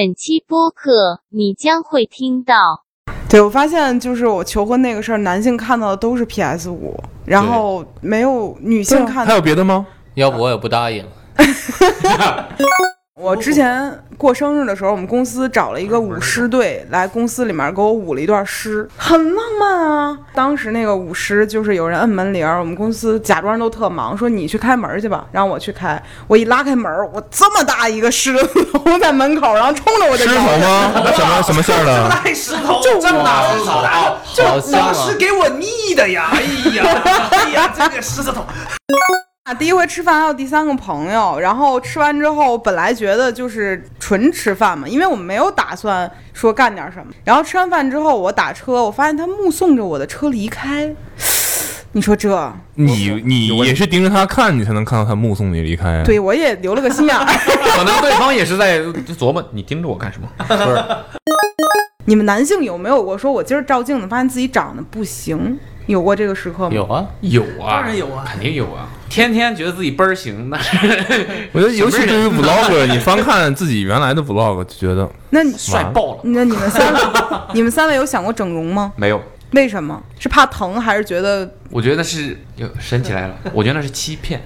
本期播客你将会听到。对，我发现就是我求婚那个事儿，男性看到的都是 PS 五，然后没有女性看啊还到。有别的吗？要不我也不答应。我之前过生日的时候，我们公司找了一个舞狮队来公司里面给我舞了一段诗，很浪漫啊。当时那个舞狮就是有人摁门铃儿，我们公司假装都特忙，说你去开门去吧，让我去开。我一拉开门，我这么大一个狮子 头在门口，然后冲着我就狮咬头我。吗？什么什么馅 儿这么 的？大一石头，就这么大石头，就好香老啊！师给我腻的呀！哎呀， 哎呀，这个狮子头，啊，第一回吃饭还有第三个朋友，然后吃完之后，本来觉得就是纯吃饭嘛，因为我没有打算说干点什么。然后吃完饭之后，我打车，我发现他目送着我的车离开。你说这，你你也是盯着他看，你才能看到他目送你离开啊。对我也留了个心眼儿。 可能对方也是在琢磨你盯着我干什么。你们男性有没有过说我今儿照镜子发现自己长得不行，有过这个时刻吗？有啊，有啊，当然有啊肯定有啊。天天觉得自己倍儿行，那是我觉得尤其对于 vlog，你翻看自己原来的 vlog，就觉得那你帅爆了。那你们三位，你们三位有想过整容吗？没有，为什么？是怕疼还是觉得我觉得那是有神起来了，我觉得那是欺骗。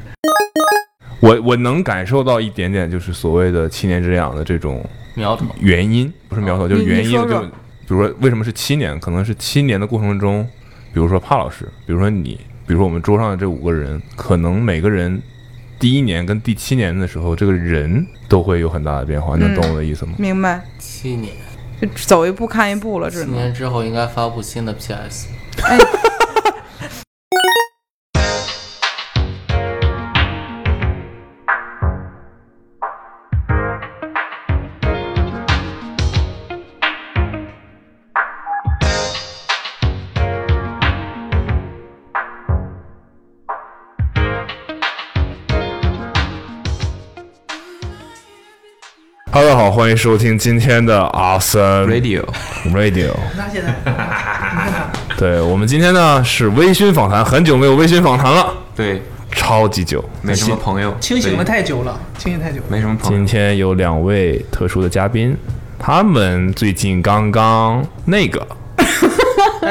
我我能感受到一点点，就是所谓的七年之痒的这种苗头。原因，不是苗头，就是你原你因。说说就比如说为什么是七年，可能是七年的过程中，比如说帕老师，比如说你，比如说我们桌上的这五个人，可能每个人第一年跟第七年的时候，这个人都会有很大的变化。你嗯能懂我的意思吗？明白？七年，就走一步看一步了，只七能。年之后应该发布新的 PS。哈喽，大家好，欢迎收听今天的 Awesome Radio， Radio。对我们今天呢是微醺访谈，很久没有微醺访谈了，对，超级久，没什么朋友，清醒了对，太久了，清醒太久了。没什么朋今友。天有两位特殊的嘉宾，他们最近刚刚那个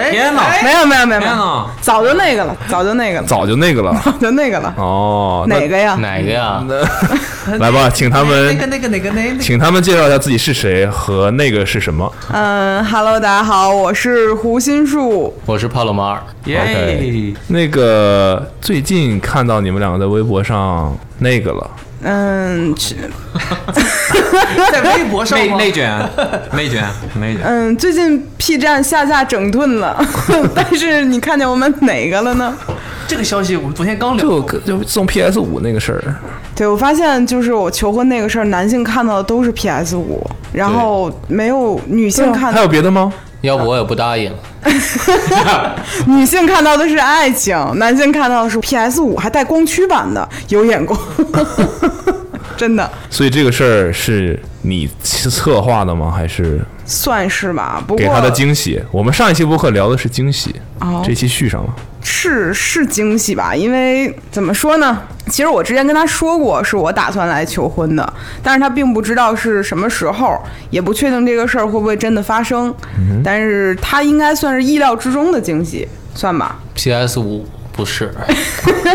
天哪！没有没有没有没天有，哪！早就那个了，早就那个了，早就那个了 就那个了。哦。那哪个呀？哪个呀？来吧，请他那个哎们，那个那个那个，请他们介绍一下自己是谁和那个是什么。嗯，Hello，大家好，我是胡心树。我是帕洛马尔，耶 OK，！那个最近看到你们两个在微博上那个了，嗯，去在微博上内吗？内卷，内卷，内卷。嗯，最近 P 站下架整顿了， 但是你看见我们哪个了呢？这个消息我们昨天刚聊，就就送 PS 五那个事儿。对我发现，就是我求婚那个事儿，男性看到的都是 PS 五，然后没有女性看还到，有别的吗？要不我也不答应。女性看到的是爱情，男性看到的是 PS 五，还带光驱版的，有眼光， 真的。所以这个事儿是你策划的吗？还是算是吧，不过给他的惊喜？我们上一期播客聊的是惊喜，哦这期续上了。是是惊喜吧，因为怎么说呢？其实我之前跟他说过，是我打算来求婚的，但是他并不知道是什么时候，也不确定这个事儿会不会真的发生。但是他应该算是意料之中的惊喜，算吧。 PS 五不是，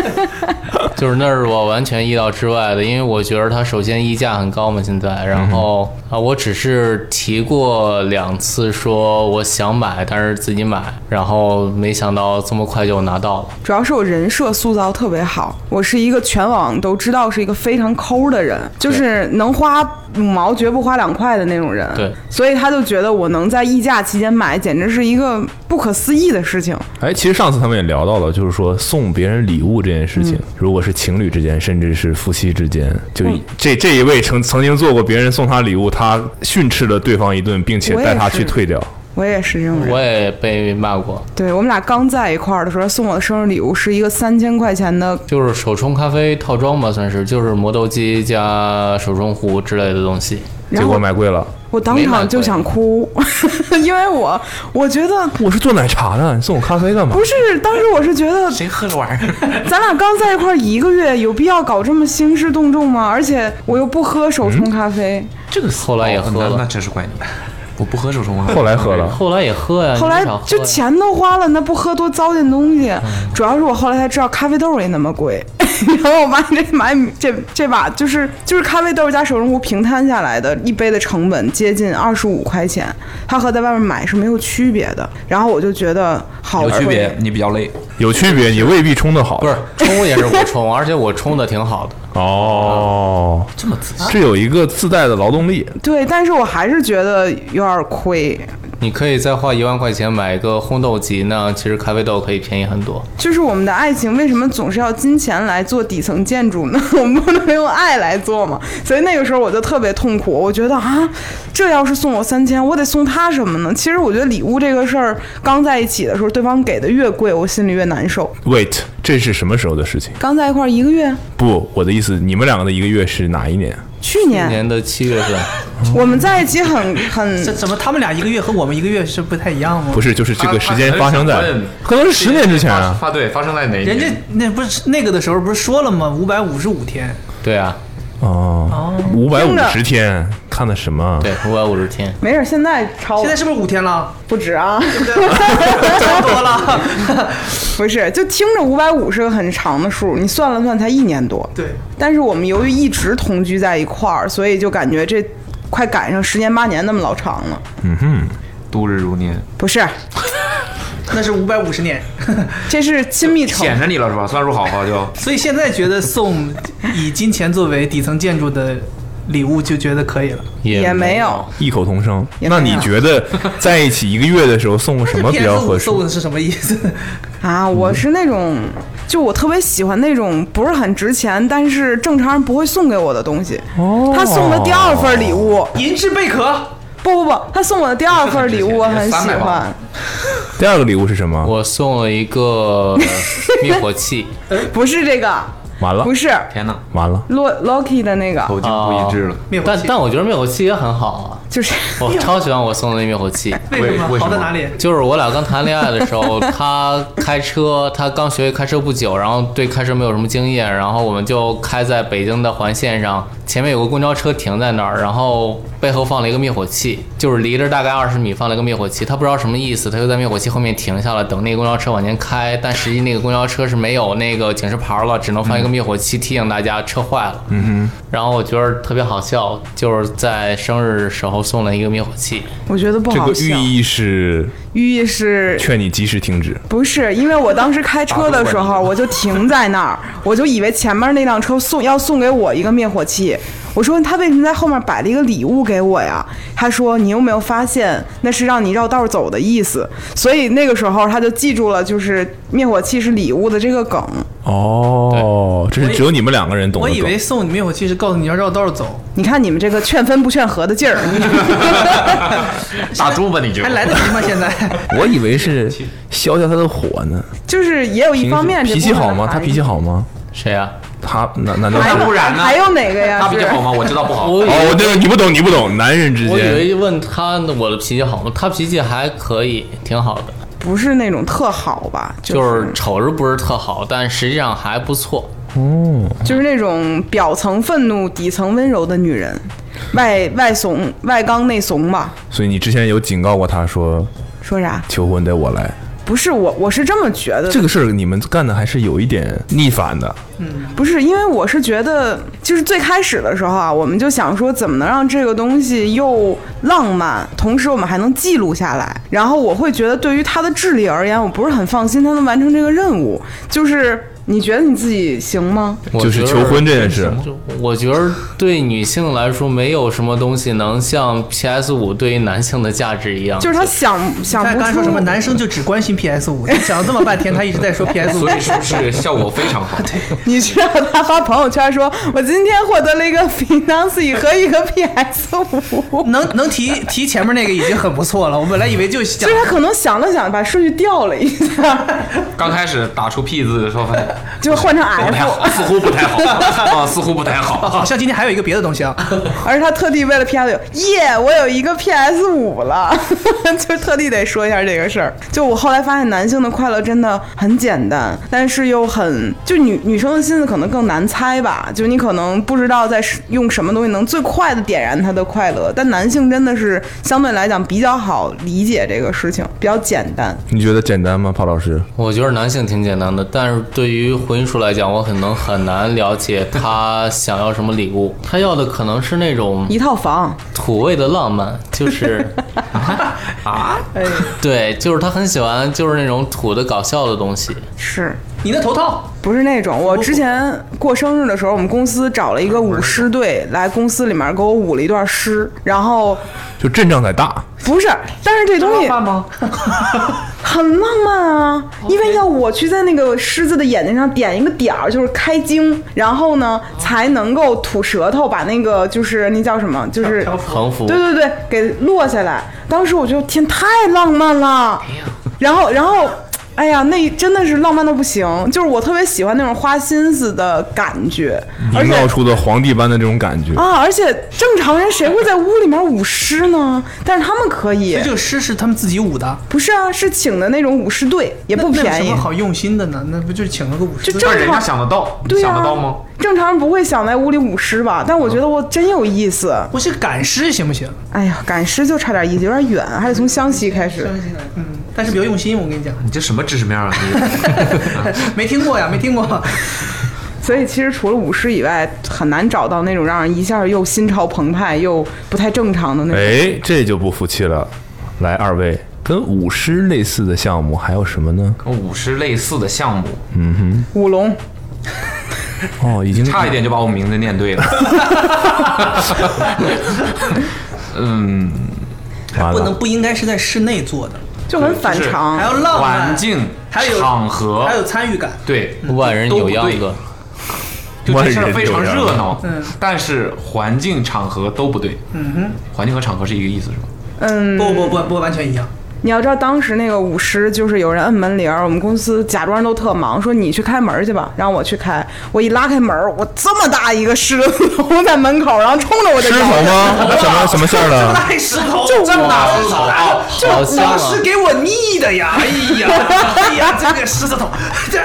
就是那是我完全意料之外的，因为我觉得它首先溢价很高嘛，现在，然后、啊，我只是提过两次说我想买，但是自己买，然后没想到这么快就拿到了。主要是我人设塑造特别好，我是一个全网都知道是一个非常抠的人，就是能花五毛绝不花两块的那种人。对，所以他就觉得我能在溢价期间买，简直是一个不可思议的事情。哎，其实上次他们也聊到了，就是说送别人礼物这件事情，嗯如果是情侣之间，甚至是夫妻之间，就一、这这一位曾曾经做过别人送他礼物，他训斥了对方一顿，并且我也带他是去退掉。我也是这种人。我也被骂过，对我们俩刚在一块儿的时候，送我的生日礼物是一个三千块钱的，就是手冲咖啡套装吧，算是，就是磨豆机加手冲壶之类的东西。结然后果买贵了，我当没买场就贵想哭， 因为我我觉得我是做奶茶的，你送我咖啡干嘛不？是，当时我是觉得谁喝着玩意儿？咱俩刚在一块儿一个月，有必要搞这么兴师动众吗？而且我又不喝手冲咖啡，这个后来也喝了哦那那真是怪你。我不喝手冲啊，后来喝了，后来也喝呀，后来你少喝呀就钱都花了，那不喝多糟践东嗯西。主要是我后来才知道咖啡豆也那么贵， 然后我把这买这这把就是就是咖啡豆加手冲壶平摊下来的一杯的成本接近二十五块钱，它和在外面买是没有区别的。然后我就觉得好有区贵别，你比较累。有区别，你未必冲的好。不是冲也是我冲， 而且我冲的挺好的。哦，这么仔细，是有一个自带的劳动力。对，但是我还是觉得有点亏。你可以再花一万块钱买一个烘豆机，那其实咖啡豆可以便宜很多。就是我们的爱情为什么总是要金钱来做底层建筑呢？ 我们不能用爱来做嘛。所以那个时候我就特别痛苦，我觉得啊，这要是送我三千，我得送他什么呢？其实我觉得礼物这个事儿，刚在一起的时候，对方给的越贵，我心里越难受。 Wait，这是什么时候的事情？刚在一块儿一个月，不，我的意思，你们两个的一个月是哪一年？去今年年的七 月份，我们在一起很很这怎么他们俩一个月和我们一个月是不太一样吗？不是，就是这个时间发生在他他他，可能是十年之前啊。发对发生在哪一人年？家那不是那个的时候不是说了吗？五百五十五天，对啊，哦，五百听五着十天，看的什么？对五百五十天。没事儿，现在超现在是不是五 天了？不止啊。差不多了。不是，就听着五百五是个很长的数，你算了算才一年多。对，但是我们由于一直同居在一块儿，所以就感觉这快赶上十年八年那么老长了。度日如年，不是，那是五百五十年。 这是亲密程显度。着你了是吧？算数好好就。所以现在觉得送以金钱作为底层建筑的礼物就觉得可以了。也也没没有，异口同声。也那没有你觉得在一起一个月的时候送什么比较合适送？的是什么 意思？嗯啊，我是那种，就我特别喜欢那种不是很值钱，但是正常人不会送给我的东西。哦他送的第二份礼物，银质贝壳，不不不，他送我的第二份礼物我很 喜300吧欢。第二个礼物是什么？我送了 一个灭火器，不是这 个，完了不，是 天哪，完了，洛 Loki 的那个，哦口径不一致了。灭火但器。但我觉得灭火器也很好啊，就是哦我超喜欢我送的那灭火器。为什么为什么好在哪里？就是我俩刚谈恋爱的时候，他开车，他刚学会开车不久，然后对开车没有什么经验，然后我们就开在北京的环线上，前面有个公交车停在那儿，然后背后放了一个灭火器，就是离着大概二十米放了一个灭火器，他不知道什么意思，他就在灭火器后面停下了，等那个公交车往前开，但实际那个公交车是没有那个警示牌了，只能放一个灭火器提醒大家车坏了。嗯哼，然后我觉得特别好笑，就是在生日的时候送了一个灭火器， 我觉得不这好个笑。寓意是寓意是劝你及时停止。不是？因为我当时开车的时候，我就停在那儿，我就以为前面那辆车送要送给我一个灭火器。我说嗯他为什么在后面摆了一个礼物给我呀？他说你有没有发现那是让你绕道走的意思？所以那个时候他就记住了，就是灭火器是礼物的这个梗。哦，这是只有你们两个人懂我的以梗为。送你灭火器是告诉你要绕道走，你看你们这个劝分不劝和的劲儿， 打住吧你就还来得及吗？现在我以为是消消他的火呢。就是也有一方面这平时脾气部分好吗？的他含义脾气好吗？谁啊呀、他难难道还是有？不然呢还有哪个呀？啊他比较是好 吗？我知道不好。我以为哦，对，你不懂，你不懂，男人之我以间为问他我的脾气好吗？他脾气还可以，挺好的，不是那种特好吧？就是瞅着不是特好，但实际上还不错。就是那种表层愤怒、底层温柔的女人，外外怂、外刚内怂吧。所以你之前有警告过他说说啥？求婚得我来，不是我，我是这么觉得的。这个事儿你们干的还是有一点逆反的。不是因为我是觉得，就是最开始的时候啊，我们就想说怎么能让这个东西又浪漫，同时我们还能记录下来。然后我会觉得，对于他的智力而言，我不是很放心他能完成这个任务。就是你觉得你自己行吗？我就是觉得求婚这件事，就我觉得对女性来说，没有什么东西能像 PS 五对于男性的价值一样。就是他想想他不刚才出说什么？男生就只关心 PS 五，想了这么半天，他一直 在说 PS 五所。以是不是效果非常好？ 你知道他发朋友圈说：“我今天获得了一个 Finance 和一个 PS 五。能能提提前面那个已经很不错了，我本来以为就”就想是他可能想了想，把顺序调了一下。刚开始打出 P 字的时候，发现就换成不太 F，好，似乎不太好啊，似乎不太好。好像今天还有一个别的东西啊，而且他特地为了 PS 九，耶，我有一个 PS 五了， 就特地得说一下这个事儿。就我后来发现，男性的快乐真的很简单，但是又很就女女生的心思可能更难猜吧。就你可能不知道在是用什么东西能最快的点燃他的快乐，但男性真的是相对来讲比较好理解这个事情，比较简单。你觉得简单吗，庞老师？我觉得男性挺简单的，但是对于婚姻术来讲，我可能很难了解他想要什么 礼物。他要的可能是那种一套房，土味的浪漫，就是 啊哎，对，就是他很喜欢就是那种土的搞笑的东西。是。你的头套不是那种，我之前过生日的时候，我们公司找了一个舞狮队来公司里面给我舞了一段诗，然后就阵仗得大，不是，但是这东西浪漫吗？ 很浪漫啊，因为要我去在那个狮子的眼睛上点一个点儿，就是开睛，然后呢才能够吐舌头把那个就是那叫什么，就是横幅，对对对，给落下来。当时我觉得天太浪漫了，然后然后。哎呀，那真的是浪漫的不行，就是我特别喜欢那种花心思的感觉，而营且造出的皇帝般的这种感觉。啊，而且正常人谁会在屋里面舞狮呢？但是他们可以，这个诗是他们自己舞的，不是啊，是请的那种舞狮队，也不那那有便什宜么。好用心的呢？那不就是请了个舞狮就队？正但人家想得到，你啊对想啊得到吗？，正常人不会想在屋里舞狮吧？但我觉得我真有意思。不是赶尸行不行？哎呀，赶狮就差点意思，有点远，还得从湘西开始。嗯，但是比较用心，我跟你讲，你这什么知识面啊？你没听过呀，没听过。所以其实除了舞狮以外，很难找到那种让人一下又心潮澎湃又不太正常的那种。哎，这就不服气了。来，二位，跟舞狮类似的项目还有什么呢？跟舞狮类似的项目，舞龙，哦，已经差一点就把我名字念对了。嗯，哎完不能了。不应该是在室内做的，就很反就是常还。要浪漫，环境、还有场合，还有参与感。对，万人都不扭秧对歌。就这事儿非常热闹嗯，但是环境场合都不对。嗯哼，环境和场合是一个意思是吧？嗯，不不不不，完全一样。你要知道当时那个舞狮就是有人摁门铃儿，我们公司假装都特忙，说你去开门去吧，让我去开。我一拉开门儿，我这么大一个狮子头在门口，然后冲着我就狮咬头我。吗？怎么什么事儿了？大石头，就这么大石头，哦就好香老啊！师给我腻的呀！哎呀，哎呀，这个狮子头，这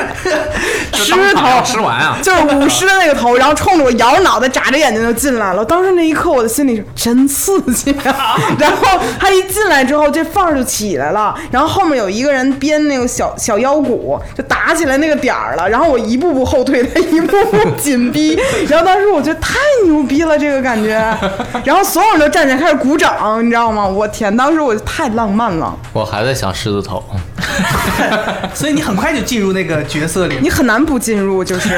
狮当场要头吃完啊！就是舞狮的那个头，然后冲着我摇着脑袋、眨着眼睛就进来了。当时那一刻，我的心里是真刺激啊！ 然后他一进来之后，这范儿就起来了。然后后面有一个人编那个小小腰鼓，就打起来那个点儿了。然后我一步步后退，他一步步紧逼。然后当时我觉得太牛逼了，这个感觉。然后所有人都站起来开始鼓掌，你知道吗？我天，当时我就太浪漫了，我还在想狮子头， 所以你很快就进入那个角色里。你很难不进入，就是。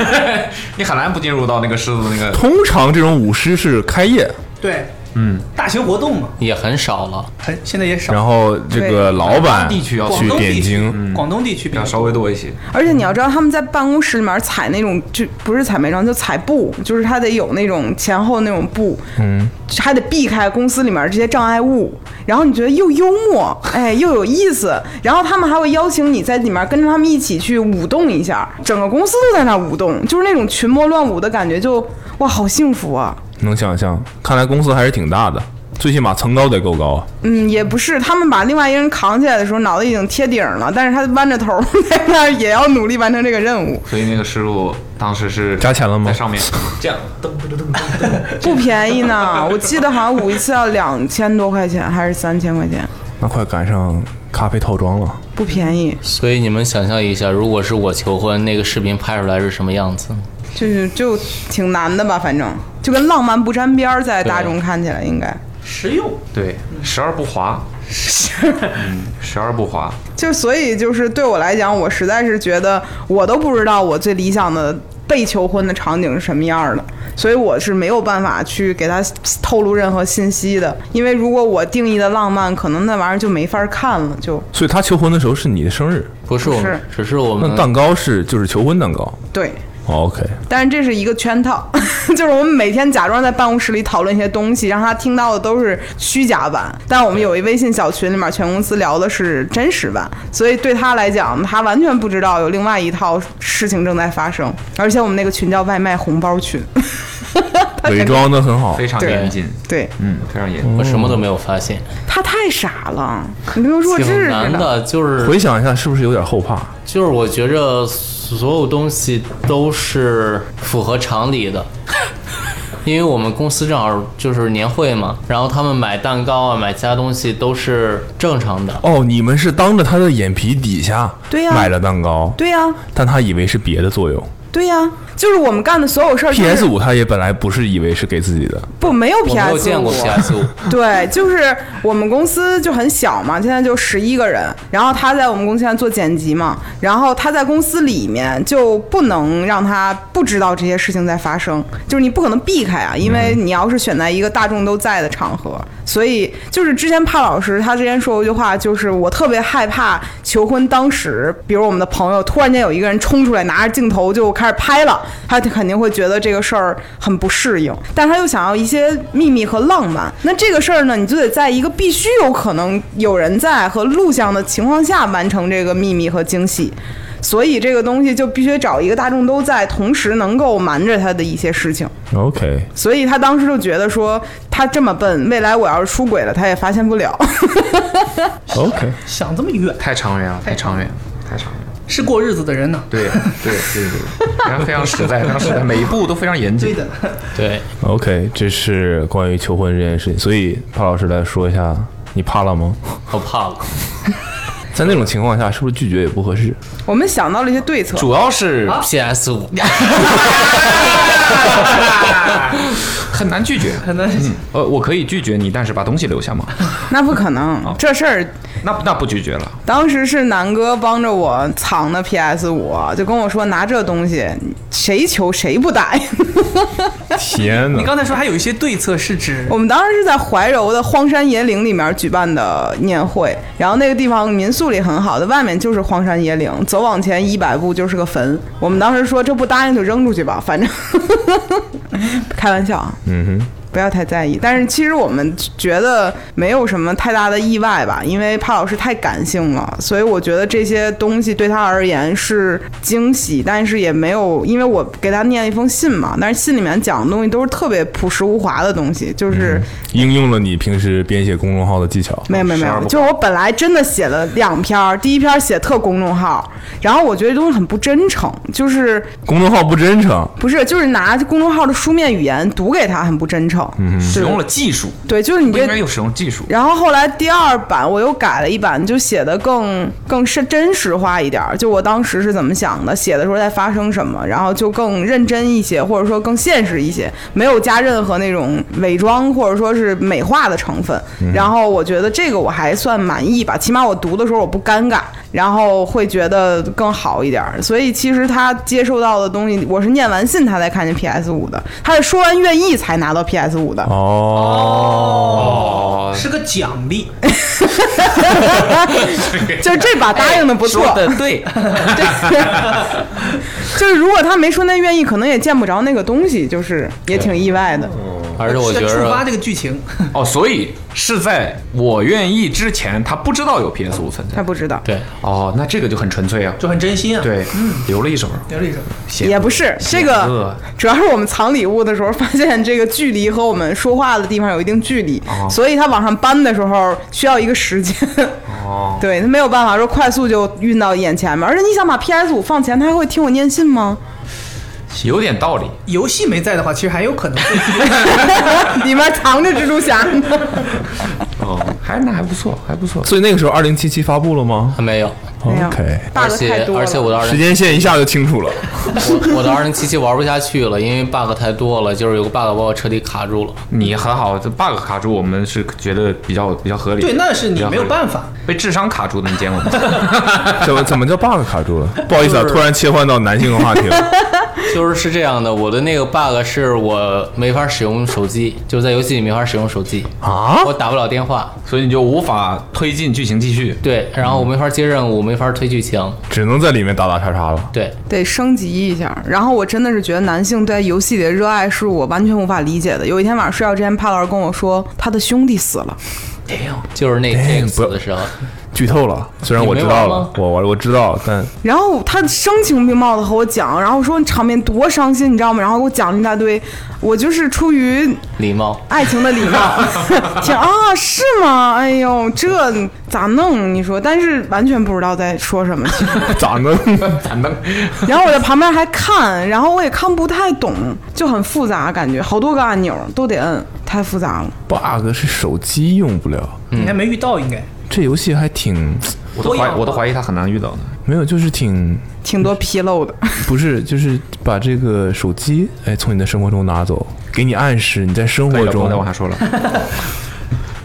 你很难不进入到那个狮子那个通常这种舞狮是开业，对，嗯，大型活动嘛，也很少了。很现在也少。然后这个老板地区要广去东点地区，睛，广东地区比较要稍微多一些。而且你要知道，他们在办公室里面踩那种，就不是踩煤床，就踩布，就是他得有那种前后那种布，嗯，还得避开公司里面这些障碍物。然后你觉得又幽默，哎，又有意思，然后他们还会邀请你在里面跟着他们一起去舞动一下，整个公司都在那儿舞动，就是那种群魔乱舞的感觉就，哇，好幸福啊！能想象。看来公司还是挺大的，最起码层高得够高啊。嗯，也不是，他们把另外一个人扛起来的时候，脑袋已经贴顶了，但是他弯着头在那儿 也要努力完成这个任务。所以那个师傅当时是加钱了吗在上面这样，不便宜呢，我记得好像舞一次要两千多块钱，还是三千块钱，那快赶上咖啡套装了。不便宜，所以你们想象一下，如果是我求婚，那个视频拍出来是什么样子？就是就挺难的吧，反正就跟浪漫不沾边儿，在大众看起来应该实用。对，时而不滑，嗯，时而不滑。就所以就是对我来讲，我实在是觉得我都不知道我最理想的被求婚的场景是什么样儿的，所以我是没有办法去给他透露任何信息的，因为如果我定义的浪漫，可能那玩意儿就没法儿看了，就所以他求婚的时候是你的生日，嗯不是我们，只是我那们蛋糕是就是求婚蛋糕。哦对。 OK，但是这是一个圈套， 就是我们每天假装在办公室里讨论一些东西，让他听到的都是虚假版。但我们有一微信小群，里面全公司聊的是真实版，所以对他来讲，他完全不知道有另外一套事情正在发生。而且我们那个群叫外卖红包群， 伪装的很好非。常对严谨，对嗯，非常严谨。我什么都没有发现，他太傻了，你跟弱智挺似难的。的，就是回想一下，是不是有点后怕？就是我觉着所有东西都是符合常理的， 因为我们公司正好就是年会嘛，然后他们买蛋糕啊，买其他东西都是正常的。哦，你们是当着他的眼皮底下对呀买了蛋糕，对呀、但他以为是别的作用。对呀、就是我们干的所有事儿、就是。 PS 五他也本来不是以为是给自己的，不没有 PS 我没有见过五 PS 五，对，就是我们公司就很小嘛，现在就十一个人。然后他在我们公司现在做剪辑嘛，然后他在公司里面就不能让他不知道这些事情在发生，就是你不可能避开啊，因为你要是选在一个大众都在的场合，所以就是之前帕老师他之前说过一句话，就是我特别害怕求婚当时，比如我们的朋友突然间有一个人冲出来拿着镜头就开始拍了，他肯定会觉得这个事儿很不适应，但他又想要一些秘密和浪漫。那这个事儿呢，你就得在一个必须有可能有人在和录像的情况下完成这个秘密和惊喜。所以这个东西就必须找一个大众都在，同时能够瞒着他的一些事情。 OK，所以他当时就觉得说，他这么笨，未来我要是出轨了，他也发现不了。 OK，想这么远，太长远了，太长远了，太长远了。是过日子的人呢。对对对对，非常非常实在，非常实在，每一步都非常严谨。的， 对， OK，这是关于求婚这件事情，所以帕老师来说一下，你怕了吗？我怕了。在那种情况下，是不是拒绝也不合适？我们想到了一些对策，主要是啊 PS 五，很难拒绝，可能呃，我可以拒绝你，但是把东西留下嘛。那不可能，这事儿那那不拒绝了，当时是南哥帮着我藏的 PS 五，就跟我说拿这东西，谁求谁不答应。天你！刚才说还有一些对策是指 我们当时是在怀柔的荒山野岭里面举办的年会，然后那个地方民宿里很好的，外面就是荒山野岭，走往前一百步就是个坟。我们当时说这不答应就扔出去吧，反正 开玩笑啊，嗯哼，不要太在意。但是其实我们觉得没有什么太大的意外吧，因为帕老师太感性了，所以我觉得这些东西对他而言是惊喜，但是也没有，因为我给他念了一封信嘛，但是信里面讲的东西都是特别朴实无华的东西，就是。应用了你平时编写公众号的技巧。没有没有没有，就是我本来真的写了两篇儿，第一篇儿写特公众号，然后我觉得这东西很不真诚，就是公众号不真诚，不是就是拿公众号的书面语言读给他，很不真诚。嗯，使用了技术，对，就是你不这应该有使用技术。然后后来第二版我又改了一版，就写的更更是真实化一点儿，就我当时是怎么想的，写的时候在发生什么，然后就更认真一些，或者说更现实一些，没有加任何那种伪装或者说是美化的成分。然后我觉得这个我还算满意吧，起码我读的时候我不尴尬，然后会觉得更好一点儿。所以其实他接受到的东西，我是念完信他才看见 PS 五的，他是说完愿意才拿到 PS 五的。哦，哦，是个奖励， 就是这把答应的不错，的对， 就是如果他没说那愿意，可能也见不着那个东西，就是也挺意外的。而且我觉是在触发着这个剧情，哦，所以是在我愿意之前，他不知道有 PS 五存他在。不知道，对，哦，那这个就很纯粹啊。 就很真心啊。，对，留了一手，聊了一手，险也不是这个恶，主要是我们藏礼物的时候发现这个距离和我们说话的地方有一定距离，所以他往上搬的时候需要一个时间。哦， 对他没有办法说快速就运到眼前嘛，而且你想把 PS 五放前，他还会听我念信 吗？有点道理。游戏没在的话，其实还有可能会里面藏着蜘蛛侠呢。哦，还那还不错，还不错。所以那个时候二零七七发布了吗还 没有，没有？OK， bug 而且太多了。而且我的 二时零间线一下就清楚了。我我的二零七七玩不下去了，因为 bug 太多了，就是有个 bug 把我彻底卡住了。你很好，这 bug 卡住我们是觉得比较比较合理。对，那是你没有办法。法。被智商卡住的，你见过吗？ 怎么怎么叫 bug 卡住了？不好意思啊，突然切换到男性的话题了。就是是这样的，我的那个 bug 是我没法使用手机，就在游戏里没法使用手机，啊，哦我打不了电话。所以你就无法推进剧情继续。对，然后我没法接任务，没法推剧情。 只能在里面打打杀杀了。对，得升级一下。然后我真的是觉得男性对游戏里的热爱是我完全无法理解的。有一天晚上睡觉之前，帕老师跟我说他的兄弟死了，哎就是那 Damn，那个死不要的时候，剧透了，虽然我知道了，我我我知道，但 然后他声情并茂的和我讲，然后说场面多伤心，你知道吗？然后给我讲了一大堆，我就是出于礼貌。爱情的礼貌， 听啊是吗？哎呦，这咋弄？你说，但是完全不知道在说什么。 其实咋能？咱们然后我在旁边还看，然后我也看不太懂，就很复杂，感觉好多个按钮都得摁，太复杂了。 bug 是手机用不了，嗯你还没遇到应该。这游戏还挺我都啊怀我都怀疑他很难遇到呢。没有，就是挺挺多纰漏的，不是，就是把这个手机哎从你的生活中拿走，给你暗示你在生对活了，哎不中能再往下说了。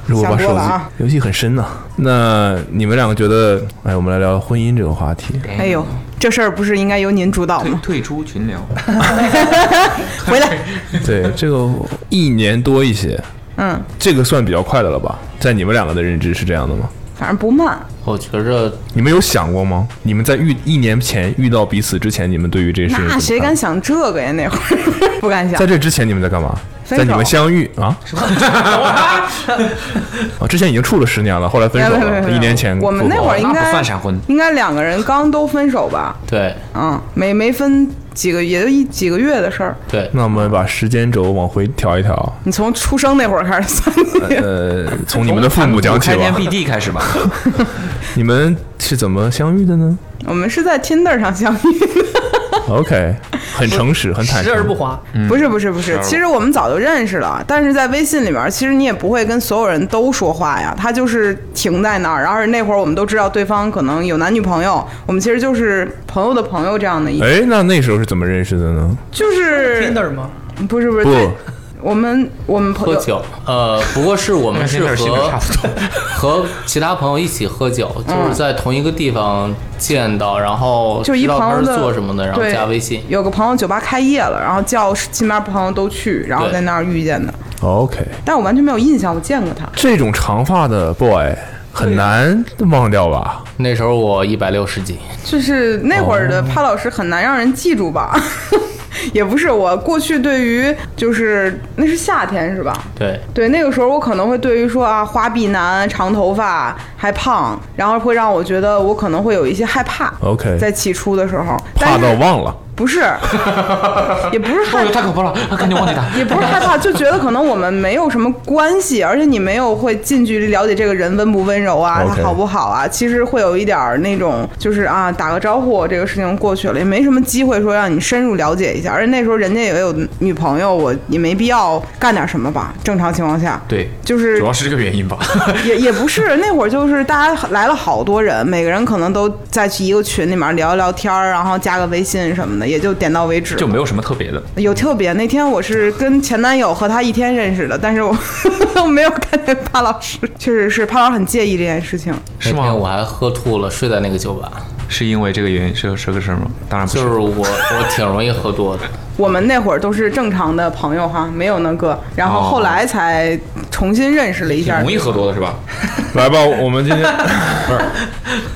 如果把想手多机、了啊游戏很深呐、那你们两个觉得，哎，我们来聊婚姻这个话题。哎呦，这事儿不是应该由您主导退吗？退出群聊，回来，对，这个一年多一些，嗯，这个算比较快的了吧？在你们两个的认知是这样的吗？反正不慢，我觉着你们有想过吗？你们在遇一年前遇到彼此之前，你们对于这个事情怎么那看谁敢？想这个呀？那会儿 不敢想啊在。这之前你们在干嘛？分手在你们相遇 啊？ 啊，之前已经处了十年了，后来分手没有没有了，没有一年前我们那会儿那应啊不该算闪婚。应该两个人刚都分手吧？对嗯，没没分几个，也就一几个月的事儿。对，那我们把时间轴往回调一调，你从出生那会儿开始算起， 呃，从你们的父母讲起开天吧。辟地 开始吧。你们是怎么相遇的 呢我们是在 Tinder 上相遇的。 ？OK，很诚实，很坦时而不诚。华，不是不是不是，其实我们早就认识了，但是在微信里面，其实你也不会跟所有人都说话呀，他就是停在那儿。然后那会儿我们都知道对方可能有男女朋友，我们其实就是朋友的朋友这样的一，哎，那那时候是怎么认识的呢？就是 Tinder 吗？不是不是不对我们我们朋喝友酒。呃，不过是我们是 那是性格差和不和其他朋友一起喝酒，就是在同一个地方见到，然后嗯就一知道朋他友是的做什么的，然后对加微信。有个朋友酒吧开业了，然后叫身边朋友都去，然后在那儿遇见的。哦 OK，但我完全没有印象，我见过他。这种长发的 boy 很难忘掉吧？那时候我一百六十斤，就是那会儿哦的潘老师很难让人记住吧？ 也不是，我过去对于就是那是夏天是吧？对，对，那个时候我可能会对于说啊，花臂男、长头发、还胖，然后会让我觉得我可能会有一些害怕。 OK 在起初的时候，怕但到是忘了。不是， 也不 是害哎呦，太可怕了，啊赶紧忘记他。也不是害怕，就觉得可能我们没有什么关系，而且你没有会近距离了解这个人温不温柔啊， OK 他好不好啊，其实会有一点儿那种就是啊，打个招呼，这个事情过去了，也没什么机会说让你深入了解一下。而且那时候人家也有女朋友，我也没必要干点什么吧，正常情况下。对，就是主要是这个原因吧。也也不是，那会儿就是大家来了好多人，每个人可能都在去一个群里面聊一聊天儿，然后加个微信什么的，也就点到为止。就没有什么特别的。有特别，那天我是跟前男友和他一天认识的，但是我 我没有看见帕老师，确实是帕老师很介意这件事情。是吗那天我还喝吐了，睡在那个酒吧。是因为这个原因是是个事儿吗？当然不就是是。我，我挺容易喝多的。我们那会儿都是正常的朋友哈，没有那个，然后哦后来才重新认识了一挺下容。易喝多的是吧？ 来吧，我们 今天不是，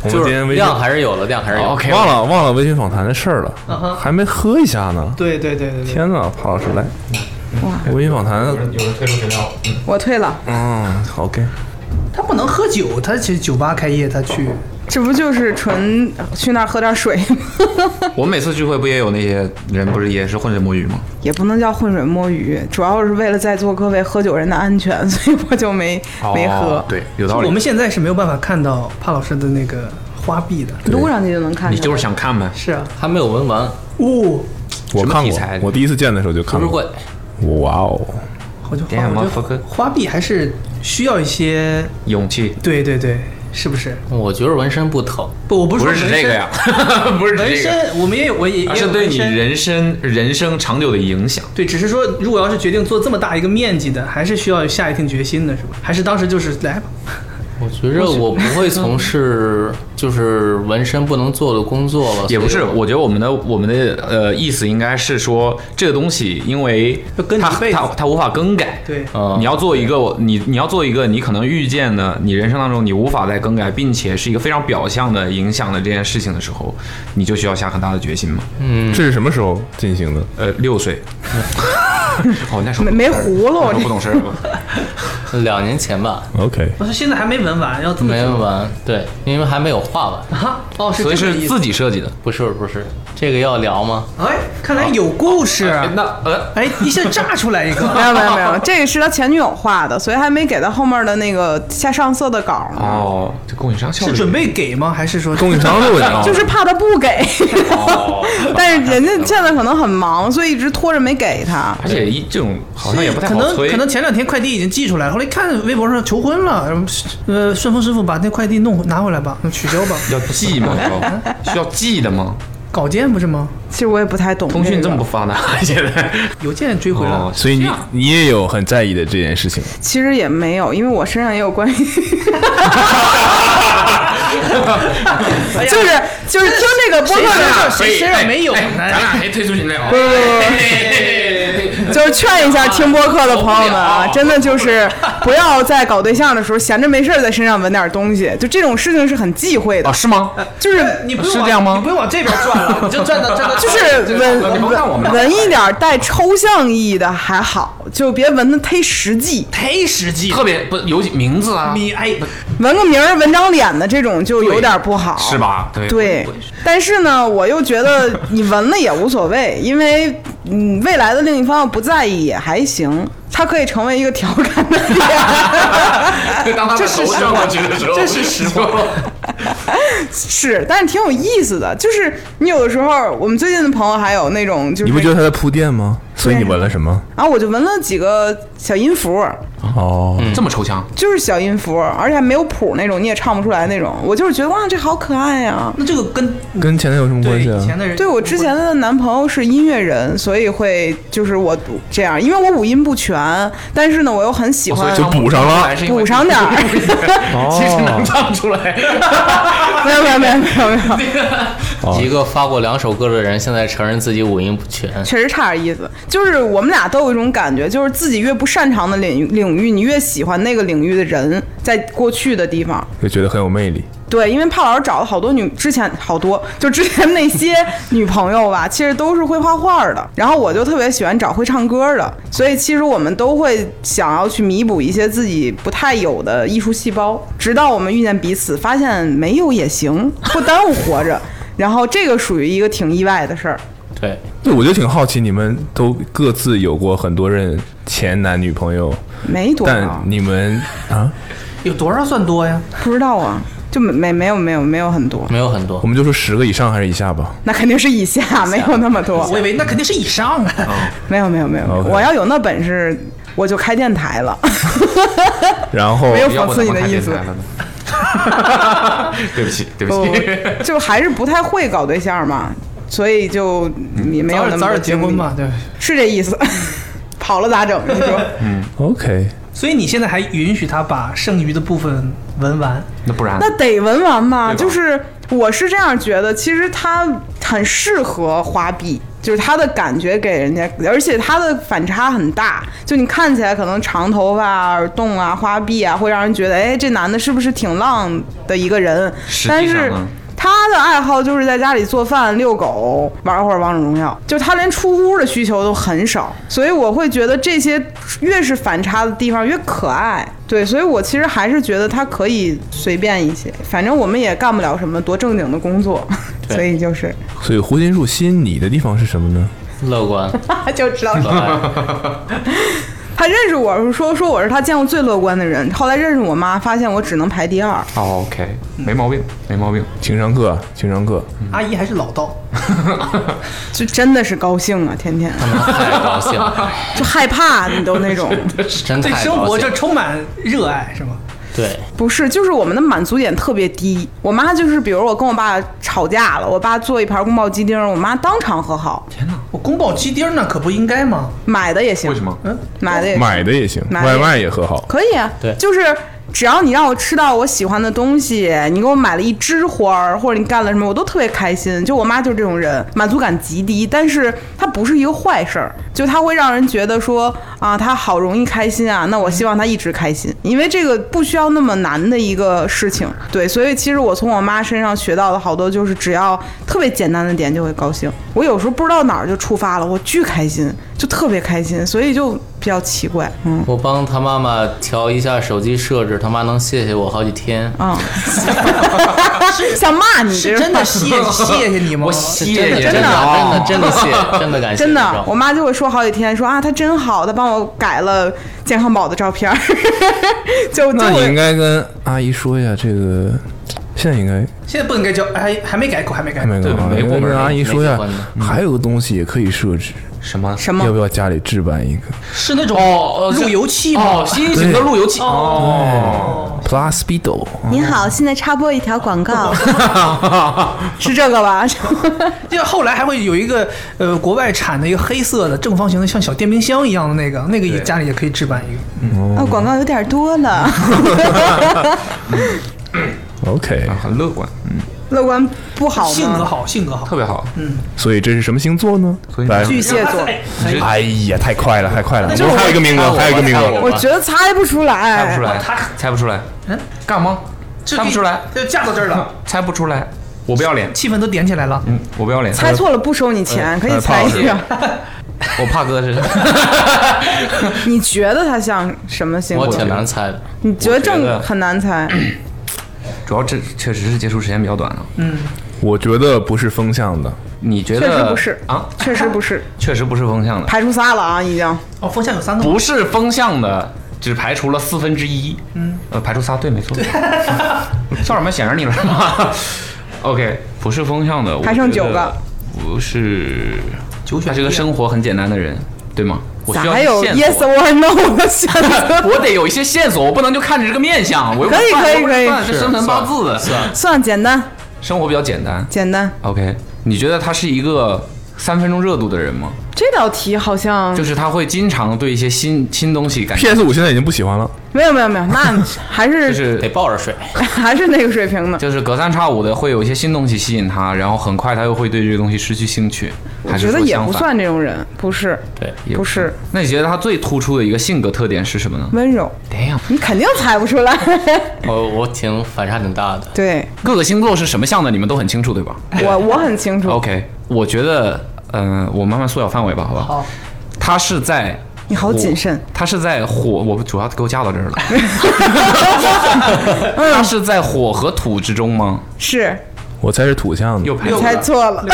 我就们今天是微信量还嗯是有了，量还是有了。哦 OK 忘了忘了微醺访谈的事儿了，还没喝一下呢。对对对对对，天呐，潘老师来，微醺访谈，我退了，嗯，OK，他不能喝酒，他去酒吧开业，他去这不就是纯去那儿喝点水吗？ 我每次聚会不也有那些人不是也是浑水摸鱼吗？也不能叫浑水摸鱼，主要是为了在座各位喝酒人的安全，所以我就没没喝哦。对，有道理。我们现在是没有办法看到帕老师的那个花臂的。撸上去就能看你见。就是想看呗。是啊，还没有闻完，哦，我什么看题过材，我第一次见的时候就读看书过会。。哇哦，我就 Damn, 我觉 motherfucker 得花臂还是需要一些， 勇气对对对，是不是？嗯我觉得纹身不疼，不，我不是不说是指纹身这个呀，， 不是纹指这个，身我们也有，我也而也 是有对纹你身人生人生长久的影响。对，只是说，如果要是决定做这么大一个面积的，还是需要下一定决心的，是吧？还是当时就是来吧，我觉着我不 会从事就是纹身不能做的工作了，也不所是，以我觉得我们的我们的呃意思应该是说，这个东西因为要跟你它一辈子它它无法更改，对，嗯你要做一个你你要做一个你可能遇见的你人生当中你无法再更改，并且是一个非常表象的影响了这件事情的时候，你就需要下很大的决心嘛。这是什么时候进行的？呃，六岁， 哦，那时 候没没葫芦那时候这不懂事儿吧？两年前吧， OK，我说现在还没纹完，要这么没久纹，对，因为还没有画完。啊？哦，是所以这个是意思。自己设计的。不是不是，这个要聊吗？哎，看来有故事。那呃，哎，一下炸出 来一个。没有没有没有，这个是他前女友画的，所以还没给他后面的那个下上色的稿呢。哦，这供应商效率 是准备给吗？还是说供应商都有点 儿就是怕他不 给，哦，但是人家现在可能很忙，所以一直拖着没给他。而且一这种好像也不太可好能催，可能前两天快递已经寄出来了，后来一看微博上求婚了，然后呃，顺丰师傅把那快递弄拿回来吧，那取消吧，要记吗？需要记的吗？稿件不是吗？其实我也不太懂、通讯这么不，发达，现在邮件追回来了。哦，所以你你也有很在意的这件事情，其实也没有，因为我身上也有 关系。就是就是听这个哎播客谁身上的，谁身上没有呢？俩谁退出哎群聊？就是劝一下听播客的朋友们啊， 真的就是不要在搞对象的时候闲着没事儿在身上纹点东西，就这种事情是很忌讳的啊，。是吗？呃就是你不用是往这样吗你不用往这边转了， 你就转到转到就是你纹甭看我纹们纹一点带抽象意义的还好，就别纹的忒实际，忒实际了。特别不有名字啊，你哎，纹个名儿纹张脸的这种就有点不 好，是？吧？对对，但是呢，我又觉得嗯你纹了也无所谓，因为嗯，未来的另一方要不在意也还行，它可以成为一个调侃的点。啊就当他的头转过去的时候，这是实话。是，但是挺有意思的，就是你有的时候，我们最近的朋友还有那种就是，你不觉得他在铺垫吗？所以你纹了什么？然后我就纹了几个小音符，哦，嗯这么抽象，就是小音符，而且还没有谱那种，你也唱不出来那种。我就是觉得哇，这好可爱呀、那这个跟跟前男友有什么关对系以啊前？的人，对我之前的男朋友是音乐人，所以会就是我这样，因为我五音不全，但是呢，我又很喜哦所欢以就补上了，哦补上点儿。 哦其实能唱出来。没有没有没有没有没有，一个发过两首歌的人，现在承认自己五音不全，确实差点意思。就是我们俩都有一种感觉，就是自己越不擅长的领域领域，你越喜欢那个领域的人，在过去的地方。就觉得很有魅力。对，因为帕老师找了好多女，之前好多就之前那些女朋友吧，其实都是会画画的。然后我就特别喜欢找会唱歌的，所以其实我们都会想要去弥补一些自己不太有的艺术细胞。直到我们遇见彼此，发现没有也行，不耽误活着。然后这个属于一个挺意外的事儿。对，对，我就挺好奇，你们都各自有过很多任前男女朋友，没多但少，你们啊，有多少算多呀？不知道啊，就没没没有没有没有很多，没有很多我。们就说十个以上还是以下吧。那肯定是以下，没有那么多，我以为那肯定是以上 啊。没有没有没有，没有 OK 我要有那本事，我就开电台了。 然后没有要讽不刺怎你么的开意电思台，了呢？ 对不起，对不不起。， 就还是不太会搞对象嘛，所以就也没有那早点么早多点结精力婚吧，，对。是这意思。 跑了咋整？你说 OK，所以你现在还允许他把剩余的部分纹完？那不然 那得文玩嘛？对吧就是我是这样觉得，其实他很适合花臂，就是他的感觉给人家，而且他的反差很大。就你看起来可能长头发啊、耳洞啊、花臂啊，会让人觉得，哎，这男的是不是挺浪的一个人？实际上啊但呢是。他的爱好就是在家里做饭、遛狗、玩会儿王者荣耀，就他连出屋的需求都很少，所以我会觉得这些越是反差的地方越可爱。对，所以我其实还是觉得他可以随便一些，反正我们也干不了什么多正经的工 作，对所以就是所以胡金树吸引你的地方是什么呢？乐观，他就知道可爱他认识我是说说我是他见过最乐观的人，后来认识我妈，发现我只能排第二。哦 OK，没嗯毛病，没毛病。情商课，啊情商课，阿姨还是老道，就真的是高兴啊，天天 太高兴了，就害怕你都那种，真对太生高活兴这。充满热爱，是吗？对，不是，就是我们的满足点特别低。我妈就是，比如我跟我爸吵架了，我爸做一盘宫保鸡丁，我妈当场和好，我宫保鸡丁那可不应该吗？买的也行，嗯为什么？买的也行买的也行，买的也外卖也和好。可以啊，对就是。只要你让我吃到我喜欢的东西，你给我买了一枝花儿，或者你干了什么，我都特别开心。就我妈就是这种人，满足感极低，但是她不是一个坏事儿，就她会让人觉得说啊，她好容易开心啊，那我希望她一直开心，因为这个不需要那么难的一个事情。对，所以其实我从我妈身上学到的好多，就是只要特别简单的点就会高兴。我有时候不知道哪儿就触发了，我巨开心，就特别开心，所以就比较奇怪，嗯。我帮他妈妈调一下手机设置，他妈能谢谢我好几天。 啊，想骂你，是真的谢谢谢你吗？我是谢真的谢真的啊真的真的谢，真的感谢，真这的种，我妈就会说好几天，说啊，她真好，她帮我改了健康宝的照片儿， 就就那你应会该跟阿姨说一下这个，现在应该现在不能该交，还还没改过，还没改还。没对有啊没应该过门跟儿阿姨没说一下结婚呢，还有个东西也可以设置，什么？什要么不要家里置办一个是那种哦，路由器吗哦，？新型的路由器哦， Plus Speedo？您好，现在插播一条广 告，是这个吧？ 就后来还会有一个呃，国外产的一个黑色的正方形的，像小电冰箱一样的那个，那个也家里也可以置办一个。啊，广告有点多了， OK，啊很乐观，嗯， 乐观不好性格吗？好，性格好特。别好。嗯所以这是什么星座呢？所以来，巨蟹 座，哎呀，太快了，太快了！我还有一个名额，还有一个名我额，我觉得猜不出来猜不出，来，哎猜不出来，嗯，干嘛？这猜不出来，就架到这儿了，猜不出来，我不要脸，气氛都点起来了。嗯，我不要脸，猜错了不收你呃钱，可以猜一下。我怕哥是， 你觉得他像什么星我座挺？难猜的。你觉得我觉正得很难猜， 主要这确实是接触时间比较短啊。我觉得不是风向的，你觉得确实不是啊？确实不是，确实不是风向的，排除仨了啊，已经。哦，风向有三个吗，不是风向的，只排除了四分之一，嗯，呃，排除仨，对，没错。 笑什么？显着你了 OK，不是风向的，我还剩九个觉得不是九选他一是个生活很简单的人，对吗？我需咋要还有线 yes 索。啊 or no 的选择？ 我得有一些线索，我不能就看着这个面相，我又不可以算可以我不可以算是啊生辰八字的， 算简单，生活比较简单。简单。 OK，你觉得他是一个三分钟热度的人吗？这道题好像就是他会经常对一些新新东西感觉 PS 五现在已经不喜欢了，没有没有没有， 那还就是是得抱着睡， 还是那个水平的。就是隔三差五的会有一些新东西吸引他，然后很快他又会对这个东西失去兴趣。我还是觉得说也相不反，算这种人，不是对，也不是。那你觉得他最突出的一个性格特点是什么呢温柔， ？Damn，你肯定猜不出 来。我我挺反差挺大的。对各个星座是什么像的，你们都很清楚对吧我我很清楚， ？OK，我觉得，嗯、我慢慢缩小范围吧，好吧？好，他是在。你好谨慎。他是在火，我主要给我架到这儿了。他是在火和土之中吗？是我猜是土象的又，排六除个猜了，错了，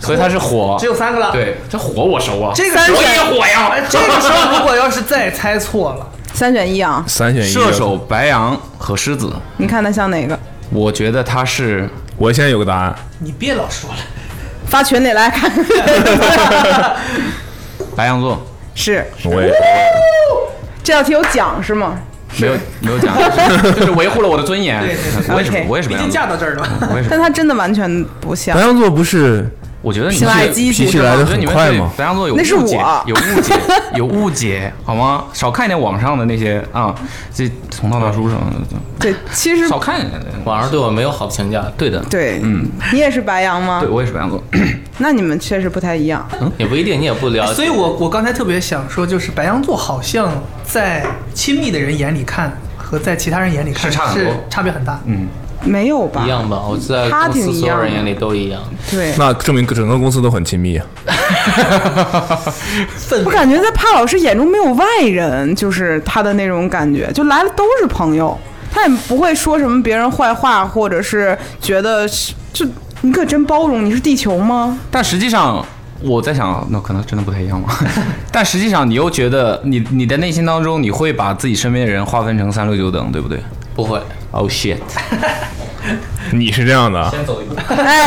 所以他是火只。有三个了。，对，这火我熟啊。这个时候我也火呀。哎，这个时候如果要是再猜错了， 三选一啊！三选一。射手、，白羊和狮子，你看他像哪个？我觉得他是我现在有个答案，你别老说了。发群里来 看。白羊座，是我也这道题有奖是吗？没有没有讲，就是维护了我的尊严。我也是 OK 我也是毕白竟羊嫁座，到这儿了，我也是但。他真的完全不像 白。羊座不是我觉得你皮拉们基是脾气来得我觉得你们很快对吗白羊座有那是误解我有误 解，有误解，好吗？少看一点网上的那些啊，这从道大叔什么对，其实的，少看一点。网上对我没有好评价，对的，对，你也是白羊吗对，？我也是白羊座。 那你们确实不太一样。也不一定，你也不了啊解。哎 所以我我刚才特别想说，就是白羊座好像在亲密的人眼里看和在其他人眼里看是差很多差别很大。嗯，没有吧？一样吧，我在他公司挺一所样有的人眼里都一样。对，那证明整个公司都很亲密啊。氛我围感觉在帕老师眼中没有外人，就是他的那种感觉，就来了都是朋友，他也不会说什么别人坏话，或者是觉得是就你可真包容，你是地球吗？但实际上，我在想，那可能真的不太一样吧。 但实际上，你又觉得你你的内心当中，你会把自己身边的人划分成三六九等，对不对不会， ？Oh shit！ 你是这样的啊，哎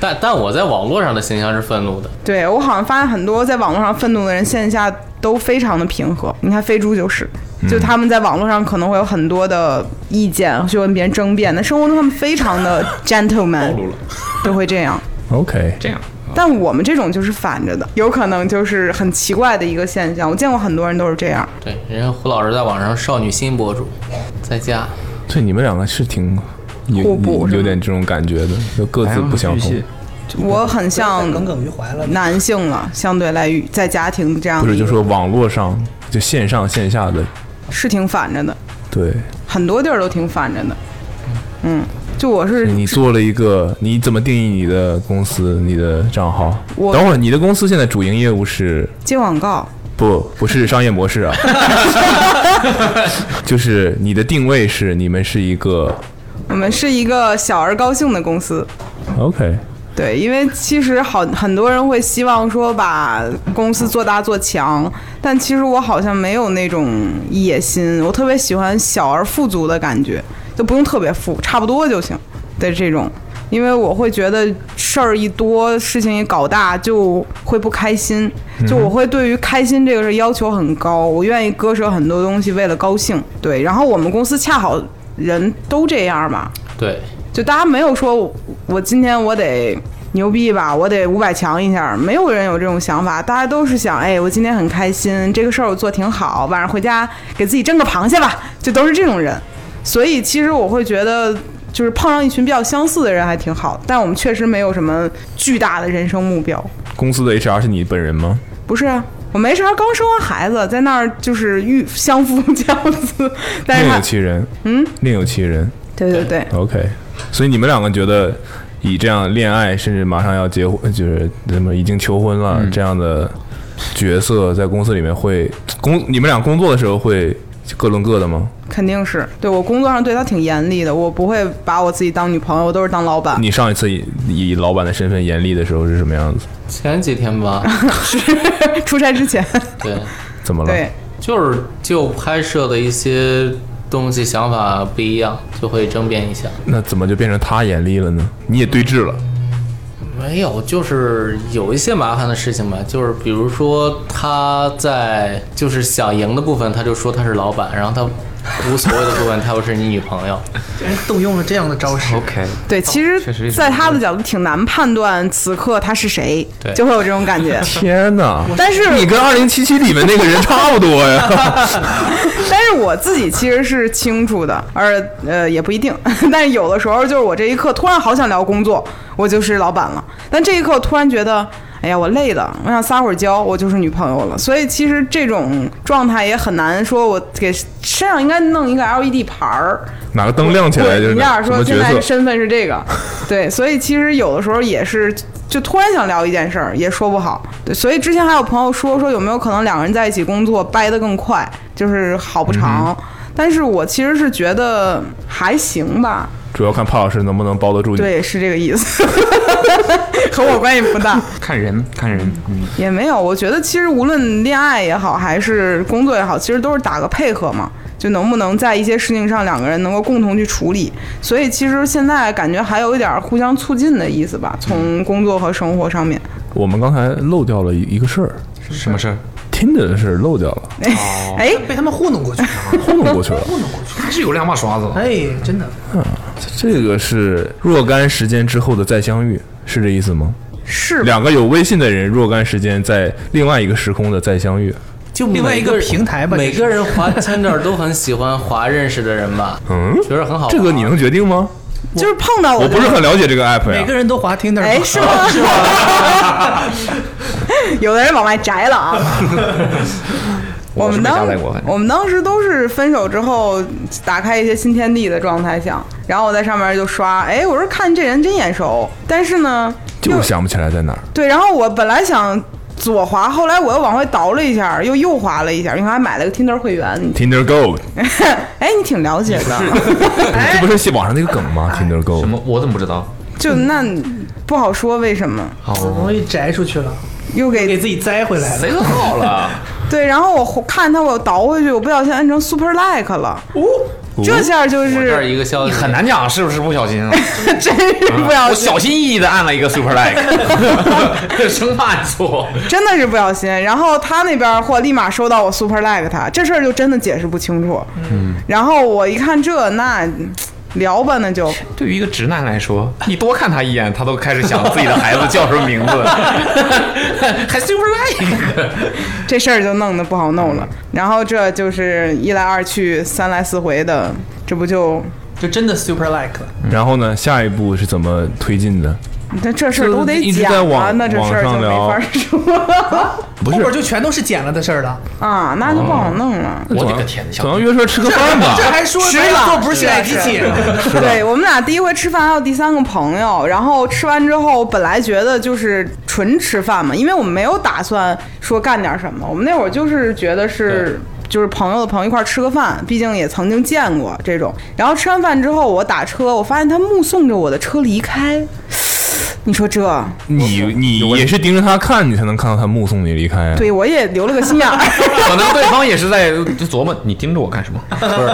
但但我在网络上的形象是愤怒的，对我好像发现很多在网络上愤怒的人，线下都非常的平和。你看飞猪就是，嗯就他们在网络上可能会有很多的意见，去跟别 人争辩，但生活中他们非常的 gentleman，都会这样。 OK，这样但我们这种就是反着的，有可能就是很奇怪的一个现象。我见过很多人都是这样，对，人家胡老师在网上少女心博主，在家对，你们两个是挺有互补有是吗哎有点这种感觉的，就各自不相同。我很像耿耿于怀了。男性了，相对来于在家庭这样不的是，一个，就说网络上就线上线下的，是挺反着的，对很多地儿都挺反着的。嗯，就我是你做了一个，你怎么定义你的公司、你的账号？我等会儿你的公司现在主营业务是接广告，不不是商业模 式啊？就是你的定位是你们是一个我们是一个小而高兴的公司。 OK，对，因为其实好很多人会希望说把公司做大做强，但其实我好像没有那种野心，我特别喜欢小而富足的感觉，就不用特别富，差不多就行的这种。因为我会觉得事儿一多，事情一搞大就会不开心，就我会对于开心这个事儿要求很高，我愿意割舍很多东西为了高兴。对，然后我们公司恰好人都这样嘛，对。就大家没有说我我今天我得牛逼吧，我得五百强一下，没有人有这种想法，大家都是想，哎，我今天很开心，这个事儿我做挺好，晚上回家给自己蒸个螃蟹吧，就都是这种人。所以其实我会觉得，就是碰上一群比较相似的人还挺好，但我们确实没有什么巨大的人生目标。公司的 HR 是你本人吗？不是啊，我没事儿，刚生完孩子， 在那儿就是遇相夫教子，但是另他有，其人，嗯，另有其人。对对对， OK，所以你们两个觉得以这样恋爱，甚至马上要结婚，就是什么已经求婚了、嗯这样的角色，在公司里面会工，你们俩工作的时候会各论各的吗？肯定是对我工作上对他挺严厉的，我不会把我自己当女朋友，我都是当老板。 你上一次以以老板的身份严厉的时候是什么样子？前几天吧，出差之前，对，怎么了？对，就是就拍摄的一些东西想法不一样，就会争辩一下。那怎么就变成他严厉了呢？你也对峙了，没有，就是有一些麻烦的事情吧，就是比如说他在就是想赢的部分，他就说他是老板，然后他无所谓的部分，他又是你女朋友。动用了这样的招式， OK，对，其哦确实实，是在他的角度挺难判断此刻他是谁，对就会有这种感觉。天哪！但是，你跟二零七七里面那个人差不多 呀，但是我自己其实是清楚的，而呃也不一定。 但是有的时候就是我这一刻突然好想聊工作，我就是老板了。但这一刻突然觉得，哎呀，我累了，我想撒会儿娇，我就是女朋友了。所以其实这种状态也很难说，我给身上应该弄一个 LED 牌儿，哪个灯亮起来就是你俩什说么现角在色的？身份是这 个，对，所以其实有的时候也是，就突然想聊一件事儿，也说不好。对，所以之前还有朋友说说有没有可能两个人在一起工作掰得更快，就是好不嗯长。但是我其实是觉得还行吧，主要看帕老师能不能包得住你。对，是这个意思， 和我关系不大。看人看人，嗯，也没有，我觉得其实无论恋爱也好，还是工作也好，其实都是打个配合嘛，就能不能在一些事情上两个人能够共同去处理。所以其实现在感觉还有一点互相促进的意思吧，从工作和生活上面。我们刚才漏掉了一一个事儿什么事儿？ ，Tinder 的事儿漏掉了，哎，被他们糊弄过 去了。糊弄过去了。还是有两把刷子的。哎，真的，这个是若干时间之后的再相遇，是这意思吗？是吧两个有微信的人，若干时间在另外一个时空的再相遇。哦就另外一个每人平台吧每这是个人滑 Tinder 都很喜欢滑认识的人吧，嗯，觉得很好玩。这个你能决定吗？就是碰哦到我我就不是很了解这个啊 app 每个呀。人都滑 Tinder，哎，是吗？ 有的人往外摘了啊。我是们没当搭载过反正我们当时都是分手之后打开一些新天地的状态下，然后我在上面就刷，哎，我说看这人真眼熟，但是呢，就是想不起来在哪儿。对，然后我本来想左滑，后来我又往回倒了一下，又右滑了一下，因为还买了个 Tinder 会员。你 Tinder Gold，哎，你挺了解的，这不是网上那个梗吗？Tinder 哎什 Gold，么？我怎么不知道？就那不好说为什么好容易摘出去了，又给自己摘回来了。都好了？对，然后我看他，我倒回去，我不小心摁成 super like 了，哦这下就我这儿是一个消息 很难讲是不是不小心啊？真是 嗯不小我心，小心翼翼的按了一个 super like，生怕你错。真的是不小心。然后他那边货立马收到我 super like 他，这事儿就真的解释不清楚。嗯，然后我一看这那。聊吧，那就对于一个直男来说，你多看他一眼，他都开始想自己的孩子叫什么名字，还 super like。这事儿就弄得不好弄嗯了。然后这就是一来二去，三来四回的，这不就就真的 super like 了。然后呢，下一步是怎么推进的？那这事儿都就得一直在讲啊，网那这事儿就网上没聊法说不后是边就全都是剪了的事儿了。啊，那就不好弄了。我的个天，总要约出来吃个饭 吧这？还说吃白了做不是现在机器， 对我们俩第一回吃饭，还有第三个朋友。然后吃完之后，本来觉得就是纯吃饭嘛，因为我们没有打算说干点什么。我们那会儿就是觉得是就是朋友的朋友一块儿吃个饭，毕竟也曾经见过这种。然后吃完饭之后，我打车，我发现他目送着我的车离开。你说这，你你也是盯着他看，你才能看到他目送你离开啊。对我也留了个心眼儿。可能对方也是在琢磨你盯着我干什么。不是，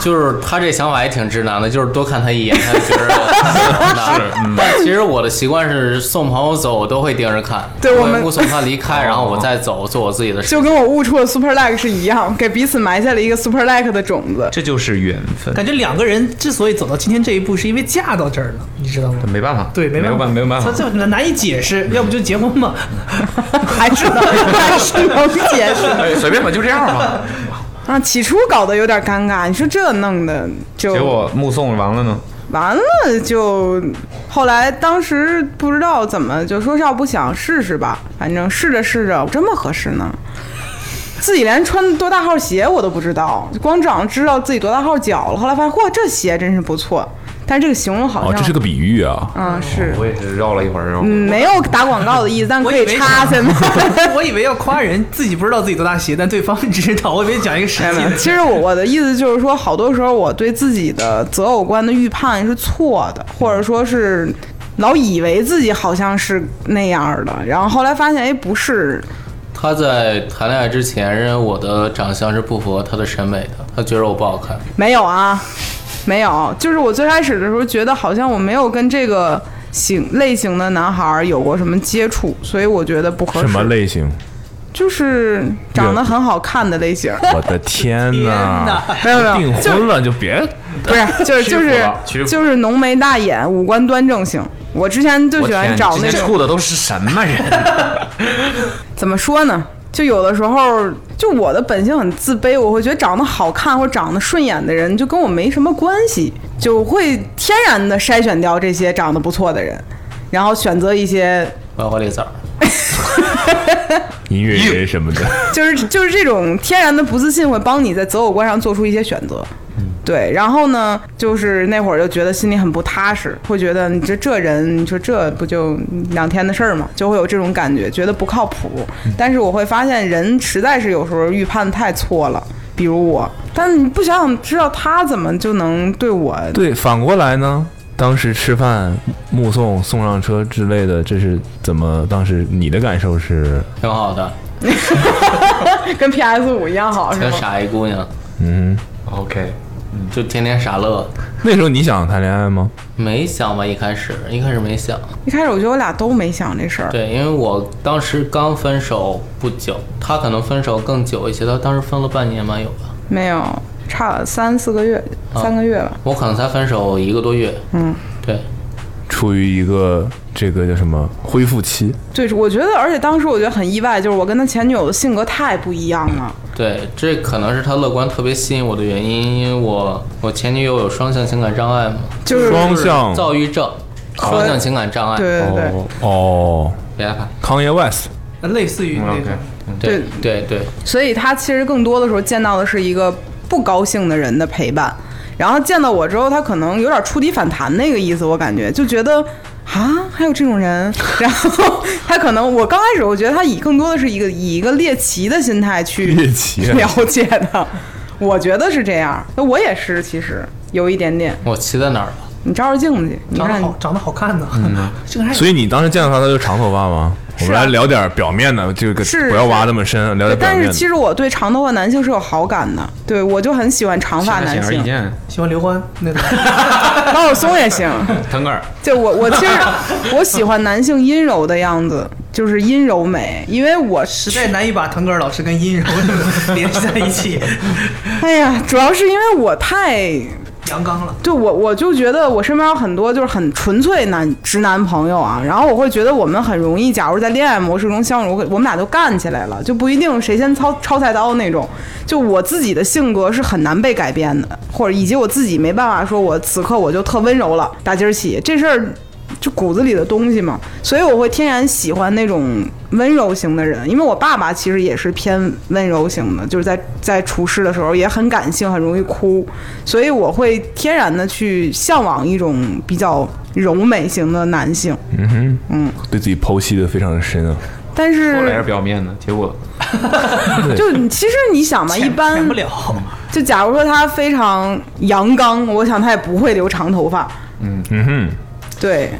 就是他这想法也挺直男的，就是多看他一眼，他就觉得 是。但其实我的习惯是送朋友走，我都会盯着看，对我我也们目送他离开，然后我再走，做我自己的事。就跟我悟出了 super like 是一样，给彼此埋下了一个 super like 的种 子。这就是缘分，感觉两个人之所以走到今天这一步，是因为嫁到这儿了，你知道吗？没办法，对，没没办有法，办没有办他 法。这难以解释，要不就结婚吧。还是能还是能解释。哎，随便吧，就这样吧。啊，起初搞得有点尴尬，你说这弄的就结果目送完了呢，完了就，后来当时不知道怎么就说是要不想试试吧，反正试着试着这么合适呢， 自己连穿多大号鞋我都不知道，光长知道自己多大号脚了，后来发现嚯这鞋真是不错，但是这个形容好哦，像、这是个比喻啊。嗯是我也是绕了一会儿，然后嗯没有打广告的意思，但可以插下 吗？ 我以为要夸人，自己不知道自己多大鞋，但对方知道。我以为讲一个实际没有的。其实我我的意思就是说，好多时候我对自己的择偶观的预判是错的，或者说是老以为自己好像是那样儿的，然后后来发现哎不是，他在谈恋爱之前，认为我的长相是不符合他的审美的，他觉得我不好看。没有啊，没有，就是我最开始的时候觉得好像我没有跟这个型类型的男孩儿有过什么接触，所以我觉得不合什适。么？类型？就是长得很好看的类型儿。我的天呐！没有没有，订婚了就别不是，就是就屈服是了屈服就是浓眉大眼，五官端正型。我之前就我喜欢天，找你那之前种处的都是什么人？啊怎么说呢？就有的时候，就我的本性很自卑，我会觉得长得好看或者长得顺眼的人，就跟我没什么关系，就会天然的筛选掉这些长得不错的人，然后选择一些歪花裂枣儿，音乐人什么的。就是就是这种天然的不自信会帮你在择偶观上做出一些选择。嗯对，然后呢，就是那会儿就觉得心里很不踏实，会觉得你这这人，你说这不就两天的事儿嘛，就会有这种感觉，觉得不靠谱。嗯但是我会发现，人实在是有时候预判太错了，比如我，但你不想想知道他怎么就能对我对，反过来呢，当时吃饭、目送、送上车之类的，这是怎么？当时你的感受是？挺好的， 跟 PS 五一样好是挺吗？傻一姑娘，嗯， OK，就天天傻乐。那时候你想谈恋爱吗？没想吧，一开始一开始没想，一开始我觉得我俩都没想这事儿，对，因为我当时刚分手不久，他可能分手更久一些，他当时分了半年吧，有吧？没有，差了三四个月，啊三个月吧。我可能才分手一个多月，嗯，对，处于一个这个叫什么恢复期？对，我觉得，而且当时我觉得很意外，就是我跟他前女友的性格太不一样了。对，这可能是他乐观特别吸引我的原因，因为我我前女友有双向情感障碍嘛，就是双向躁郁症，双向情感障碍，对对对，哦，别害怕，康业 West 类似于那个 OK 对嗯对对，所以他其实更多的时候见到的是一个不高兴的人的陪伴。然后见到我之后，他可能有点触底反弹那个意思，我感觉就觉得啊，还有这种人。 然后他可能我刚开始我觉得他以更多的是一个以一个猎奇的心态去猎 奇啊了解的，我觉得是这样。那我也是，其实有一点点。我骑在哪儿了？你照照镜子去，你长得看好，长得好看的，这个还所以你当时见到他，他就长头发吗？我们来聊点表面的，这个啊是不要挖那么深，聊点表但面是的。其实我对长头发男性是有好感的，对我就很喜欢长发现在男显而易性，见，喜欢刘欢那种。高晓松也行。 腾格尔就我我其实我喜欢男性阴柔的样子，就是阴柔美，因为我 实在难以把腾格尔老师跟阴柔联系在一起。哎呀，主要是因为我太阳刚了。对我，我就觉得我身边有很多就是很纯粹男直男朋友啊，然后我会觉得我们很容易，假如在恋爱模式中相处，我们俩就干起来了，就不一定谁先操抄菜刀那种。就我自己的性格是很难被改变的，或者以及我自己没办法说我此刻我就特温柔了，打今儿起这事儿。就骨子里的东西嘛，所以我会天然喜欢那种温柔型的人，因为我爸爸其实也是偏温柔型的，就是在在处事的时候也很感性，很容易哭，所以我会天然的去向往一种比较柔美型的男性，对自己剖析的非常的深啊。但说来是是表面的，结果就你其实你想哎嘛，一般免不了，就假如说他非常阳刚，我想他也不会留长头发，嗯哼，对，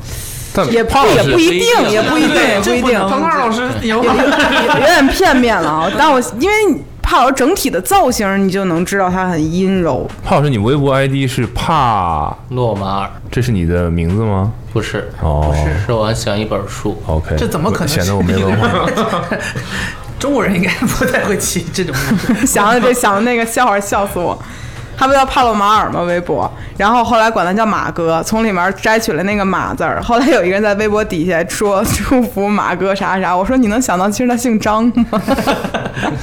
但也不也不一定，也不一定，也不一定。方块老师有哎 有点片面了啊。但我因为帕老师整体的造型，你就能知道他很阴柔。帕老师，你微博 ID 是帕，诺马尔这是你的名字吗？不是，哦是我想一本书。 ，OK，这怎么可能显得我没文 化？中国人应该不太会起这种名字。想想这想的那个笑话，笑死我。他不叫帕洛马尔吗？微博，然后后来管他叫马哥，从里面摘取了那个马字儿。后来有一个人在微博底下说祝福马哥啥啥，我说你能想到其实他姓张吗？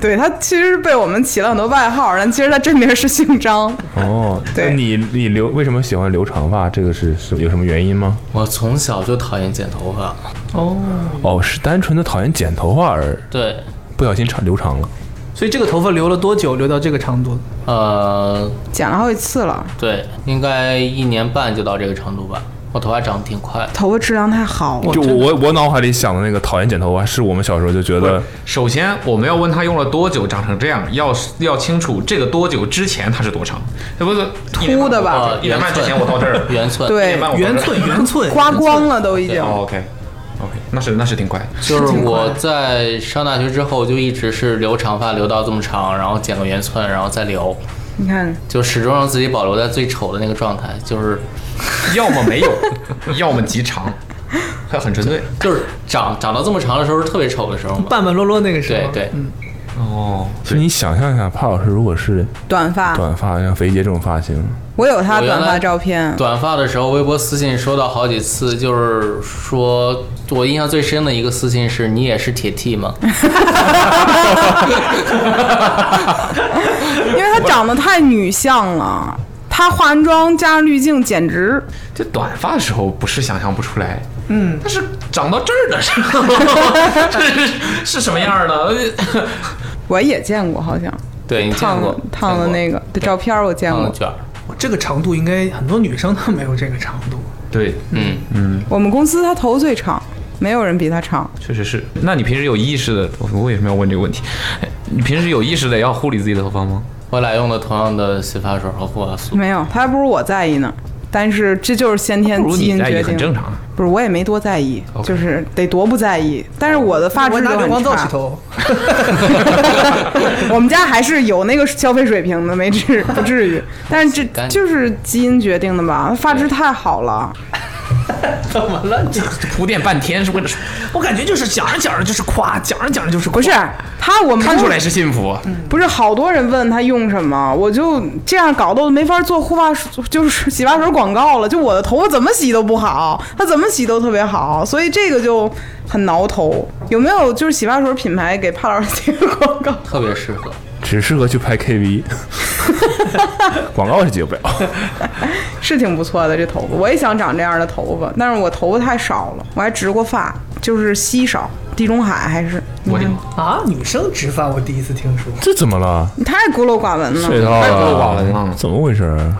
对他其实被我们起了很多外号，但其实他真名是姓张。哦，对那你你留为什么喜欢留长发？这个是是有什么原因吗？我从小就讨厌剪头发，哦，是单纯的讨厌剪头发而对，不小心长留长了。所以这个头发留了多久？留到这个长度？呃，剪了好几次了，对，应该一年半就到这个程度吧。我头发长得挺快的，头发质量太好了。就我我脑海里想的那个讨厌剪头发，是我们小时候就觉得首先，我们要问他用了多久长成这样，要是要清楚这个多久之前它是多长，这不是秃的吧一年半之前我到这儿， 圆寸，对一年半我到这儿圆寸，圆寸，刮光了都已经。哦，OK OK，那是那是挺快。就是我在上大学之后就一直是留长发，留到这么长，然后剪个圆寸，然后再留，你看，就始终让自己保留在最丑的那个状态，就是 要么没有， 要么极长， 还很针对。就是长长到这么长的时候是特别丑的时候嘛。半半落落那个时对候。对，嗯哦，其实你想象一下，帕老师如果是短发，短发，像肥姐这种发型，我有他我原短发来照片。短发的时候，微博私信收到好几次，就是说我印象最深的一个私信是你也是铁 T 吗？因为她长得太女相了，她化完妆加上滤镜，简直这短发的时候不是想象不出来，嗯，但是长到这儿的时候，这是是什么样的？我也见过，好像 对你见烫过了烫了那个个的照片我见烫了过。卷儿，哇，这个长度应该很多女生都没有这个长度。 对，嗯，我们公司她头最长，没有人比她长。确实是。那你平时有意识的，我我为什么要问这个问题？ 哎你平时有意识的要护理自己的头发吗？我俩用的同样的洗发水和护发素。没有，她还不如我在意呢。但是这就是先天不如基因你在意决很正定，常啊。不是我也没多在意 OK 就是得多不在意。但是我的发质我就拿流很光皂洗差，头， 我们家还是有那个消费水平的，没 至不至于。但是这干净就是基因决定的吧，发质太好了。怎么了你？铺垫半天是为了说 我感觉就是讲着讲着就是夸，讲着讲着就是不是他，我们看出来是幸福，不是好多人问他用什么，我就这样搞得我没法做护发水，就是洗发水广告了。就我的头发怎么洗都不好，他怎么洗都特别好，所以这个就很挠头。有没有就是洗发水品牌给帕老师贴个广告？特别适合，只适合去拍 KV，广告是解不了。是挺不错的这头发，我也想长这样的头发，但是我头发太少了，我还植过发，就是稀少，地中海还是我的妈！啊，女生植发我第一次听说。这怎么了？你太孤陋寡闻了。这套太过网了了，怎么回事儿？啊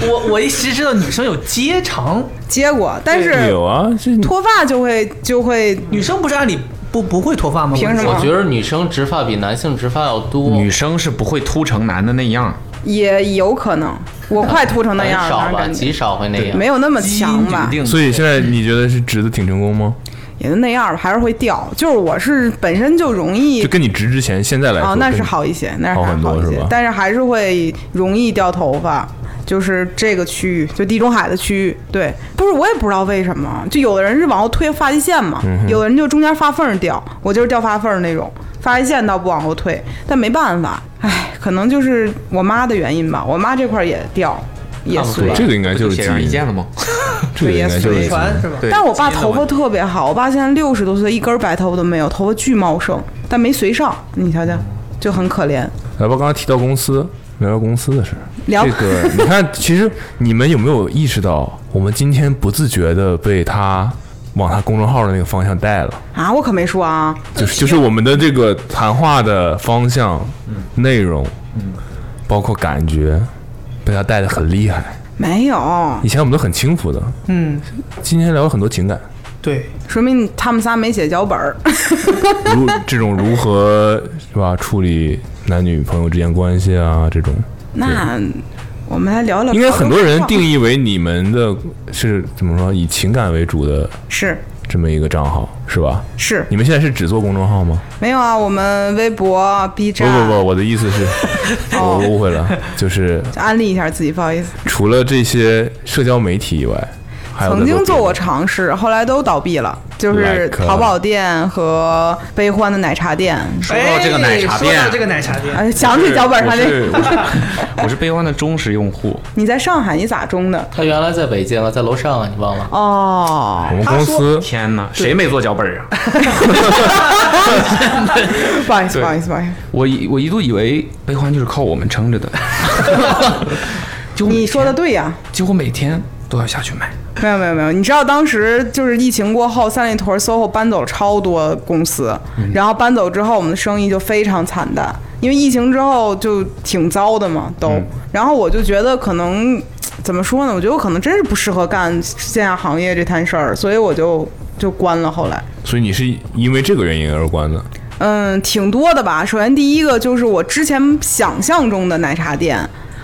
我我一直知道女生有接长，结果，但是有啊，这脱发就会就会女生不是按理不不会脱发吗？凭什么我觉得女生植发比男性植发要多，女生是不会秃成男的那样，也有可能，我快秃成那很样了，少反正吧，感觉极少会那样。没有那么基强因决吧，定。所以现在你觉得是直的挺成功吗？也就那样吧，还是会掉。就是我是本身就容易就跟你直之前现在来说，啊，那跟是你好一些，那是好还很多一是些吧，但是还是会容易掉头发。就是这个区域，就地中海的区域。对，不是我也不知道为什么，就有的人是往后推发际线嘛，嗯有的人就中间发缝儿掉，我就是掉发缝儿那种，发际线倒不往后退，但没办法，唉，可能就是我妈的原因吧，我妈这块儿也掉，也看不出碎来。这个应该就是不显而基易因见了吗？这个应该就对遗是基因传是吧？对但我爸基因的头发问题特别好，我爸现在六十多岁，一根白头发都没有，头发巨茂盛，但没随上，你瞧瞧，就很可怜。来吧，刚才提到公司，聊聊公司的事儿。聊这个，你看，其实你们有没有意识到，我们今天不自觉的被他往他公众号的那个方向带了？啊，我可没说啊，就是就是我们的这个谈话的方向、嗯内容，包括感觉，被他带的很厉害。没有，以前我们都很轻浮的，嗯，今天聊了很多情感，对，说明他们仨没写脚本儿。如这种如何是吧处理男女朋友之间关系啊，这种那我们来聊聊，应该很多人定义为你们的是怎么说以情感为主的是这么一个账号是吧？是你们现在是只做公众号吗？没有啊，我们微博、B 不站，不不，我的意思 是，哦我误会了，就是安利一下自己，不好意思，除了这些社交媒体以外，还有在曾经做过别的尝试，后来都倒闭了，就是 Like 呃淘宝店和悲欢的奶茶店。说到这个奶茶店说，到这个奶茶店，哎，想起脚本上我那，是我是我是悲欢的忠实用户，你在上海，你咋中的？他原来在北京啊，在楼上啊，你忘了？哦，我们公司天哪，谁没做脚本啊？哎不好意思，对不好意思，不好意思。我一我一度以为悲欢就是靠我们撑着的，结果每你说的天，对呀，结果每天都要下去买。没有没有没有，你知道当时就是疫情过后，三里屯、SOHO 搬走了超多公司，然后搬走之后，我们的生意就非常惨淡，因为疫情之后就挺糟的嘛，都。然后我就觉得可能怎么说呢？我觉得我可能真是不适合干线下行业这摊事儿，所以我就就关了。后来。所以你是因为这个原因而关的，嗯，挺多的吧。首先第一个就是我之前想象中的奶茶店。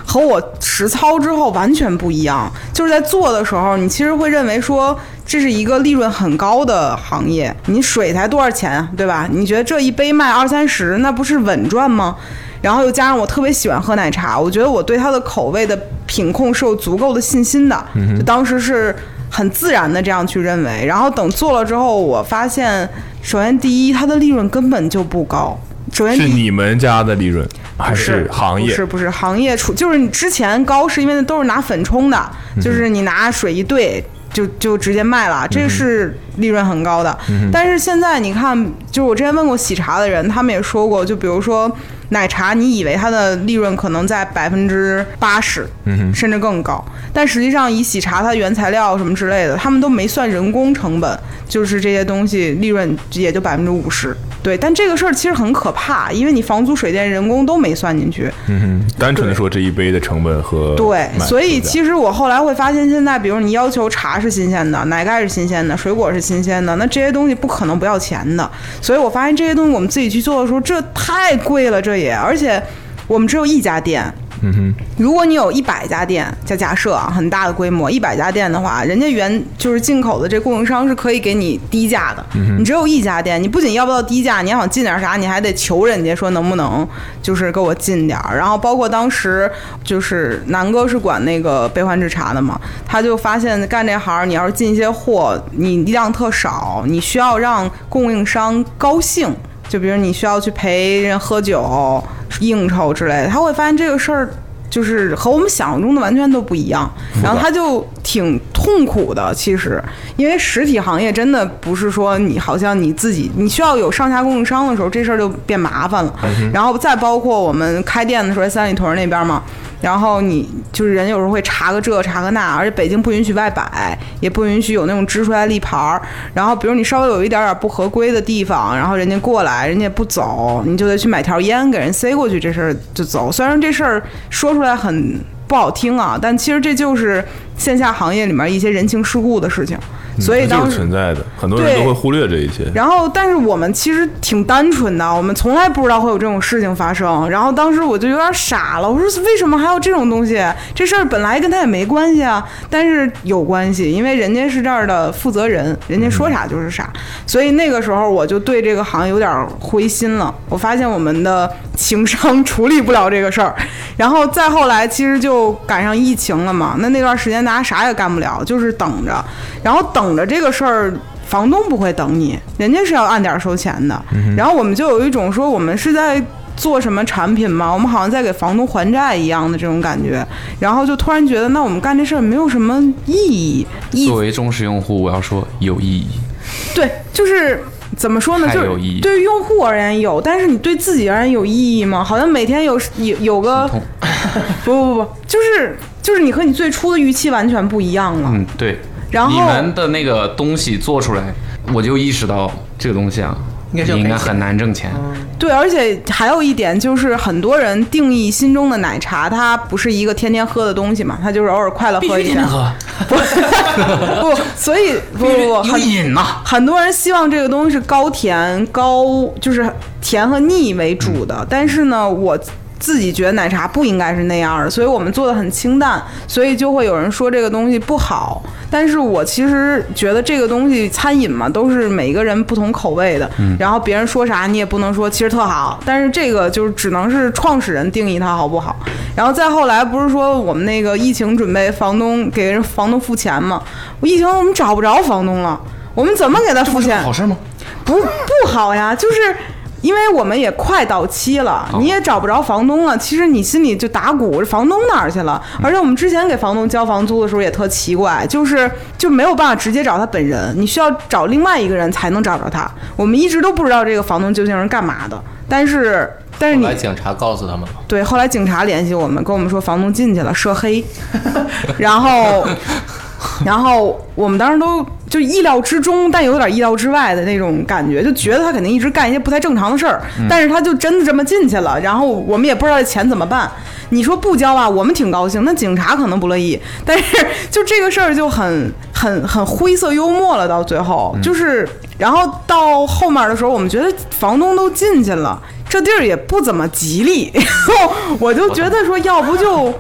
和我实操之后完全不一样，就是在做的时候，你其实会认为说这是一个利润很高的行业，你水才多少钱啊，对吧？你觉得这一杯卖二三十，那不是稳赚吗？然后又加上我特别喜欢喝奶茶，我觉得我对它的口味的品控是有足够的信心的，就当时是很自然的这样去认为。然后等做了之后，我发现，首先第一，它的利润根本就不高。首先是第一。你们家的利润还是行哎不业是？不是行业出，就是你之前高是因为那都是拿粉冲的，就是你拿水一兑。就就直接卖了，这个是利润很高的。但是现在你看，就是我之前问过喜茶的人，他们也说过，就比如说奶茶，你以为它的利润可能在百分之八十，甚至更高，但实际上以喜茶它的原材料什么之类的，他们都没算人工成本，就是这些东西利润也就百分之五十。对，但这个事儿其实很可怕，因为你房租、水电、人工都没算进去。嗯哼，单纯的说这一杯的成本和对，买所以的其实我后来会发现，现在比如你要求茶是新鲜的，奶盖是新鲜的，水果是新鲜的，那这些东西不可能不要钱的。所以我发现这些东西我们自己去做的时候，这太贵了，这也，而且我们只有一家店。嗯如果你有一百家店，假假设啊，很大的规模，一百家店的话，人家原就是进口的这供应商是可以给你低价的。你只有一家店，你不仅要不到低价，你还想进点啥，你还得求人家说能不能就是给我进点儿。然后包括当时就是南哥是管那个悲欢之茶的嘛，他就发现干这行，你要是进一些货，你量特少，你需要让供应商高兴。就比如你需要去陪人喝酒、应酬之类的，他会发现这个事儿就是和我们想象中的完全都不一样，然后他就挺痛苦的。其实，因为实体行业真的不是说你好像你自己，你需要有上下供应商的时候，这事儿就变麻烦了。然后再包括我们开店的时候，三里屯那边嘛，然后你就是人有时候会查个这查个那，而且北京不允许外摆，也不允许有那种支出来立牌儿。然后比如你稍微有一点点不合规的地方，然后人家过来，人家不走，你就得去买条烟给人塞过去，这事儿就走。虽然这事儿说出来很不好听啊，但其实这就是线下行业里面一些人情世故的事情。所以这当是时存在的，很多人对都会忽略这一些。然后，但是我们其实挺单纯的，我们从来不知道会有这种事情发生。然后当时我就有点傻了，我说为什么还有这种东西？这事儿本来跟他也没关系啊，但是有关系，因为人家是这儿的负责人，人家说啥就是啥。所以那个时候我就对这个行业有点灰心了。我发现我们的情商处理不了这个事儿。然后再后来，其实就赶上疫情了嘛，那那段时间大家啥也干不了，就是等着，然后等着这个事儿。房东不会等你，人家是要按点儿收钱的。嗯然后我们就有一种说我们是在做什么产品吗？我们好像在给房东还债一样的这种感觉。然后就突然觉得，那我们干这事儿没有什么意义。意作为忠实用户，我要说有意义。对，就是怎么说呢？太就有意义是对于用户而言有，但是你对自己而言有意义吗？好像每天有有有个不不不，就是就是你和你最初的预期完全不一样了。嗯，对。然后你们的那个东西做出来，我就意识到这个东西啊，应该是要你应该赔钱很难挣钱。对，而且还有一点就是，很多人定义心中的奶茶，它不是一个天天喝的东西嘛，它就是偶尔快乐喝一下。喝，不 不，所以不不不，有哦很瘾呐、很多人希望这个东西是高甜高，就是甜和腻为主的，但是呢，我。自己觉得奶茶不应该是那样的，所以我们做的很清淡，所以就会有人说这个东西不好。但是我其实觉得这个东西餐饮嘛，都是每个人不同口味的，然后别人说啥你也不能说其实特好，但是这个就是只能是创始人定义它好不好。然后再后来不是说我们那个疫情准备房东给人房东付钱嘛，我疫情我们找不着房东了。我们怎么给他付钱？好事吗？不不好呀，就是因为我们也快到期了，你也找不着房东了，其实你心里就打鼓，这房东哪儿去了？嗯而且我们之前给房东交房租的时候也特奇怪，就是就没有办法直接找他本人，你需要找另外一个人才能找着他。我们一直都不知道这个房东究竟是干嘛的，但是但是后你来警察告诉他们了，对，后来警察联系我们，跟我们说房东进去了，涉黑， 然后， 然后我们当时都就意料之中，但有点意料之外的那种感觉，就觉得他肯定一直干一些不太正常的事儿，但是他就真的这么进去了，然后我们也不知道这钱怎么办。你说不交啊吧，我们挺高兴，那警察可能不乐意， 但是就这个事儿就很很很灰色幽默了，到最后就是，然后到后面的时候，我们觉得房东都进去了。这地儿也不怎么吉利， 然后我就觉得说，要不就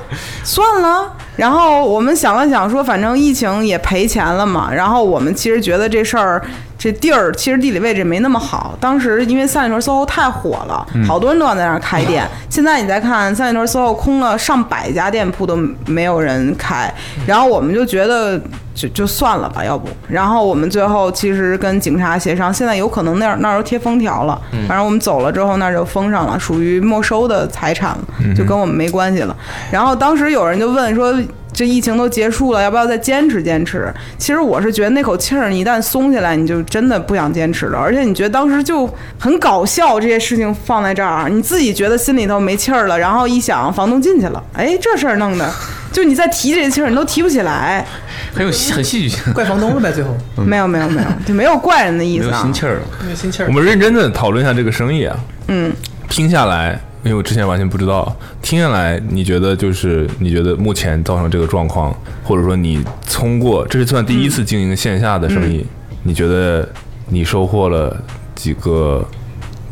算了。然后我们想了想说，反正疫情也赔钱了嘛。然后我们其实觉得这事儿，这地儿其实地理位置没那么好。当时因为三里屯 SOHO 太火了，好多人都想在那儿开店。现在你再看三里屯 SOHO 空了上百家店铺都没有人开，然后我们就觉得就就算了吧，要不。然后我们最后其实跟警察协商，现在有可能那儿那儿都贴封条了，嗯反正我们走了之后那儿就封上了，属于没收的财产了，嗯就跟我们没关系了。然后当时有人就问说。这疫情都结束了，要不要再坚持坚持？其实我是觉得那口气儿，你一旦松下来，你就真的不想坚持了。而且你觉得当时就很搞笑，这些事情放在这儿，你自己觉得心里头没气儿了，然后一想房东进去了，哎，这事儿弄的，就你再提这气儿，你都提不起来。很有戏很戏剧性，怪房东了呗，最后没有没有没有，就没有怪人的意嗯没思有啊心。气儿了。没有心气儿我。们认真的讨论一下这个生意啊。嗯，听下来，因为我之前完全不知道，听下来你觉得就是你觉得目前造成这个状况，或者说你通过这是算第一次经营线下的生意，嗯你觉得你收获了几个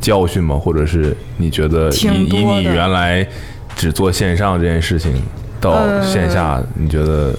教训吗？或者是你觉得以挺多以你的原来只做线上这件事情到呃线下，你觉得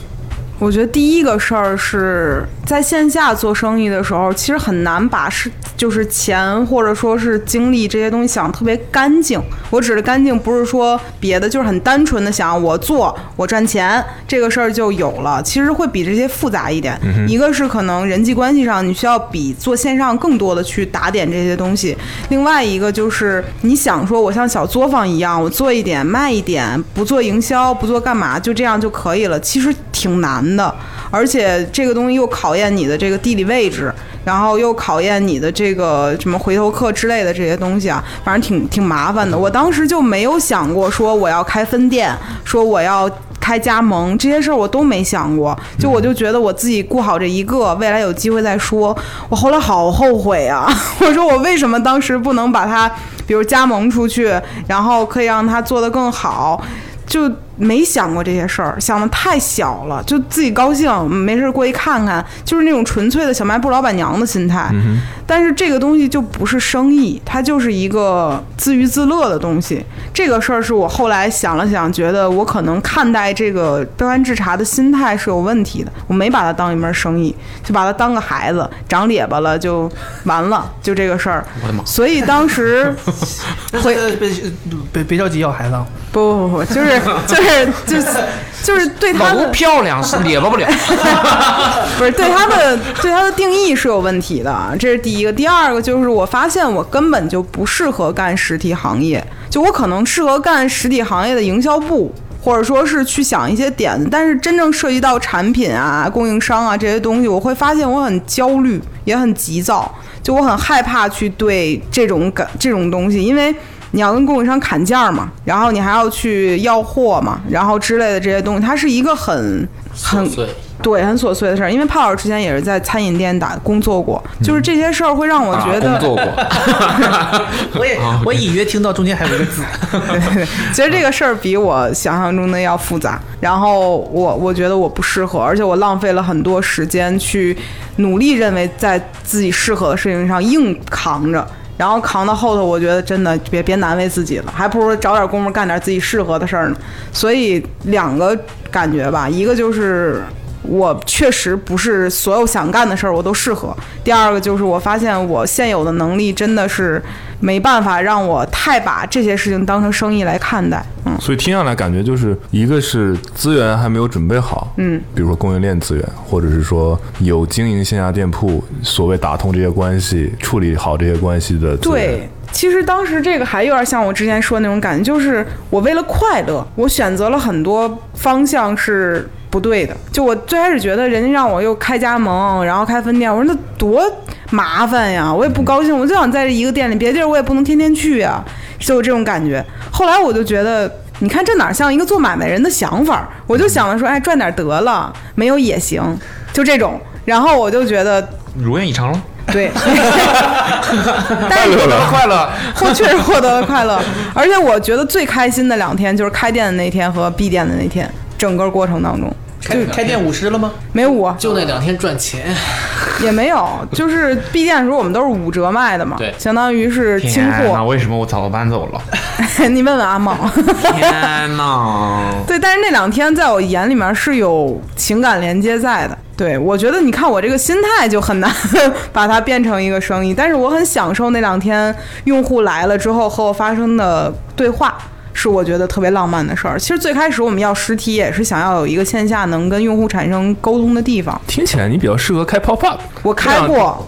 我觉得第一个事儿是在线下做生意的时候，其实很难把是就是钱或者说是精力这些东西想得特别干净。我指的干净不是说别的，就是很单纯的想我做我赚钱这个事儿就有了。其实会比这些复杂一点。一个是可能人际关系上你需要比做线上更多的去打点这些东西，另外一个就是你想说我像小作坊一样，我做一点卖一点，不做营销，不做干嘛，就这样就可以了。其实挺难的，而且这个东西又考验你的这个地理位置，然后又考验你的这个什么回头客之类的这些东西啊，反正挺挺麻烦的。我当时就没有想过说我要开分店，说我要。开加盟这些事儿我都没想过，就我就觉得我自己顾好这一个，未来有机会再说。我后来好后悔啊！ 我说我为什么当时不能把它，比如加盟出去，然后可以让它做得更好，就没想过这些事儿，想的太小了，嗯就自己高兴，没事儿过去看看，就是那种纯粹的小卖部老板娘的心态。但但是这个东西就不是生意，它就是一个自娱自乐的东西。这个事儿是我后来想了想，觉得我可能看待这个标杆制茶的心态是有问题的，我没把它当一门生意，就把它当个孩子，长咧巴了就完了，就这个事儿。我的妈！所以当时回呃别别别着急要孩子啊，不不不 不，就是就是就是就是对他老吴的漂亮 是咧巴不了，不是对他的对他的定义是有问题的，啊这是第一个。第二个就是我发现我根本就不适合干实体行业，就我可能适合干实体行业的营销部。或者说是去想一些点子，但是真正涉及到产品啊、供应商啊这些东西，我会发现我很焦虑，也很急躁，就我很害怕去对这种感这种东西，因为你要跟供应商砍价嘛，然后你还要去要货嘛，然后之类的这些东西，它是一个很很对，对，很琐碎的事儿。因为帕老师之前也是在餐饮店打工做过，就是这些事儿会让我觉嗯工得，作过，我 也哦我隐约听到中间还有一个字，觉得这个事儿比我想象中的要复杂。然后我我觉得我不适合，而且我浪费了很多时间去努力认为在自己适合的事情上硬扛着。然后扛到后头，我觉得真的别别难为自己了，还不如找点功夫干点自己适合的事儿呢。所以两个感觉吧，一个就是我确实不是所有想干的事儿我都适合。第二个就是我发现我现有的能力真的是没办法让我太把这些事情当成生意来看待。嗯，所以听下来感觉就是一个是资源还没有准备好，嗯，比如说供应链资源，或者是说有经营线下店铺，所谓打通这些关系，处理好这些关系的资源对。其实当时这个还有点像我之前说的那种感觉，就是我为了快乐，我选择了很多方向是不对的。就我最开始觉得人家让我又开加盟，然后开分店，我说那多麻烦呀，我也不高兴，我就想在这一个店里，别的地儿我也不能天天去啊呀，就有这种感觉。后来我就觉得你看这哪像一个做买卖人的想法儿？我就想着说，哎，赚点得了，没有也行，就这种。然后我就觉得，如愿以偿了，对，但是 快乐。获确实获得了快乐，而且我觉得最开心的两天就是开店的那天和闭店的那天，整个过程当中开开店五十了吗？没有我就那两天赚钱，也没有，就是闭店的时候我们都是五折卖的嘛，对相当于是清天哪，货。为什么我早搬走了？ 你问问阿茂，天哪！对，但是那两天在我眼里面是有情感连接在的。对，我觉得你看我这个心态就很难把它变成一个生意，但是我很享受那两天用户来了之后和我发生的对话，是我觉得特别浪漫的事儿。其实最开始我们要实体也是想要有一个线下能跟用户产生沟通的地方，听起来你比较适合开 pop up，我开这样过，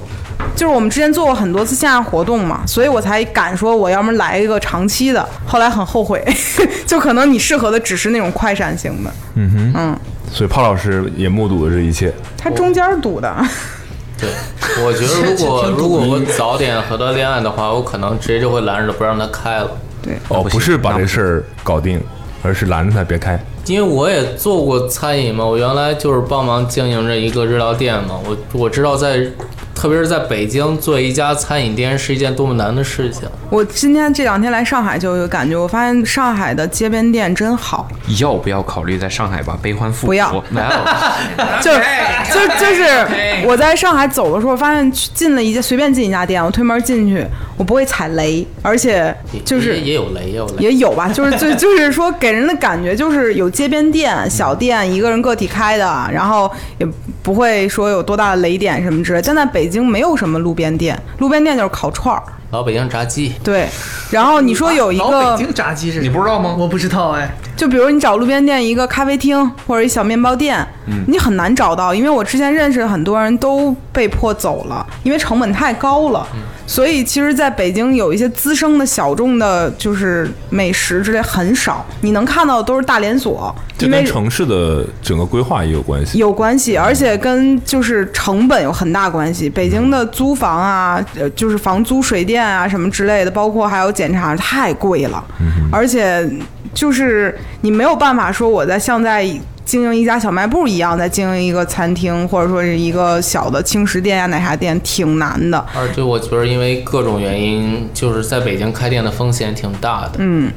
就是我们之前做过很多次线下活动嘛，所以我才敢说我要么来一个长期的。后来很后悔， 就可能你适合的只是那种快闪型的，所以帕老师也目睹了这一切。它中间儿堵的。 对，我觉得如 果如果我早点和他恋爱的话，我可能直接就会拦着不让他开了。哦，不是把这事儿搞定，而是拦着他别开。因为我也做过餐饮嘛，我原来就是帮忙经营着一个日料店嘛，我我知道在，特别是在北京做一家餐饮店是一件多么难的事情。我今天这两天来上海就有感觉，我发现上海的街边店真好， 要不要考虑在上海把悲欢复不活？要哎来了，就 就就是我在上海走的时候，发现去进了一家随便进一家店，我推门进去，我不会踩雷，而且也就是也也有雷，也有雷。也有吧，就是 就就是说给人的感觉就是有街边店、小店，一个人个体开的，然后也不会说有多大的雷点什么之类。但在北京没有什么路边店，路边店就是烤串儿，老北京炸鸡，对。然后你说有一老个啊北京炸鸡是你不知道吗我不知道哎，就比如你找路边店一个咖啡厅或者一小面包店，你很难找到，因为我之前认识的很多人都被迫走了，因为成本太高了。所以其实，在北京有一些滋生的小众的，就是美食之类很少，你能看到的都是大连锁，这因为跟城市的整个规划也有关系。嗯有关系，而且跟就是成本有很大关系。北京的租房啊，呃，就是房租、水电啊什么之类的，包括还有检查，太贵了。嗯而且就是你没有办法说我在像在经营一家小卖部一样，在经营一个餐厅或者说是一个小的轻食店呀、奶茶店，挺难的。 而且我觉得因为各种原因，就是在北京开店的风险挺大的。嗯，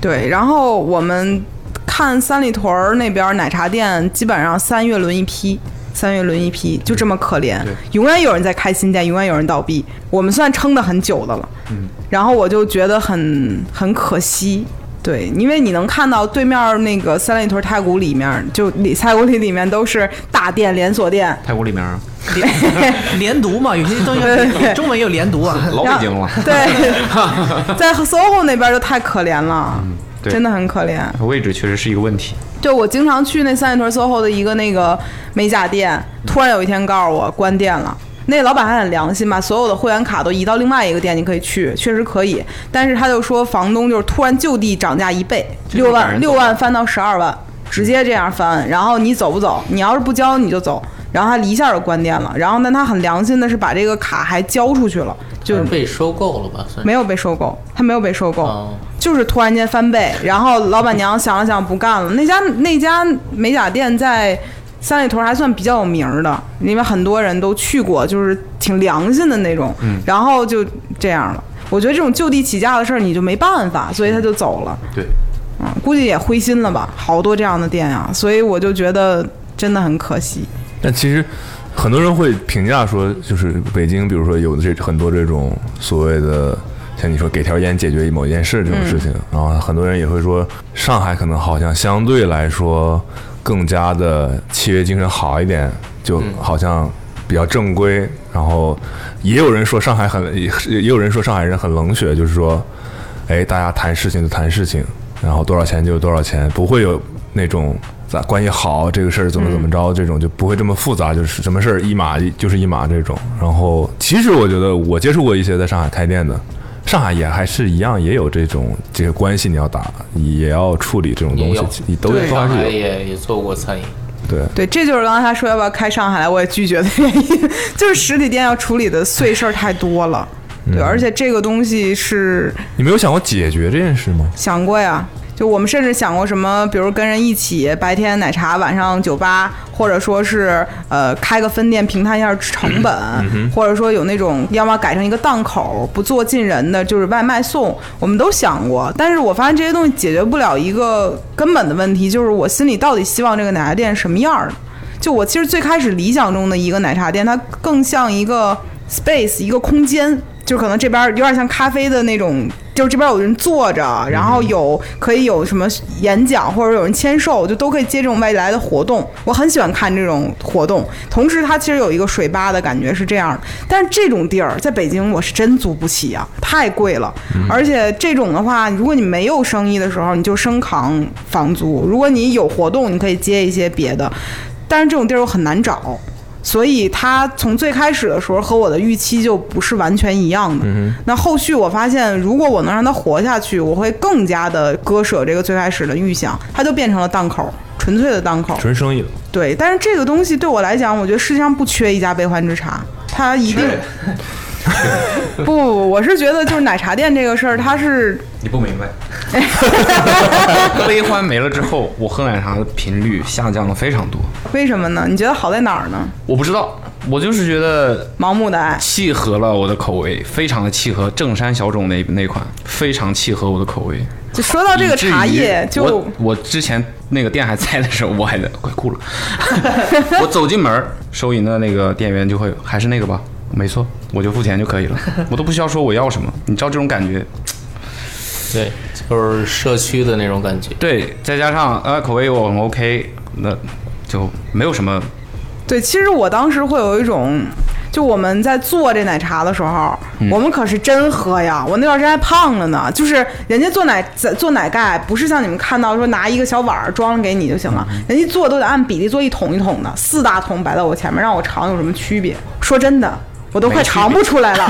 对，然后我们看三里屯儿那边儿奶茶店，基本上三月轮一批，三月轮一批，就这么可怜对，永远有人在开新店，永远有人倒闭，我们算撑得很久的了。嗯，然后我就觉得很很可惜。对，因为你能看到对面儿那个三里屯太古里面儿，就里太古里里面都是大店、连锁 店，太古里面啊连连读嘛，有些 东西中文也有连读啊。老北京了。 对，在 SOHO 那边就太可怜了，嗯对真的很可怜。位置确实是一个问题，对我经常去那三里屯 SOHO 的一个那个美甲店，突然有一天告诉我关店了。那老板还很良心，把所有的会员卡都移到另外一个店，你可以去，确实可以。但是他就说房东就是突然就地涨价一倍，这就六是赶万人六走万翻到十二万，直接这样翻。然后你走不走？你要是不交你就走。然后他一下就关店了。然后但他很良心的是把这个卡还交出去了，就就是被收购了吧？算是没有被收购，他没有被收购。哦，就是突然间翻倍，然后老板娘想了想不干了。那家那家美甲店在三里屯还算比较有名儿的，因为很多人都去过，就是挺良心的那种。然后就这样了。我觉得这种就地起价的事儿你就没办法，所以他就走了。对，嗯，估计也灰心了吧，好多这样的店啊，所以我就觉得真的很可惜。但其实很多人会评价说，就是北京，比如说有的这很多这种所谓的。像你说给条烟解决某件事这种事情，然后很多人也会说，上海可能好像相对来说更加的契约精神好一点，就好像比较正规。然后也有人说上海很，也也有人说上海人很冷血，就是说，哎，大家谈事情就谈事情，然后多少钱就多少钱，不会有那种咋关系好这个事儿怎么怎么着、这种，就不会这么复杂，就是什么事儿一码就是一码这种。然后其实我觉得我接触过一些在上海开店的。上海也还是一样，也有这种这个关系，你要打，也要处理这种东也有西，你都对都还上是海有也也做过餐饮，对。对，这就是刚才他说要不要开上海来，我也拒绝的原因，就是实体店要处理的碎事儿太多了。对，而且这个东西是你没有想过解决这件事吗？想过呀，就我们甚至想过什么，比如跟人一起白天奶茶，晚上酒吧，或者说是呃开个分店平摊一下成本，或者说有那种要么改成一个档口不做进人的，就是外卖送，我们都想过。但是我发现这些东西解决不了一个根本的问题，就是我心里到底希望这个奶茶店是什么样儿的。就我其实最开始理想中的一个奶茶店，它更像一个 space，一个空间，就可能这边儿有点像咖啡的那种，就是这边有人坐着，然后有可以有什么演讲或者有人签售，就都可以接这种未来的活动。我很喜欢看这种活动，同时它其实有一个水吧的感觉是这样的。但是这种地儿在北京我是真租不起啊，太贵了。而且这种的话，如果你没有生意的时候，你就生扛房租；如果你有活动，你可以接一些别的。但是这种地儿又很难找，所以它从最开始的时候和我的预期就不是完全一样的。那后续我发现，如果我能让它活下去，我会更加的割舍这个最开始的预想，它就变成了档口，纯粹的档口。纯生意了，对，但是这个东西对我来讲，我觉得世界上不缺一家悲欢之茶，它一定。不，我是觉得就是奶茶店这个事儿，它是你 不明白。悲欢没了之后，我喝奶茶的频率下降了非常多。为什么呢？你觉得好在哪儿呢？我不知道，我就是觉得盲目的爱，契合了我的口味，非常的契合正山小种那那款，非常契合我的口味。就说到这个以至于茶叶，就我我之前那个店还在的时候，我还在快 哭了。我走进门儿，收银的那个店员就会还是那个吧，没错，我就付钱就可以了，我都不需要说我要什么，你知道这种感觉？对，就是社区的那种感觉。对，再加上呃口味我很 OK，那就没有什么对，其实我当时会有一种，就我们在做这奶茶的时候，我们可是真喝呀！我那段时间还胖了呢，就是人家做奶在做奶盖，不是像你们看到说拿一个小碗儿装给你就行了，人家做都得按比例做一桶一桶的，四大桶摆在我前面，让我尝有什么区别？说真的。我都快尝不出来了，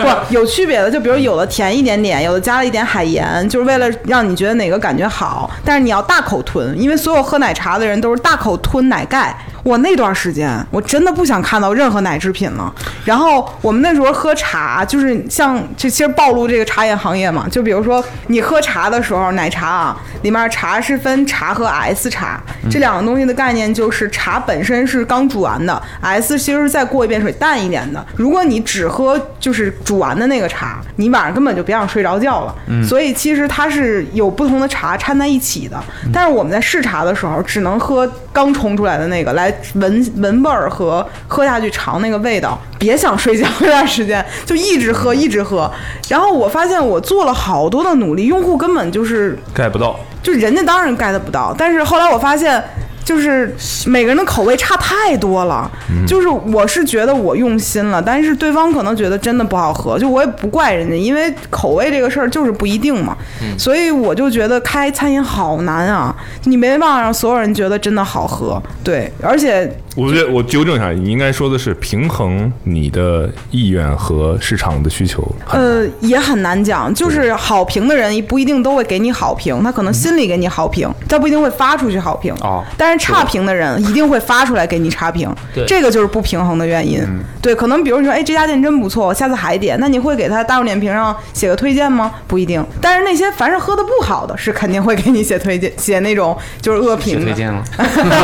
不有区别的，就比如有的甜一点点，有的加了一点海盐，就是为了让你觉得哪个感觉好。但是你要大口吞，因为所有喝奶茶的人都是大口吞奶盖。我那段时间我真的不想看到任何奶制品了。然后我们那时候喝茶，就是像这其实暴露这个茶饮行业嘛，就比如说你喝茶的时候，奶茶啊里面茶是分茶和 S 茶，这两个东西的概念就是茶本身是刚煮完的，S 其实是再过一遍水淡一点的。如果你只喝就是煮完的那个茶，你晚上根本就别想睡着觉了。所以其实它是有不同的茶掺在一起的，但是我们在试茶的时候只能喝刚冲出来的那个来闻闻味儿和喝下去尝那个味道，别想睡觉这段时间，就一直喝一直喝。然后我发现我做了好多的努力，用户根本就是盖不到。就人家当然 get 不到，但是后来我发现，就是每个人的口味差太多了。就是我是觉得我用心了，但是对方可能觉得真的不好喝，就我也不怪人家，因为口味这个事儿就是不一定嘛。所以我就觉得开餐饮好难啊，你没办法让所有人觉得真的好喝。对，而且我觉得我纠正一下，你应该说的是平衡你的意愿和市场的需求。呃，也很难讲，就是好评的人不一定都会给你好评，他可能心里给你好评，他不一定会发出去好评。嗯哦但是差评的人一定会发出来给你差评，对这个就是不平衡的原因。嗯对，可能比如你说，哎，这家店真不错，我下次还点，那你会给他大众点评上写个推荐吗？不一定。但是那些凡是喝的不好的，是肯定会给你写推荐，写那种就是恶写评的。推荐了，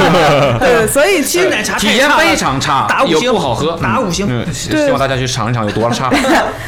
对，所以其啊实这奶茶太体验差了非常差，打五又星不好喝，打五星嗯嗯对希望大家去尝一尝有 多差。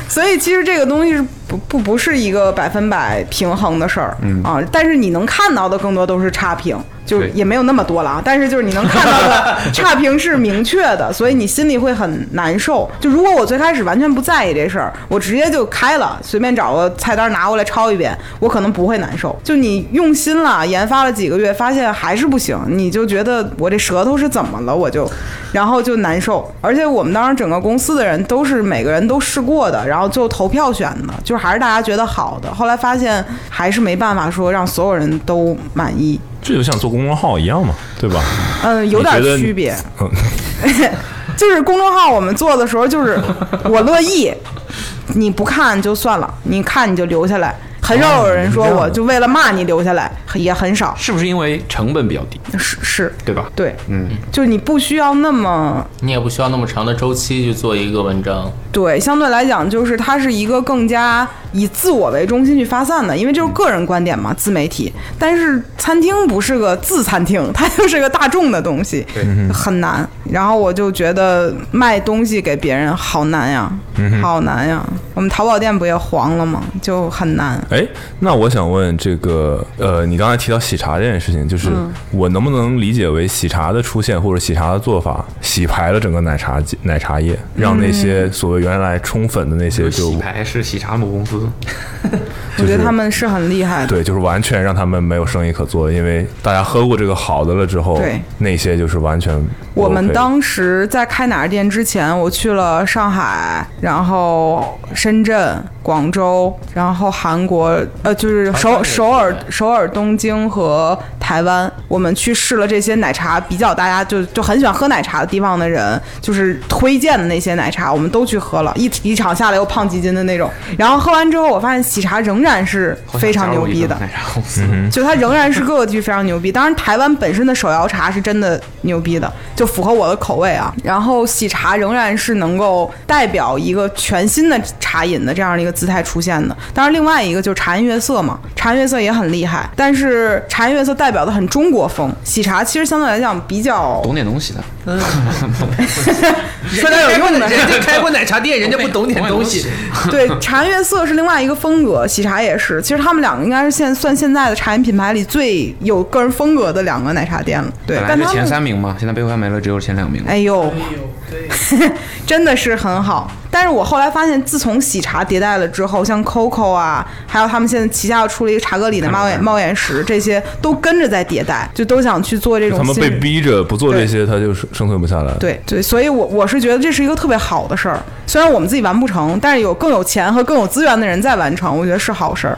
所以其实这个东西是不不不是一个百分百平衡的事儿，啊，但是你能看到的更多都是差评，就是对也没有那么多了啊，但是就是你能看到的差评是明确的，所以你心里会很难受。就如果我最开始完全不在意这事儿，我直接就开了，随便找个菜单拿过来抄一遍，我可能不会难受。就你用心了，研发了几个月，发现还是不行，你就觉得我这舌头是怎么了，我就，然后就难受。而且我们当时整个公司的人都是每个人都试过的，然后最后投票选的，就是还是大家觉得好的。后来发现还是没办法说让所有人都满意，这就像做公众号一样嘛，对吧？嗯，有点你觉得区别。嗯， 就是公众号我们做的时候，就是我乐意，你不看就算了，你看你就留下来。很哦少有人说我就为了骂你留下来，也很少。是不是因为成本比较低，是是，对吧？对，嗯，就是你不需要那么你也不需要那么长的周期去做一个文章，对，相对来讲，就是它是一个更加以自我为中心去发散的，因为这是个人观点嘛，自媒体。但是餐厅不是个自餐厅，它就是个大众的东西，很难。然后我就觉得卖东西给别人好难呀，好难呀。我们淘宝店不也黄了吗？就很难。哎，那我想问这个，呃，你刚才提到喜茶这件事情，就是嗯我能不能理解为喜茶的出现或者喜茶的做法，洗牌了整个奶茶界奶茶业，让那些所谓原来冲粉的那嗯些就洗牌是喜茶某公司，我觉得他们是很厉害的。对，就是完全让他们没有生意可做，因为大家喝过这个好的了之后对，那些就是完全不我们 OK 当时在开哪儿店之前，我去了上海，然后深圳、广州，然后韩国，呃，就是首首尔、首尔、东京和台湾。我们去试了这些奶茶，比较大家就就很喜欢喝奶茶的地方的人，就是推荐的那些奶茶，我们都去喝了，一一场下来又胖几斤的那种。然后喝完之后，我发现喜茶仍然是非常牛逼的好想加入一个，奶茶公司， 就它仍然是各个地区非常牛逼。当然，台湾本身的手摇茶是真的牛逼的，就符合我的口味啊。然后喜茶仍然是能够代表一个全新的茶饮的这样的一个姿态出现的。当然，另外一个就是茶颜悦色嘛，茶颜悦色也很厉害，但是茶颜悦色代表的很中国风，喜茶其实相对来讲比较懂点东西 的。说点有用 的。人家开过奶茶店，人家不懂点东西。对，茶颜悦色是另外一个风格，喜茶也是。其实他们两个应该是现算现在的茶饮品牌里最有个人风格的两个奶茶店了。对，本来但是他前们三名嘛，现在杯快没了，只有前两名。哎呦， 真的是很好。但是我后来发现，自从喜茶迭代了之后，像 COCO 啊，还有他们现在旗下又出了一个茶歌里的猫眼猫眼石，这些都跟着在迭代，就都想去做这种他们新被逼着不做这些，他就生生存不下来。，对对，所以我我是觉得这是一个特别好的事儿。虽然我们自己完不成，但是有更有钱和更有资源的人在完成，我觉得是好事儿。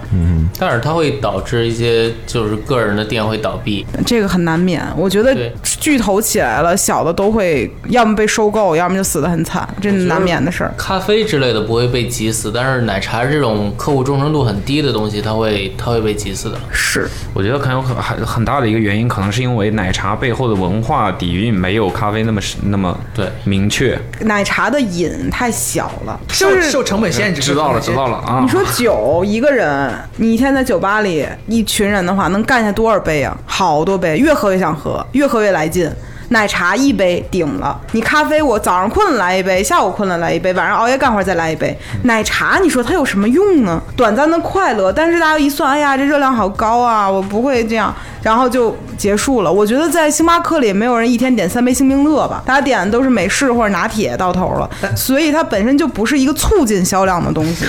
但是它会导致一些就是个人的店会倒闭，这个很难免。我觉得对巨头起来了，小的都会要么被收购，要么就死得很惨，这难免的事儿。咖啡之类的不会被挤死，但是奶茶这种客户忠诚度很低的东西，它会它会被挤死的。是，我觉得很有可很很大的一个原因，可能是因为奶茶背后的文化底蕴没有咖啡那么是那么对明确。奶茶的瘾太小了，就受受是成本限制，知道了，知道了。了啊！你说酒一个人，你一天在酒吧里一群人的话，能干下多少杯啊？好多杯，越喝越想喝，越喝越来劲。奶茶一杯顶了，你咖啡我早上困了来一杯，下午困了来一杯，晚上熬夜干活再来一杯。奶茶你说它有什么用呢？短暂的快乐，但是大家一算，哎呀，这热量好高啊，我不会这样。然后就结束了。我觉得在星巴克里也没有人一天点三杯星冰乐吧，大家点的都是美式或者拿铁到头了，所以它本身就不是一个促进销量的东西。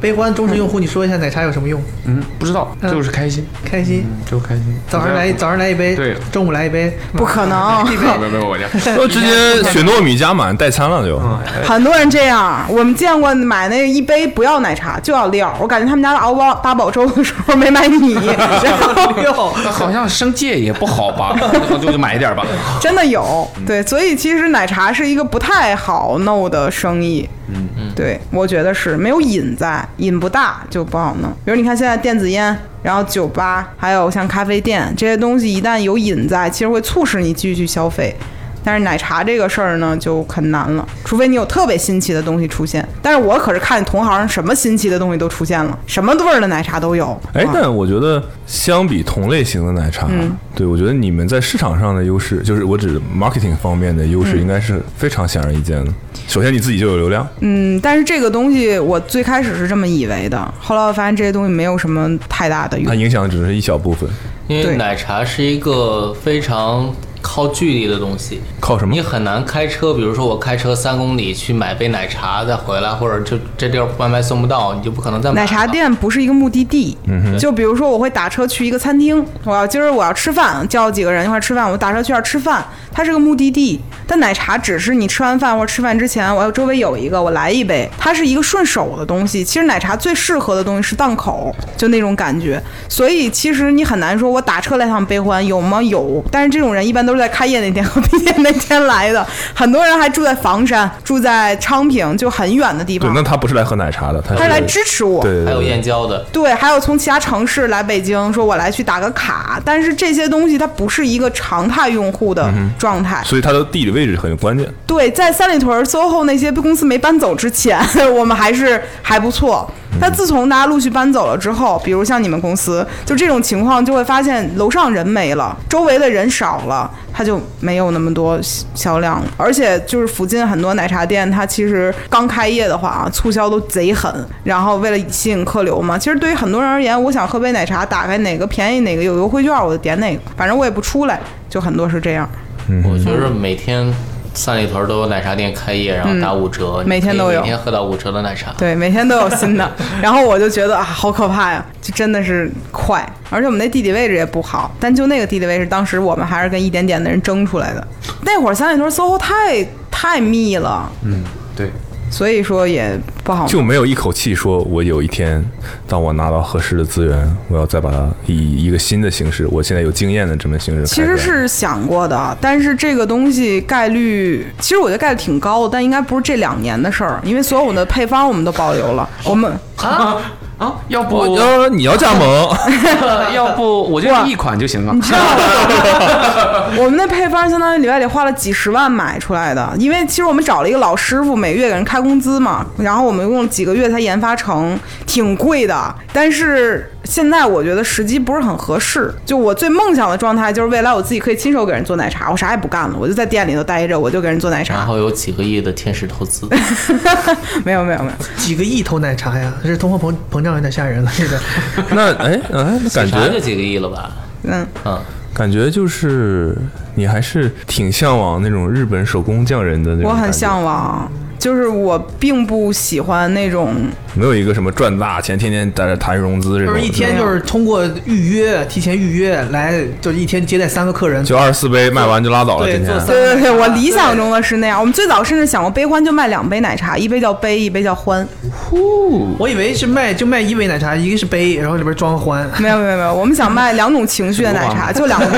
悲观忠实用户，你说一下奶茶有什么用？嗯，不知道，嗯就是开心，嗯开心，就是开心。早上来早上来一杯，对中午来一 杯，不可能，一杯没有没有，我家就直接雪糯米加满代餐了就。很多人这样，我们见过买那一杯不要奶茶就要料，我感觉他们家熬包八宝粥的时候没买米，然后哟，好像生戒也不好吧，那就就买一点吧。 真的有嗯对，所以其实奶茶是一个不太好弄的生意，嗯，对，我觉得是没有瘾在，瘾不大就不好弄。比如你看现在电子烟，然后酒吧，还有像咖啡店这些东西，一旦有瘾在，其实会促使你继续去消费。但是奶茶这个事儿呢，就很难了，除非你有特别新奇的东西出现。但是我可是看同行什么新奇的东西都出现了，什么味儿的奶茶都有。哎啊，但我觉得相比同类型的奶茶，嗯对我觉得你们在市场上的优势，就是我指 marketing 方面的优势，应该是非常显而易见的。首先你自己就有流量，嗯，但是这个东西我最开始是这么以为的，后来我发现这些东西没有什么太大的它用。影响只是一小部分，因对为奶茶是一个非常靠距离的东西，靠什么你？很难开车，比如说我开车三公里去买杯奶茶再回来，或者就这地儿外卖送不到，你就不可能再买 奶了茶。店不是一个目的地，嗯就比如说我会打车去一个餐厅，我要今儿我要吃饭，叫几个人一块儿吃饭，我打车去那儿吃饭，它是个目的地。但奶茶只是你吃完饭或者吃饭之前，我要周围有一个，我来一杯，它是一个顺手的东西。其实奶茶最适合的东西是档口，就那种感觉。所以其实你很难说我打车来趟悲欢有吗？有，但是这种人一般都是在开业那天和毕业那天来的，很多人还住在房山，住在昌平，就很远的地对方，。那他不是来喝奶茶的，他他是是来哎支持我，对对还有对燕郊的，对，还有从其他城市来北京，说我来去打个卡，但是这些东西它不是一个常态用户的状态。所以它的地理位置很关键。对，在三里屯、SOHO 那些公司没搬走之前，我们还是还不错。但自从大家陆续搬走了之后，比如像你们公司，就这种情况就会发现楼上人没了，周围的人少了，它就没有那么多销销量了。而且就是附近很多奶茶店，它其实刚开业的话啊，促销都贼狠。然后为了吸引客流嘛，其实对于很多人而言，我想喝杯奶茶，打开哪个便宜哪个有优惠券，我就点哪个，反正我也不出来，就很多是这样。嗯我觉得每天三里屯都有奶茶店开业，然后打五折，嗯每天都有你可以每天喝到五折的奶茶。 对，每天都有新的。然后我就觉得啊，好可怕呀，就真的是快。而且我们那地理位置也不好，但就那个地理位置，当时我们还是跟一点点的人争出来的。那会儿三里屯 SOHO 太太密了，嗯，对，所以说也不好。就没有一口气说，我有一天，当我拿到合适的资源，我要再把它以一个新的形式，我现在有经验的这么形式其开出来。实是想过的，但是这个东西概率，其实我觉得概率挺高的，但应该不是这两年的事儿，因为所有的配方我们都保留了。我们啊，要我不要哦你要加盟， 要不我就一款就行了。 我们那配方相当于里外里花了几十万买出来的，因为其实我们找了一个老师傅，每月给人开工资嘛，然后我们用了几个月才研发成，挺贵的。但是现在我觉得时机不是很合适，就我最梦想的状态就是未来我自己可以亲手给人做奶茶，我啥也不干了，我就在店里头待着，我就给人做奶然茶。后有几个亿的天使投资，没有没 有没有，几个亿头奶茶呀，这通货膨膨胀有点吓人了，这个。那哎哎，那感奶茶就觉几个亿了吧？嗯，嗯，感觉就是你还是挺向往那种日本手工匠人的那种我感觉，很向往。就是我并不喜欢那种，没有一个什么赚大钱，天天在这谈融资这就种是的，一天就是通过预约，提前预约来，就是一天接待三个客人，就二十四杯卖完就拉倒了，对天天做三 对对对，我理想中的是那样。我们最早甚至想过悲欢就卖两杯奶茶，一杯叫悲，一杯叫欢。我以为是卖就卖一杯奶茶，一个是杯，然后里边装欢。没有没有没有，我们想卖两种情绪的奶茶，就两杯。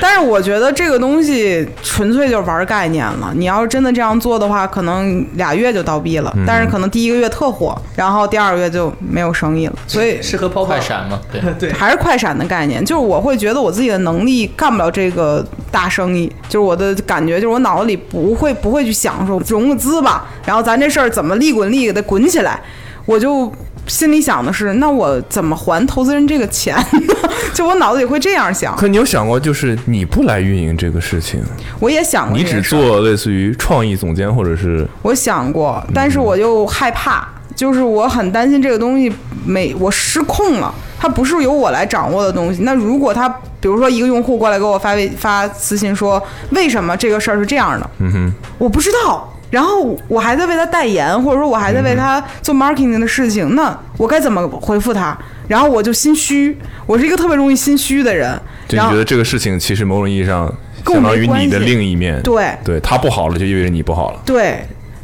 但是我觉得这个东西纯粹就是玩概念了。你要是真的这样做的话，可能俩月就倒闭了，但是可能第一个月特火，然后第二个月就没有生意了。所以适合泡泡快。闪嘛， 对。对，还是快闪的概念，就是我会觉得我自己的能力干不了这个大生意，就是我的感觉，就是我脑子里不会不会去想说融个资吧，然后咱这事儿怎么利滚利给它滚起来，我就心里想的是，那我怎么还投资人这个钱呢？ 就我脑子里会这样想，可你有想过，就是你不来运营这个事情，我也想过你这件只事儿，做类似于创意总监或者是我想过，但是我又害怕，就是我很担心这个东西没我失控了。它不是由我来掌握的东西。那如果他比如说一个用户过来给我发微发私信说为什么这个事儿是这样的，嗯哼，我不知道。然后我还在为他代言，或者说我还在为嗯他做 marketing 的事情，那我该怎么回复他？然后我就心虚，我是一个特别容易心虚的人。就然你后觉得这个事情其实某种意义上跟我相当于没关你的系另一面，对对，他不好了就意味着你不好了。对，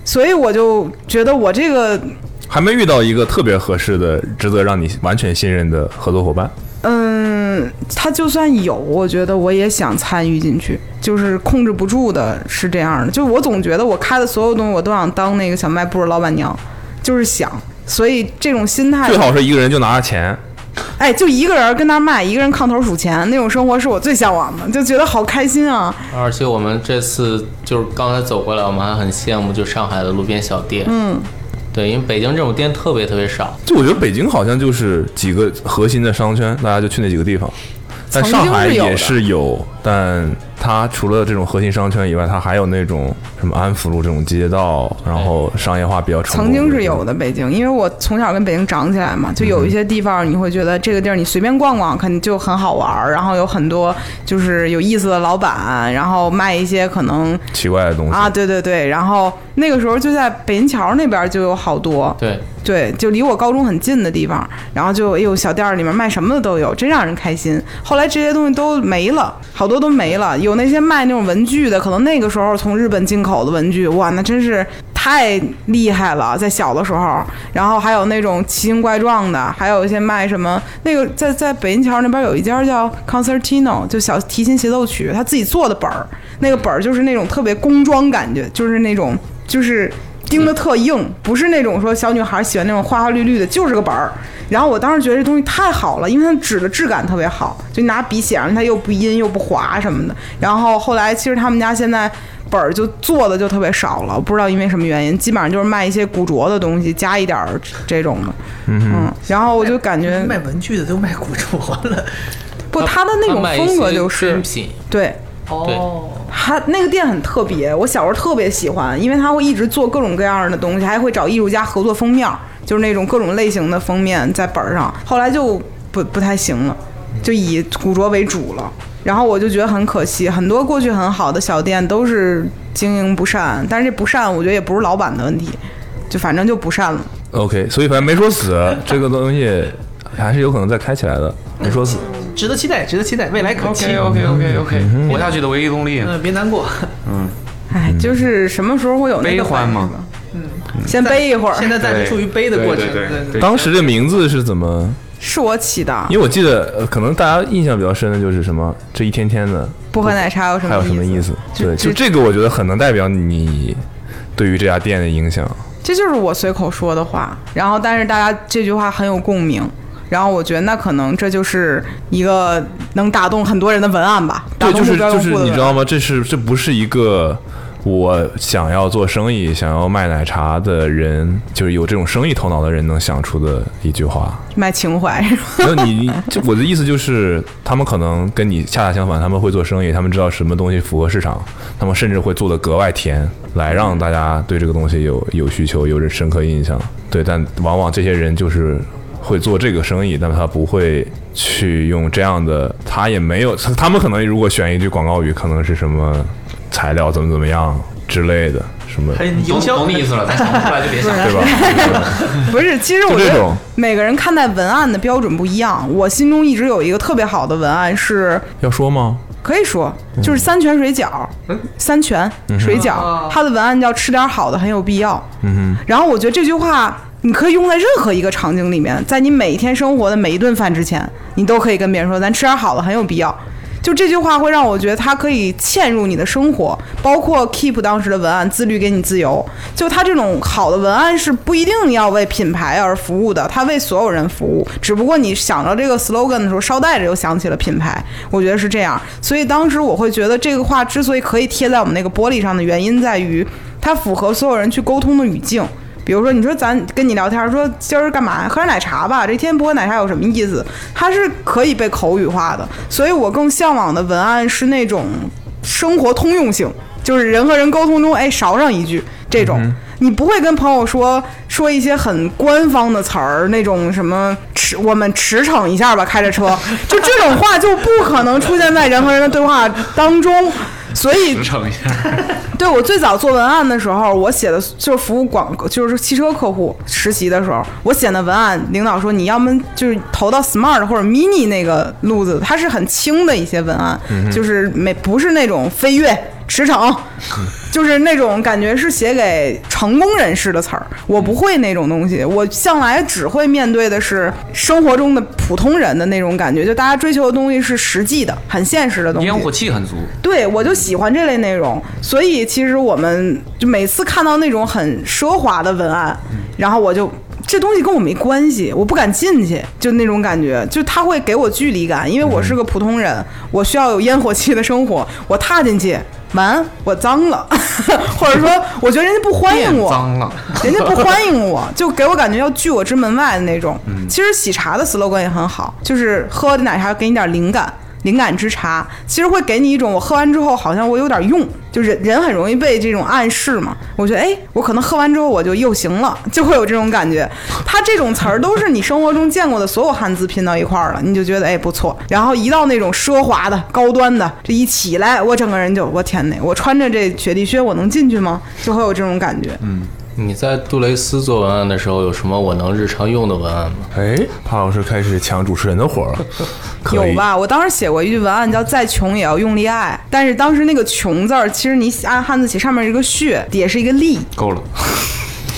所以我就觉得我这个，还没遇到一个特别合适的、值得让你完全信任的合作伙伴。嗯，他就算有，我觉得我也想参与进去，就是控制不住的，是这样的。就我总觉得我开的所有东西，我都想当那个小卖部的老板娘，就是想。所以这种心态最，好是一个人就拿着钱，哎，就一个人跟那儿卖，一个人炕头数钱，那种生活是我最向往的，就觉得好开心啊！而且我们这次就是刚才走过来，我们还很羡慕就上海的路边小店。嗯，对，因为北京这种店特别特别少。就我觉得北京好像就是几个核心的商圈，大家就去那几个地方。但曾经上海是有也的是有，但它除了这种核心商圈以外，它还有那种什么安福路这种街道，然后商业化比较成功。曾经是有的北京，因为我从小跟北京长起来嘛，就有一些地方你会觉得这个地儿你随便逛逛，肯定就很好玩儿，然后有很多就是有意思的老板，然后卖一些可能奇怪的东西啊，对对对，然后那个时候就在北新桥那边就有好多，对，对，就离我高中很近的地方，然后就哎呦小店儿里面卖什么的都有，真让人开心。后来这些东西都没了，好多都没了，有那些卖那种文具的，可能那个时候从日本进口的文具，哇，那真是太厉害了，在小的时候，然后还有那种奇形怪状的，还有一些卖什么那个在在北新桥那边有一家叫 Concertino，就小提琴协奏曲，他自己做的本儿，那个本儿就是那种特别工装感觉，就是那种就是。钉的特硬，不是那种说小女孩喜欢那种花花绿绿的，就是个本儿。然后我当时觉得这东西太好了，因为它纸的质感特别好，就拿笔写上它又不阴又不滑什么的。然后后来其实他们家现在本儿就做的就特别少了，不知道因为什么原因，基本上就是卖一些古着的东西，加一点儿这种的。嗯，然后我就感觉 卖文具的都卖古着了，不，他的那种卖一风格些就是精品，对。对，哦他那个店很特别，我小时候特别喜欢，因为他会一直做各种各样的东西，还会找艺术家合作封面儿，就是那种各种类型的封面在本儿上。后来就不不太行了，就以古着为主了。然后我就觉得很可惜，很多过去很好的小店都是经营不善，但是这不善我觉得也不是老板的问题，就反正就不善了。 OK，所以反正没说死，这个东西还是有可能再开起来的，没说死。值得期待，值得期待，未来可期。 OK 嗯 OK OK OK，活下去的唯一动力，嗯，别难过，嗯哎，就是什么时候会有那悲个欢反应嘛吧？先背一会儿现，在暂时处于悲的过程。对对对对当时这名字是怎么？是我起的因。为我记得，呃可能大家印象比较深的就是什么这一天天的，不喝奶茶有什还有什么么意思？对，就就这个，我觉得很能代表你对于这家店的影响。这就是我随口说的话，然后但是大家这句话很有共鸣，然后我觉得那可能这就是一个能打动很多人的文案吧，打对，动就目是标就用户是，的文案。你知道吗？这是这不是一个我想要做生意、想要卖奶茶的人，就是有这种生意头脑的人能想出的一句话。卖情怀， 没有你，你就我的意思就是，他们可能跟你恰恰相反，他们会做生意，他们知道什么东西符合市场，他们甚至会做的格外甜，来让大家对这个东西有有需求，有着深刻印象。对，但往往这些人就是会做这个生意，但他不会去用这样的，他也没有，他们可能如果选一句广告语，可能是什么材料怎么怎么样之类的，什么哎，懂营销懂你意思了，咱想不出来就别想。对吧？ 不是？其实我就觉这得种每个人看待文案的标准不一样。我心中一直有一个特别好的文案是，要说吗？可以说就是三全水饺，三全水饺，它的文案叫吃点好的很有必要。嗯然后我觉得这句话你可以用在任何一个场景里面，在你每一天生活的每一顿饭之前，你都可以跟别人说，咱吃点好的很有必要。就这句话会让我觉得它可以嵌入你的生活，包括 Keep 当时的文案“自律给你自由”，就它这种好的文案是不一定要为品牌而服务的，它为所有人服务。只不过你想到这个 slogan 的时候，捎带着又想起了品牌，我觉得是这样。所以当时我会觉得这个话之所以可以贴在我们那个玻璃上的原因在于，它符合所有人去沟通的语境。比如说，你说咱跟你聊天，说今儿干嘛？喝点奶茶吧。这天不喝奶茶有什么意思？它是可以被口语化的，所以我更向往的文案是嗯那种生活通用性，就是人和人沟通中，哎，勺上一句这种。你不会跟朋友说说一些很官方的词儿，那种什么驰我们驰骋一下吧，开着车，就这种话就不可能出现在人和人的对话当中。所以驰骋一下，对我最早做文案的时候，我写的就是服务广，就是汽车客户实习的时候，我写的文案，领导说你要么就是投到 smart 或者 mini 那个路子，它是很轻的一些文案，就是没不是那种飞跃、驰骋， 就是那种感觉是写给成功人士的词儿。我不会那种东西，我向来只会面对的是生活中的普通人的那种感觉，就大家追求的东西是实际的、很现实的东西。烟火气很足。对，我就喜欢这类内容，所以其实我们就每次看到那种很奢华的文案，然后我就这东西跟我没关系，我不敢进去，就那种感觉，就它会给我距离感，因为我是个普通人，我需要有烟火气的生活，我踏进去。完，我脏了，或者说，我觉得人家不欢迎我， 变脏了， 人家不欢迎我，就给我感觉要拒我之门外的那种。其实喜茶的 slogan 也很好，就是喝奶茶给你点灵感，灵感之茶，其实会给你一种我喝完之后好像我有点用，就人人很容易被这种暗示嘛。我觉得哎，我可能喝完之后我就又行了，就会有这种感觉。它这种词儿都是你生活中见过的所有汉字拼到一块儿了，你就觉得哎不错。然后一到那种奢华的、高端的，这一起来，我整个人就我天哪，我穿着这雪地靴我能进去吗？就会有这种感觉。你在杜蕾斯做文案的时候，有什么我能日常用的文案吗？哎，帕老师开始抢主持人的活儿 了，可有以？吧？我当时写过一句文案叫“再穷也要用力爱”，但是当时那个“穷”字儿，其实你按汉字写上面是一个血，底下是一个力。够了，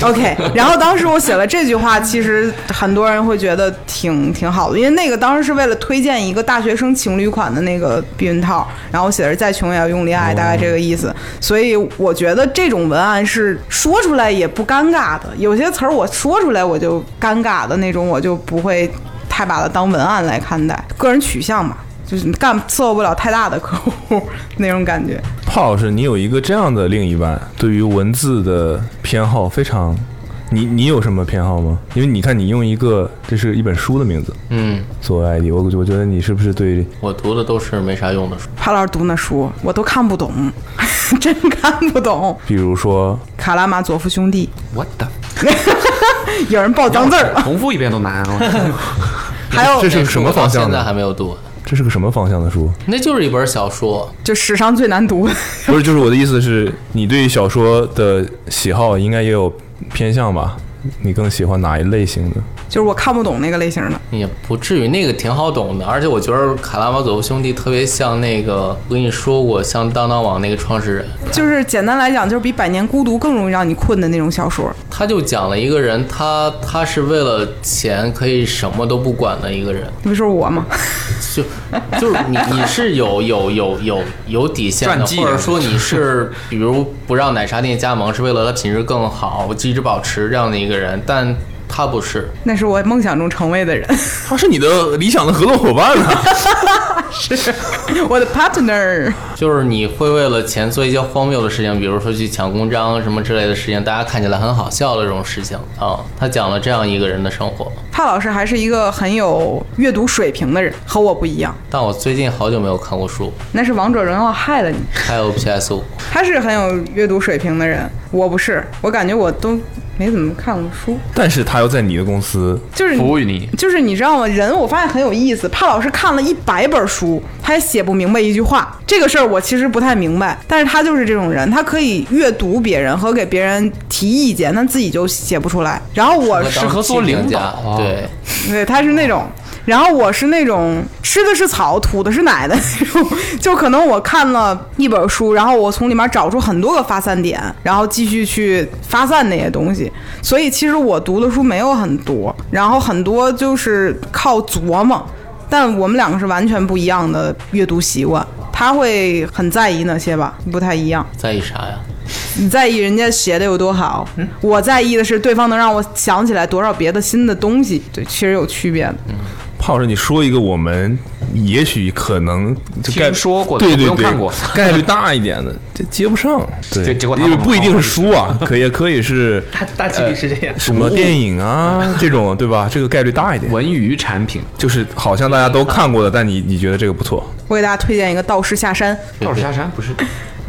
OK，然后当时我写了这句话，其实很多人会觉得挺挺好的，因为那个当时是为了推荐一个大学生情侣款的那个避孕套，然后我写的是“再穷也要用力爱”，大概这个意思。所以我觉得这种文案是说出来也不尴尬的，有些词儿我说出来我就尴尬的那种，我就不会太把它当文案来看待，个人取向嘛。就是干伺候不了太大的客户那种感觉，帕老师，你有一个这样的另一半，对于文字的偏好非常。你你有什么偏好吗？因为你看，你用一个这是一本书的名字嗯，作为 ID，我我觉得你是不是对我读的都是没啥用的书。潘老师读那书我都看不懂， 真看不懂。比如说卡拉马佐夫兄弟，我 的有人报脏字儿， 重复一遍都难啊！还有这哦是个什么方向现在的？还没有读完，这是个什么方向的书？那就是一本小说。就史上最难读的。不是，就是我的意思是，你对小说的喜好应该也有偏向吧？你更喜欢哪一类型的？就是我看不懂那个类型的，也不至于，那个挺好懂的，而且我觉得卡拉马佐夫兄弟特别像那个，我跟你说过，像当当网那个创始人，就是简单来讲，就是比《百年孤独》更容易让你困的那种小说。他就讲了一个人，他他是为了钱可以什么都不管的一个人，那不就是我吗？ 就就是你你是有有有有有底线的，传记啊或者说 你是比如不让奶茶店加盟是为了它品质更好，一直保持这样的一个人，但他不是，那是我梦想中成为的人，他是你的理想的合作伙伴啊！我的 partner。就是你会为了钱做一些荒谬的事情，比如说去抢公章什么之类的事情，大家看起来很好笑的这种事情啊、他讲了这样一个人的生活，帕老师还是一个很有阅读水平的人，和我不一样，但我最近好久没有看过书，那是王者荣耀害了你。还有 PS 五。他是很有阅读水平的人，我不是，我感觉我都没怎么看过书， 但是他又在你的公司，就是 你服务于你，就是你知道吗？人我发现很有意思，帕老师看了一百本书，他也写不明白一句话。这个事儿我其实不太明白，但是他就是这种人，他可以阅读别人和给别人提意见，但自己就写不出来。然后我是呃适合做领导，啊对，对，他是那种。然后我是那种吃的是草，吐的是奶的那种，就可能我看了一本书，然后我从里面找出很多个发散点，然后继续去发散那些东西。所以其实我读的书没有很多，然后很多就是靠琢磨。但我们两个是完全不一样的阅读习惯，他会很在意那些吧，不太一样。在意啥呀？你在意人家写的有多好，我在意的是对方能让我想起来多少别的新的东西，对，其实有区别的。帕老师，你说一个我们也许可能就概听说过的对不对用看对过，概率大一点的，这接不上。对，结结果他因为们不一定好是书啊， 可也可以是 大大体率是这样。什么电影啊这种，对吧？这个概率大一点，文娱产品，就是好像大家都看过的，但你你觉得这个不错， 我给大家推荐一个《道士下山》，道士下山不是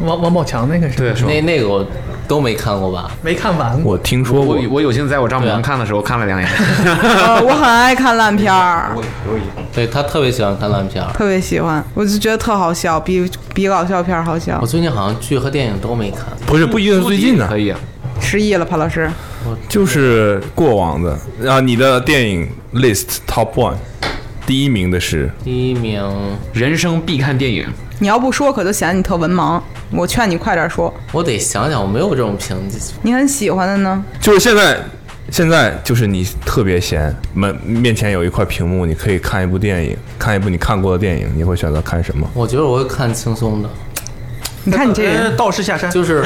王王宝强那个是对，是吧那那个我都没看过吧？没看完过。我听说过我，啊我有幸在我丈母娘看的时候看了两眼，呃，我很爱看烂片 儿，对他特别喜欢看烂片儿。特别喜欢，我就觉得特好笑，比比搞笑片儿好笑我。最近好像剧和电影都没看，不是不一定是最近的，可以啊，失忆了，潘老师。就是过往的啊。你的电影 list top one 第一名的是第一名人生必看电影，你要不说，可就显得你特文盲。我劝你快点说，我得想想，我没有这种评级。你很喜欢的呢。就是现在，现在就是你特别闲，门面前有一块屏幕，你可以看一部电影，看一部你看过的电影，你会选择看什么？我觉得我会看轻松的，你看你这人，呃道士下山，就是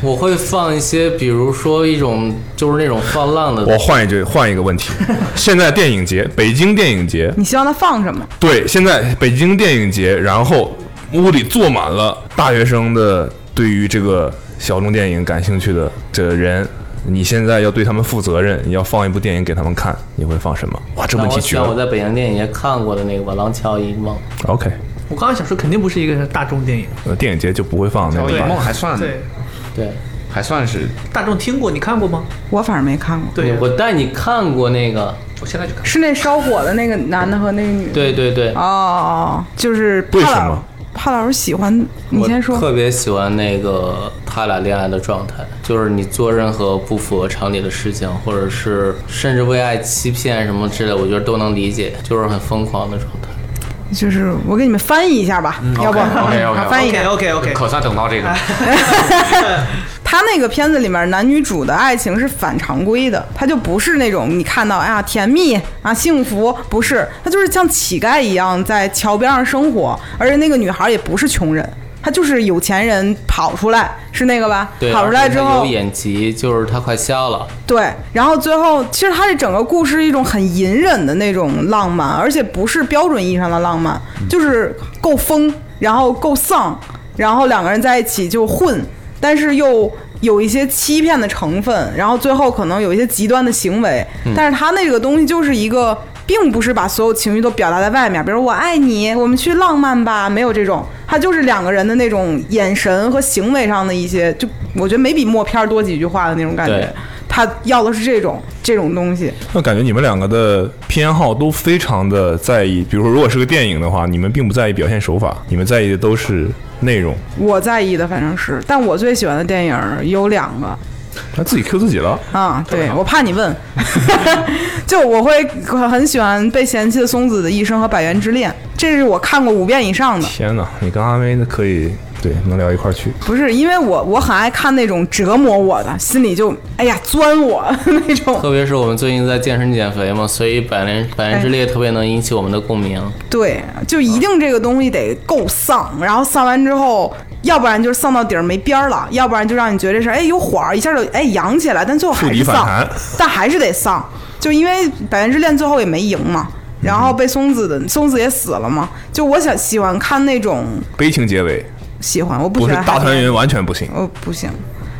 我会放一些，比如说一种就是那种放浪的我换一句，换一个问题。现在电影节，北京电影节，你希望他放什么？对，现在北京电影节，然后屋里坐满了大学生的对于这个小众电影感兴趣的这个人。你现在要对他们负责任，你要放一部电影给他们看，你会放什么？啊哇，这那问我题绝啊选了。我在北京电影节看过的那个吧，《廊桥遗梦》。 OK，我刚刚想说肯定不是一个大众电影，呃，电影节就不会放那小个野吧哦梦还算对，对，还算是，大众听过，你看过吗？我反正没看过，对，我带你看过那个，我现在就看。是那烧火的那个男的和那个女的。对对对，哦哦，哦就是为帕什老么帕老师喜欢，你我先说。特别喜欢那个他俩恋爱的状态，就是你做任何不符合常理的事情，或者是甚至为爱欺骗什么之类，我觉得都能理解，就是很疯狂的状态。就是我给你们翻译一下吧，要不 OK，OK，OK 翻译一下。 OK OK，可算等到这个了，他那个片子里面男女主的爱情是反常规的，他就不是那种你看到哎呀甜蜜啊幸福，不是，他就是像乞丐一样在桥边上生活，而且那个女孩也不是穷人，她就是有钱人跑出来，是那个吧？对，跑出来而且之他后有，眼疾，就是他快瞎了。对，然后最后其实他这整个故事是一种很隐忍的那种浪漫，而且不是标准意义上的浪漫，就是够疯，然后够丧，然后两个人在一起就混，但是又有一些欺骗的成分，然后最后可能有一些极端的行为，但是他那个东西就是一个。并不是把所有情绪都表达在外面，比如我爱你，我们去浪漫吧，没有这种，他就是两个人的那种眼神和行为上的一些，就我觉得没比默片儿多几句话的那种感觉对。他要的是这种这种东西。那感觉你们两个的偏好都非常的在意，比如说，如果是个电影的话，你们并不在意表现手法，你们在意的都是内容。我在意的反正是，但我最喜欢的电影有两个他自己 Q 自己了，啊，对我怕你问， 就我会很喜欢被嫌弃的松子的一生和百元之恋，这是我看过五遍以上的。天哪！你跟阿威的可以对能聊一块儿去，不是因为我我很爱看那种折磨我的，心里就哎呀钻我 那种。特别是我们最近在健身减肥嘛，所以《百年百年之恋》特别能引起我们的共鸣。对，就一定这个东西得够丧，然后丧完之后，要不然就是丧到底儿没边儿了，要不然就让你觉得这事儿哎有火儿，一下就哎扬起来，但最后还触是底反丧弹，但还是得丧，就因为《百元之恋》最后也没赢嘛。然后被松子的松子也死了嘛，就我想喜欢看那种悲情结尾，喜欢，我不不喜是欢大团圆，圆完全 不行。我不行，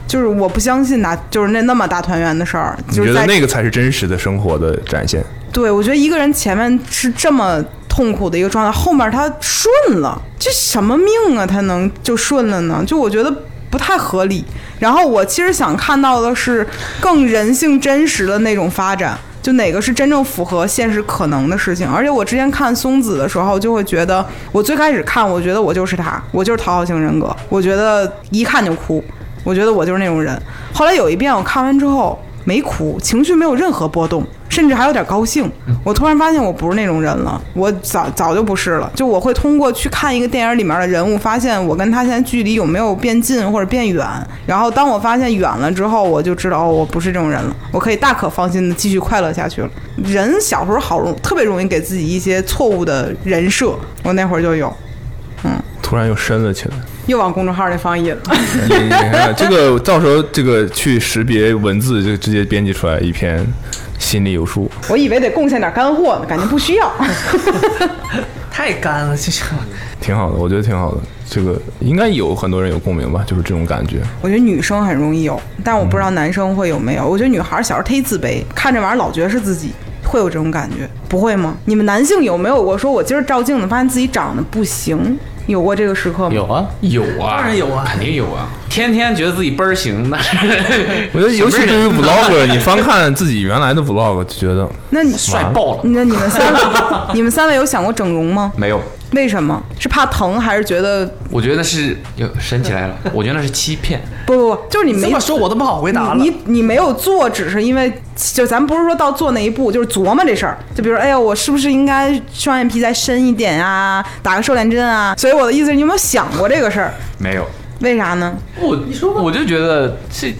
就是我不相信大就是那那么大团圆的事儿，你就觉是得在那个才是真实的生活的展现？对，我觉得一个人前面是这么痛苦的一个状态，后面他顺了，这什么命啊？他能就顺了呢？就我觉得不太合理。然后我其实想看到的是更人性真实的那种发展，就哪个是真正符合现实可能的事情。而且我之前看松子的时候，就会觉得我最开始看，我觉得我就是他，我就是讨好型人格，我觉得一看就哭，我觉得我就是那种人。后来有一遍我看完之后没哭，情绪没有任何波动，甚至还有点高兴。我突然发现我不是那种人了，我早早就不是了。就我会通过去看一个电影里面的人物，发现我跟他现在距离有没有变近或者变远。然后当我发现远了之后，我就知道哦，我不是这种人了，我可以大可放心的继续快乐下去了。人小时候好容特别容易给自己一些错误的人设，我那会儿就有。突然又深了起 来。又往公众号那方引了，你你看这个，到时候这个去识别文字，就直接编辑出来一篇，心里有数。 我以为得贡献点干货呢，感觉不需要。太干了，这是挺好的，我觉得挺好的。这个应该有很多人有共鸣吧，就是这种感觉。 我觉得女生很容易有，但我不知道男生会有没有。我觉得女孩儿小时候忒自卑，看这玩意儿老觉得是自己，会有这种感觉，不会吗？你们男性有没有过说我今儿照镜子发现自己长得不行？有过这个时刻吗？有啊， 有啊，当然有啊肯定有啊，天天觉得自己倍儿行，那 是我觉得尤其对于 什么人 vlog，你翻看自己原来的 vlog，就觉得那你帅爆了，那你们三位，你们三位有想过整容吗？没有。为什么？是怕疼还是觉得我觉得是有升起来 了，我觉得那是欺骗。不不不，就是你这没么说我都不好回答了。你你你没有做，只是因为就咱不是说到做那一步，就是琢磨这事儿。就比如，哎呀，我是不是应该双眼皮再深一点啊，打个瘦脸针啊？所以我的意思是，你有没有想过这个事儿？没有，为啥呢？我你说我就觉得这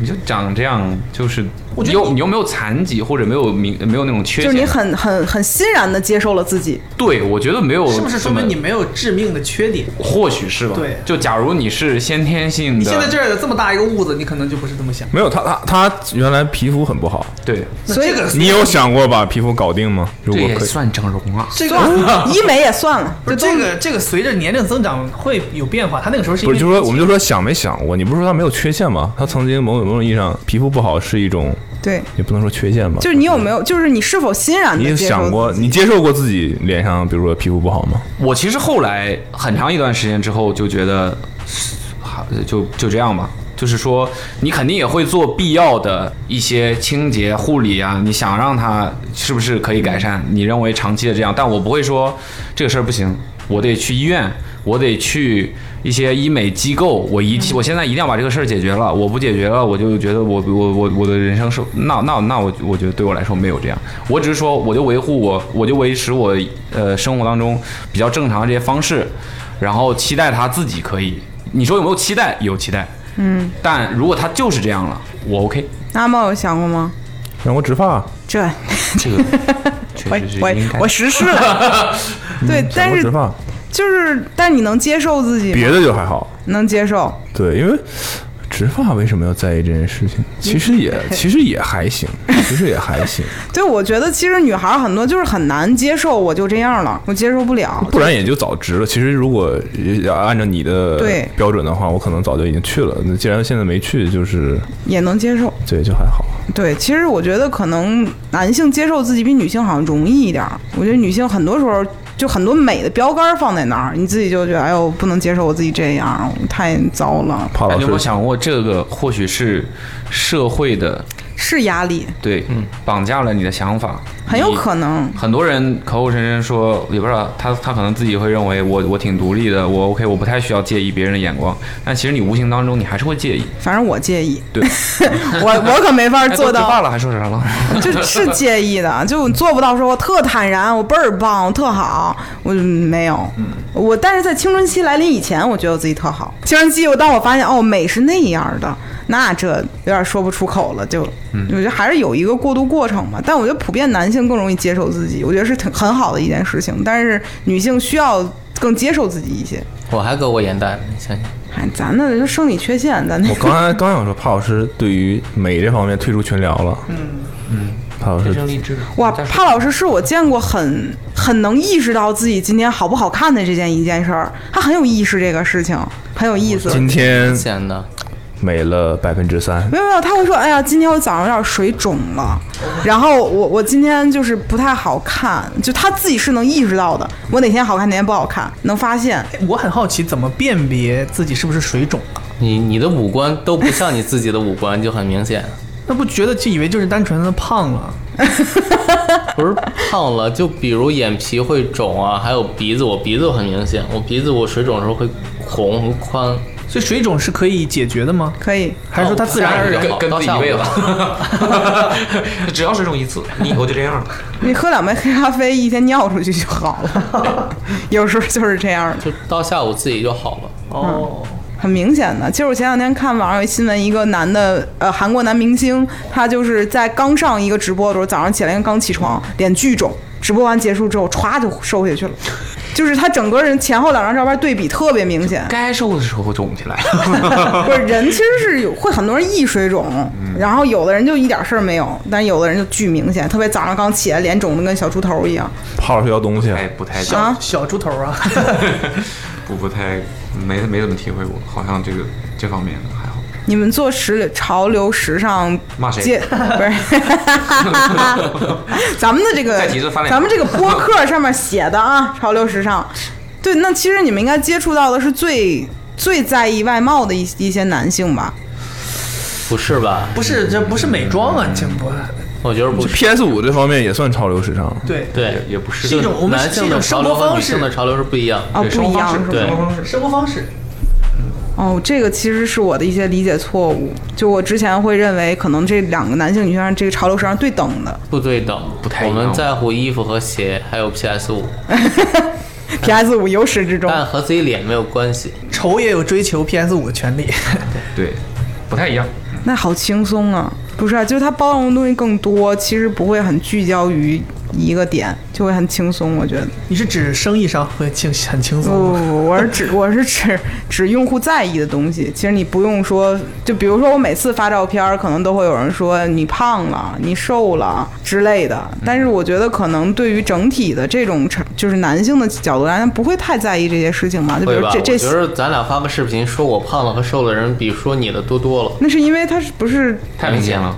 你就长这样，就是我觉得你又你你又没有残疾或者没有明没有那种缺就陷，是你很很很欣然的接受了自己，对我觉得没有什是不么，是说明你没有致命的缺点？或许是吧？对就假如你是先天性的，你啊现在这儿有这么大一个痦子，你可能就不是这么想。没有他他他原来皮肤很不好，对，所以这个你有想过把皮肤搞定吗？如这果也可以，算整容啊？这算个了，医美也算了，不就是都这个这个随着年龄增长会有变化。他那个时候是因不为是就说我们就说想没想过？你不是说他没有缺陷吗？他曾经某种某种意义上皮肤不好是一种，对，也不能说缺陷吧？就是你有没有，就是你是否欣然的你有接受自己？想过，你接受过自己脸上比如说皮肤不好吗？我其实后来很长一段时间之后就觉得，好呃就就这样吧。就是说，你肯定也会做必要的一些清洁护理啊。你想让它是不是可以改善？你认为长期的这样，但我不会说这个事儿不行，我得去医院，我得去一些医美机构，我一我现在一定要把这个事儿解决了。我不解决了，我就觉得我我我我的人生是那那那我我觉得对我来说没有这样。我只是说，我就维护我，我就维持我呃生活当中比较正常的这些方式，然后期待他自己可以。你说有没有期待？有期待。嗯，但如果他就是这样了，我 OK。阿茂有想过吗？让我植发，这 这个确我实是我应该我。实施了，对，哎但嗯想过是植发，就是，但你能接受自己吗？别的就还好。能接受，对，因为植发为什么要在意这件事情？其实也其实也还行，其实也还行，对，我觉得其实女孩儿很多就是很难接受，我就这样了，我接受不了。不然也啊就早植了。其实如果要按照你的对标准的话，我可能早就已经去了。那既然现在没去，就是也能接受，对，就还好。对，其实我觉得可能男性接受自己比女性好像容易一点儿。我觉得女性很多时候就很多美的标杆儿放在那儿，你自己就觉得哎呦不能接受我自己这样，我太糟了，帕哎老你有没有师，想过，这个或许是社会的是压力，对绑架了你的想法，很有你可能。很多人口口声声说，也不知道他他可能自己会认为我我挺独立的，我 OK，我不太需要介意别人的眼光，但其实你无形当中你还是会介意。反正我介意， 对我我可没法哎做都吃到饭，了还说 啥了？就是介意的，就做不到说我特坦然，我倍儿棒，我特好，我就没有。我但是在青春期来临以前，我觉得我自己特好。青春期，我当我发现哦，美是那样的，那这有点说不出口了，就、我觉得还是有一个过渡过程嘛。但我觉得普遍男性更容易接受自己，我觉得是挺很好的一件事情。但是女性需要更接受自己一些。我还割过眼袋，你想想，哎，咱那就生理缺陷，咱那我刚才刚想说，帕老师对于美这方面退出群聊了。嗯嗯，帕老师天生丽质。哇，帕老师是我见过很很能意识到自己今天好不好看的这件一件事儿，他很有意识这个事情，很有意思。今天显的，美了百分之三。没有没有，他会说，哎呀，今天我早上有点水肿了，然后我我今天就是不太好看，就他自己是能意识到的，我哪天好看哪天不好看，能发现。我很好奇怎么辨别自己是不是水肿啊？你你的五官都不像你自己的五官，就很明显。那不觉得就以为就是单纯的胖了？不是胖了，就比如眼皮会肿啊，还有鼻子，我鼻子很明显，我鼻子我水肿的时候会红很宽，所以水肿是可以解决的吗？可以，哦还是说它自然而然？跟跟自己喂了，只要水肿一次，你以后就这样了。你喝两杯黑咖啡，一天尿出去就好了。 有时候就是这样的。 就到下午自己就好了。哦，很明显的。其实我前两天看网上有一新闻，一个男的，呃，韩国男明星，他就是在刚上一个直播的时候，早上起来刚起床，脸巨肿，直播完结束之后，歘就瘦下去了，就是他整个人前后两张照片对比特别明显。 该瘦的时候肿起来， 不是人其实是有会很多人易水肿，然后有的人就一点事儿没有，但有的人就巨明显，特别早上刚起来脸肿的跟小猪头一样。帕老师要东西，哎，不太啊小猪头啊， 不不太没没怎么体会过，好像这个这方面还好。你们做时潮流时尚骂谁接不是， 咱们的这个再提就翻脸咱们这个播客上面写的啊，潮流时尚。对，那其实你们应该接触到的是最最在意外貌的一一些男性吧？不是吧？不是，这不是美妆啊，这不，我觉得不是。 PS 五这方面也算潮流时尚，对，对，也不是一种我们男性是一的种潮生流活和方女式性的潮流是不一样。啊，对不一样是吧？对生活方式，哦，这个其实是我的一些理解错误。就我之前会认为，可能这两个男性女性这个潮流时尚是对等的。不对等，不太一我样们在乎衣服和鞋，还有 PS 五，嗯 PS 五由始至终，但和自己脸没有关系。丑也有追求 PS 五的权利。 对，不太一样。那好轻松啊！不是啊，就是它包容的东西更多，其实不会很聚焦于一个点，就会很轻松。我觉得，你是指生意上会轻很轻不松哦不吗？不，我是指 我是指指用户在意的东西。其实你不用说，就比如说我每次发照片儿，可能都会有人说你胖了、你瘦了之类的。但是我觉得，可能对于整体的这种就是男性的角度来讲，不会太在意这些事情嘛。就比会如吧？这这我觉得咱俩发个视频，说我胖了和瘦了的人，比说你的多多了。嗯那是因为他是不是 太明显了，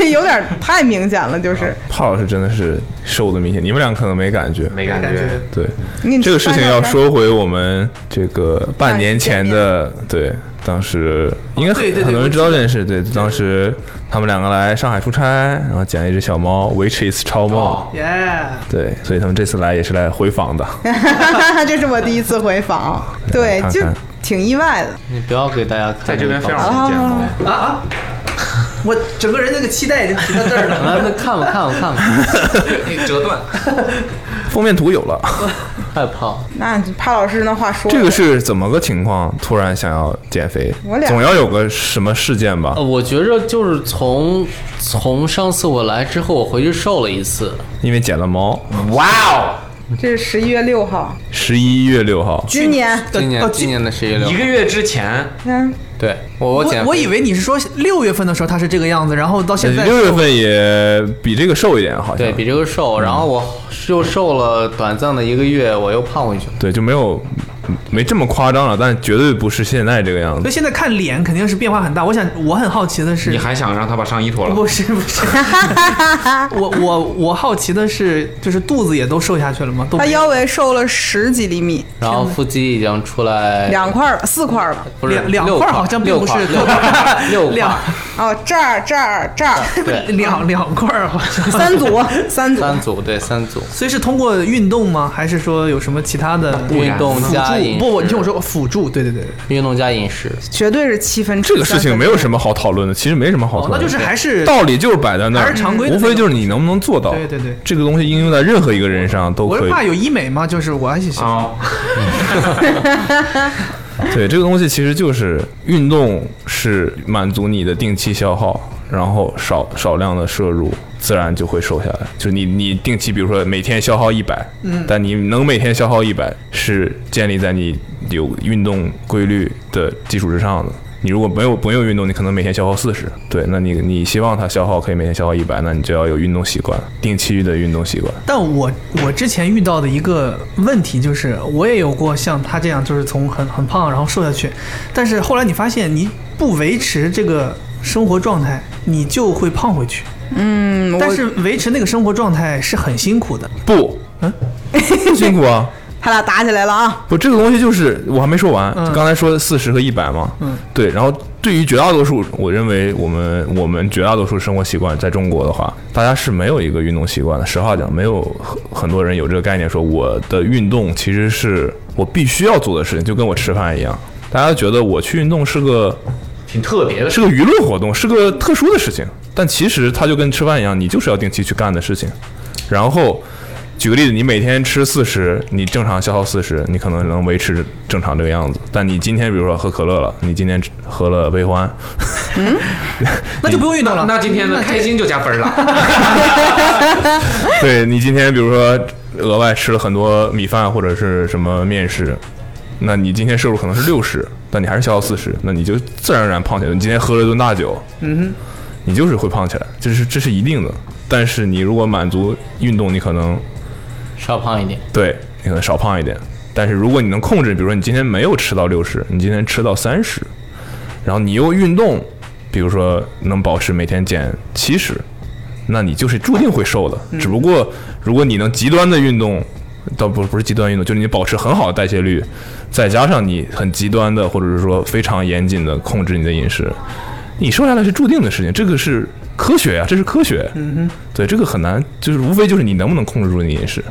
你有点儿太明显了，就是胖老师真的是瘦的明显，你们俩可能没感觉。没感觉。对，你给你 这个事情翻 照要片儿说回我们这个半年前的，对，当时应该很哦对对对很多我人记知道这件事。对，当时他们两个来上海出差，然后捡了一只小猫，which is 超猫。耶、对，所以他们这次来也是来回访的。 这是我第一次回访，对，看看就挺意外的。你不要给大家看，在这边非常好少见好猫好，啊啊！我整个人那个期待已经停在这儿了。啊，那看吧看吧看吧， 折断。封面图有了，太胖了。那帕老师那话哦说的，这个是怎么个情况？突然想要减肥我，俩总要有个什么事件吧哦呃，？我觉着就是从从上次我来之后，我回去瘦了一次，因为捡了猫。哇哦，这是十一月六号，十一月六号，今年， 今年、哦今年的十一一六，个月之前嗯，对我我减我肥我以为你是说六月份的时候他是这个样子，然后到现在六月份也比这个瘦一点，好像嗯对比这个瘦，然后我又瘦了短暂的一个月，我又胖回去了。对就没有没这么夸张了，但绝对不是现在这个样所以子。现在看脸肯定是变化很大。我想我很好奇的是，你还想让他把上衣脱 了？不是 不是，我我我好奇的是，就是肚子也都瘦下去了吗？都他没腰围瘦了十几厘米，然后腹肌已经出来两块儿吧，四块儿吧。不是两两六块儿好像并不是六块 儿六 块儿，两哦，这儿这儿这儿，对两两块儿好 像。三 组三组，三组对三组所以是通过运动吗？还是说有什么其他的辅运动加饮助？不不，你听我说，说，辅助，对对对，运动加饮食，绝对是七分之这个事情没有么。什么好讨论的，其实没什么好哦讨，那论的。就是还是道理就是摆在那儿，还是常规的无非就是你能不能做到。对对对这个东西应用在任何一个人上都我可是以。啊怕有医美嘛，就是我还想、哦， 对，这个东西其实就是运动是满足你的定期消耗，然后少少量的摄入，自然就会瘦下来。就你你定期，比如说每天消耗一百，嗯，但你能每天消耗一百，是建立在你有运动规律的基础之上的。你如果没有没有运动，你可能每天消耗四十，对，那你你希望它消耗可以每天消耗一百，那你就要有运动习惯，定期的运动习惯。但我我之前遇到的一个问题就是，我也有过像他这样，就是从很很胖然后瘦下去，但是后来你发现你不维持这个生活状态，你就会胖回去。嗯，但是维持那个生活状态是很辛苦的。不，嗯， 辛苦啊。他俩打起来了啊！不，这个东西就是我还没说完，嗯刚才说四十和一百嘛，嗯，对。然后对于绝大多数，我认为我们我们绝大多数生活习惯，在中国的话，大家是没有一个运动习惯的。实话讲，没有很很多人有这个概念，说我的运动其实是我必须要做的事情，就跟我吃饭一样。大家觉得我去运动是个挺特别的。是个娱乐活动，是个特殊的事情。但其实它就跟吃饭一样，你就是要定期去干的事情。然后，举个例子，你每天吃四十，你正常消耗四十，你可能能维持正常这个样子。但你今天比如说喝可乐了，你今天吃喝了悲欢，那就不用运动嗯了。那今天的开心就加分了。对你今天比如说额外吃了很多米饭或者是什么面食，那你今天摄入可能是六十，但你还是消耗四十，那你就自然而然胖起来。你今天喝了一顿大酒，嗯你就是会胖起来，这是这是一定的。但是你如果满足运动，你可能稍胖一点。对你可能少胖一点。但是如果你能控制，比如说你今天没有吃到六十，你今天吃到三十，然后你又运动，比如说能保持每天减七十，那你就是注定会瘦的。只不过如果你能极端的运动，倒不不是极端运动，就是你保持很好的代谢率，再加上你很极端的或者是说非常严谨的控制你的饮食，你瘦下来是注定的事情，这个是科学呀、这是科学。嗯哼，对，这个很难，就是无非就是你能不能控制住你饮食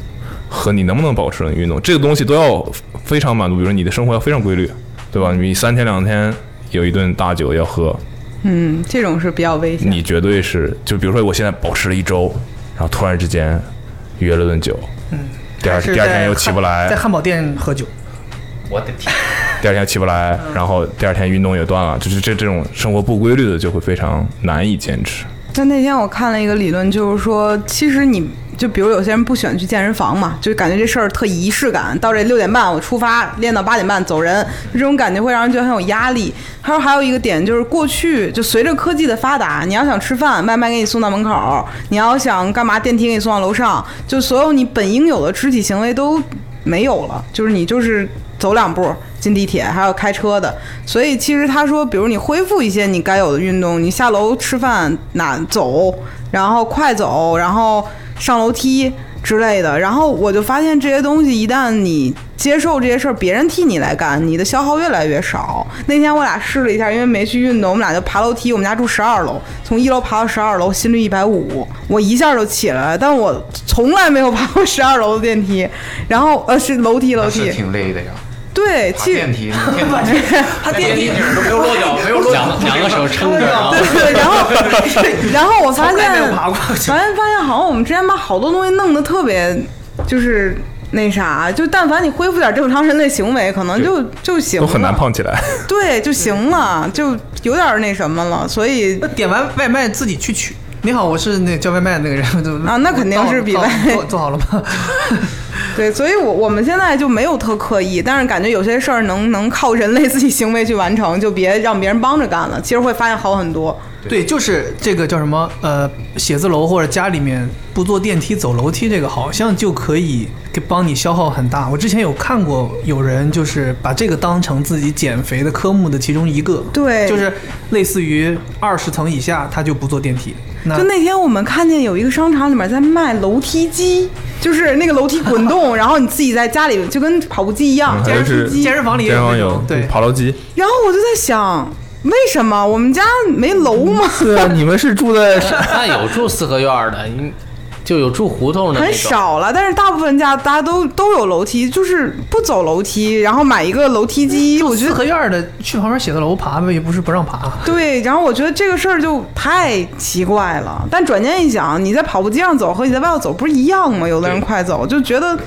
和你能不能保持运动，这个东西都要非常满足，比如说你的生活要非常规律，对吧？你三天两天有一顿大酒要喝，嗯，这种是比较危险。你绝对是，就比如说我现在保持了一周，然后突然之间约了顿酒，嗯，第二是第二天在又起不汉来在，汉堡店喝酒，我的天，第二天又起不来，然后第二天运动也断了，就是这这种生活不规律的就会非常难以坚持。就那天我看了一个理论，就是说，其实你就比如有些人不喜欢去健身房嘛，就感觉这事儿特仪式感。到这六点半我出发，练到八点半走人，这种感觉会让人觉得很有压力。他说还有一个点就是，过去就随着科技的发达，你要想吃饭，外卖给你送到门口；你要想干嘛，电梯给你送到楼上，就所有你本应有的肢体行为都没有了，就是你就是走两步进地铁，还有开车的。所以其实他说，比如你恢复一些你该有的运动，你下楼吃饭、哪走，然后快走，然后上楼梯之类的。然后我就发现这些东西，一旦你接受这些事儿，别人替你来干，你的消耗越来越少。那天我俩试了一下，因为没去运动，我们俩就爬楼梯。我们家住十二楼，从一楼爬到十二楼，心率一百五，我一下就起来了。但我从来没有爬过十二楼的电梯，然后呃是楼梯楼梯 是，挺累的呀。对，爬其实电梯，你天哪他电梯顶都没有落脚，哎没有落脚两，两个手撑着啊，对，然后 然后我发从现来没有爬过发现发现好像我们之前把好多东西弄得特别就是。那啥，就但凡你恢复点正常人类行为，可能就就行都了，很难胖起来，对就行了，就有点那什么了。所以 那点完外卖自己去取。你好，我是那叫外卖的那个人，就啊那肯定是比外卖做做好了吗？对，所以我我们现在就没有特刻意，但是感觉有些事儿能 能靠人类自己行为去完成，就别让别人帮着干了。其实会发现好很多。对，就是这个叫什么呃，写字楼或者家里面不坐电梯走楼梯，这个好像就可以给帮你消耗很大。我之前有看过有人就是把这个当成自己减肥的科目的其中一个，对就是类似于二十层以下他就不坐电梯。那就那天我们看见有一个商场里面在卖楼梯机，就是那个楼梯滚动，然后你自己在家里就跟跑步机一样，嗯健身还是机。健身房里也健身有房那有种对爬楼机，然后我就在想，为什么我们家没楼吗？对啊，你们是住 在那有住四合院儿的，你就有住胡同的那很种。少了，但是大部分家大家都都有楼梯，就是不走楼梯，然后买一个楼梯机，我觉四得合院儿的去旁边写字楼爬呗，也不是不让爬。 对。然后我觉得这个事儿就太奇怪了。但转念一想，你在跑步机上走和你在外头走不是一样吗？有的人快走，就觉得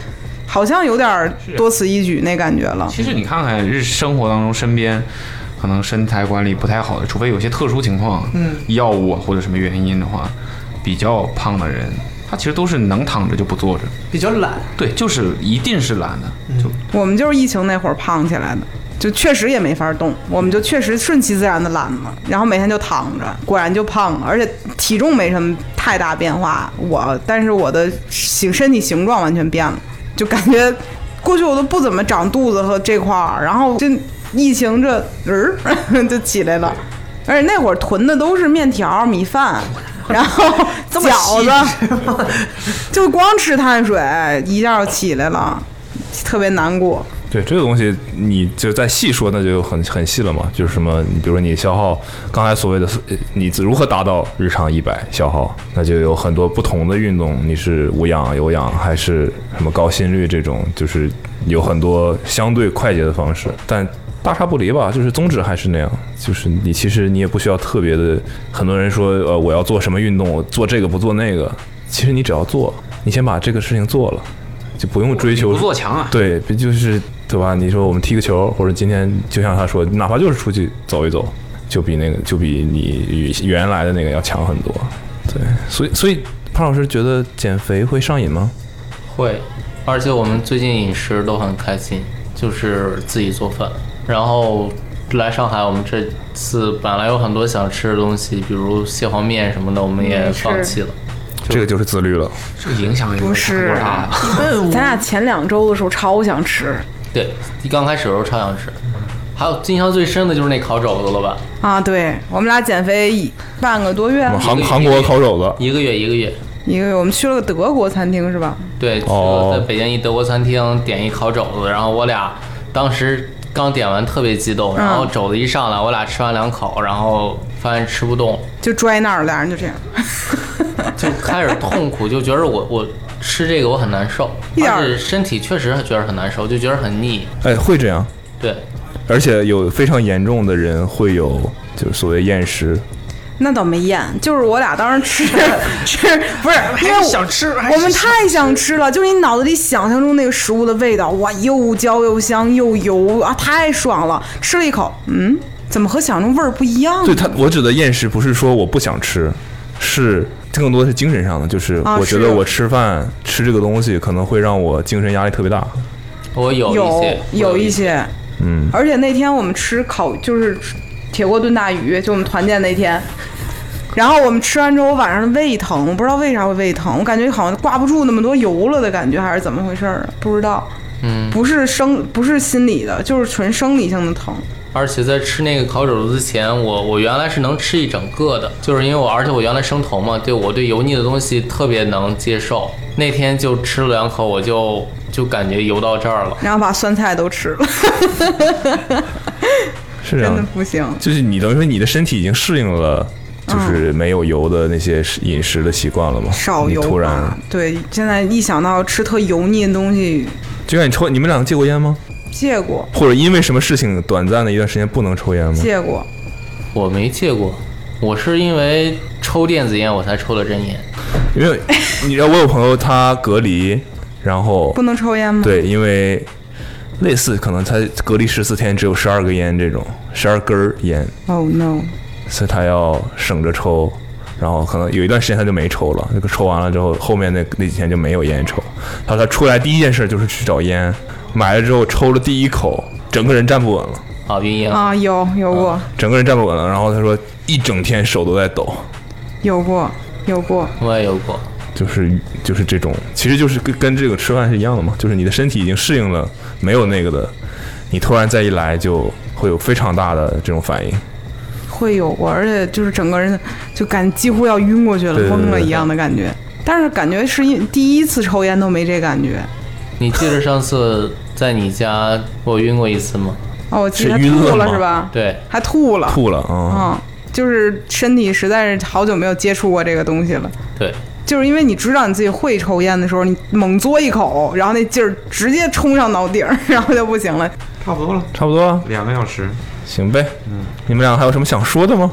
好像有点儿多此一举那感觉了。其实你看看日生活当中身边。可能身材管理不太好的，除非有些特殊情况，嗯，药物啊或者什么原因的话，比较胖的人，他其实都是能躺着就不坐着，比较懒， 对，就是一定是懒的，就我们就是疫情那会儿胖起来的，就确实也没法动，我们就确实顺其自然的懒了，然后每天就躺着，果然就胖了，而且体重没什么太大变化，我但是我的形身体形状完全变了，就感觉过去我都不怎么长肚子和这块儿，然后就疫情这人、儿 就起来了，而且那会儿囤的都是面条、米饭。然后 饺子，就光吃碳水，一下就起来了，特别难过。对这个东西，你就再细说，那就很很细了嘛。就是什么，你比如说你消耗，刚才所谓的呃你如何达到日常一百消耗，那就有很多不同的运动，你是无氧、有氧还是什么高心率这种，就是有很多相对快捷的方式，但。大差不离吧，就是宗旨还是那样，就是你其实你也不需要特别的。很多人说，呃，我要做什么运动，我做这个不做那个，其实你只要做，你先把这个事情做了，就不用追求不做强啊。 对，不就是对吧？你说我们踢个球，或者今天就像他说，哪怕就是出去走一走，就比那个就比你原来的那个要强很多。对，所以所以潘老师觉得减肥会上瘾吗？会，而且我们最近饮食都很开心，就是自己做饭。然后来上海，我们这次本来有很多想吃的东西，比如蟹黄面什么的，我们也没吃放弃了。这个就是自律了。这个影响也不是多大呀？但我 咱俩前两周的时候超想吃对，一刚开始的时候超想吃。还有印象最深的就是那烤肘子了吧？啊，对我们俩减肥一半个多月我，们韩一个韩国烤肘子，一个月一个月，一个我们去了个德国餐厅是吧？对，去哦了在北京一德国餐厅点一烤肘子，然后我俩当时刚点完特别激动，然后肘子一上来，我俩吃完两口，然后发现吃不动，就拽那儿，俩人就 这样，就开始痛苦，就觉得我我吃这个我很难受，一点儿而且身体确实觉得很难受，就觉得很腻。哎，会这样，对，而且有非常严重的人会有就是所谓厌食，那倒没咽，就是我俩当时吃 吃不是，因为我想吃还是我们太想吃了，就是你脑子里想象中那个食物的味道，哇，又焦又香又油啊，太爽了！吃了一口，嗯，怎么和想象中味儿不一样啊对呢？他，我指的厌食不是说我不想吃，是更多的是精神上的，就是啊我是觉得我吃饭吃这个东西可能会让我精神压力特别大。我有一有些，有我一一，些，嗯，而且那天我们吃烤就是铁锅炖大鱼，就我们团建那天。然后我们吃完之后，我晚上胃疼，我不知道为啥会胃疼，我感觉好像挂不住那么多油了的感觉，还是怎么回事儿啊？不知道，嗯，不是生，不是心理的，就是纯生理性的疼。而且在吃那个烤肘子之前，我我原来是能吃一整个的，就是因为我，而且我原来生酮嘛，对我对油腻的东西特别能接受。那天就吃了两口，我就就感觉油到这儿了。然后把酸菜都吃了，是真这样的的，不行。就是你等于说你的身体已经适应了，嗯就是没有油的那些食饮食的习惯了嘛？少油你突然吧，对，现在一想到吃特油腻的东西，就像你抽，你们两个戒过烟吗？戒过，或者因为什么事情短暂的一段时间不能抽烟吗？戒过，我没戒过，我是因为抽电子烟我才抽的真烟。因为你知道我有朋友他隔离，然后不能抽烟吗？，对，因为类似可能他隔离十四天只有十二个烟这种，十二根儿烟， oh, no，所以他要省着抽，然后可能有一段时间他就没抽了，那个抽完了之后，后面那那几天就没有烟抽。他说他出来第一件事就是去找烟，买了之后抽了第一口，整个人站不稳了，啊，晕烟了。啊，有有过，整个人站不稳了。然后他说一整天手都在抖，有过，有过，我也有过，就是就是这种，其实就是跟跟这个吃饭是一样的嘛，就是你的身体已经适应了没有那个的，你突然再一来就会有非常大的这种反应。会有过，而且就是整个人就感几乎要晕过去了，对对对疯了对一样的感觉。但是感觉是因第一次抽烟都没这感觉。你记得上次在你家我晕过一次吗？哦，我记得是晕吐了了吗是吧？，对，还吐了。吐了啊！嗯，就是身体实在是好久没有接触过这个东西了。对，就是因为你知道你自己会抽烟的时候，你猛嘬一口，然后那劲儿直接冲上脑顶儿， 然后就不行了。差不多了，差不多了，两个小时。行呗。你们俩还有什么想说的吗？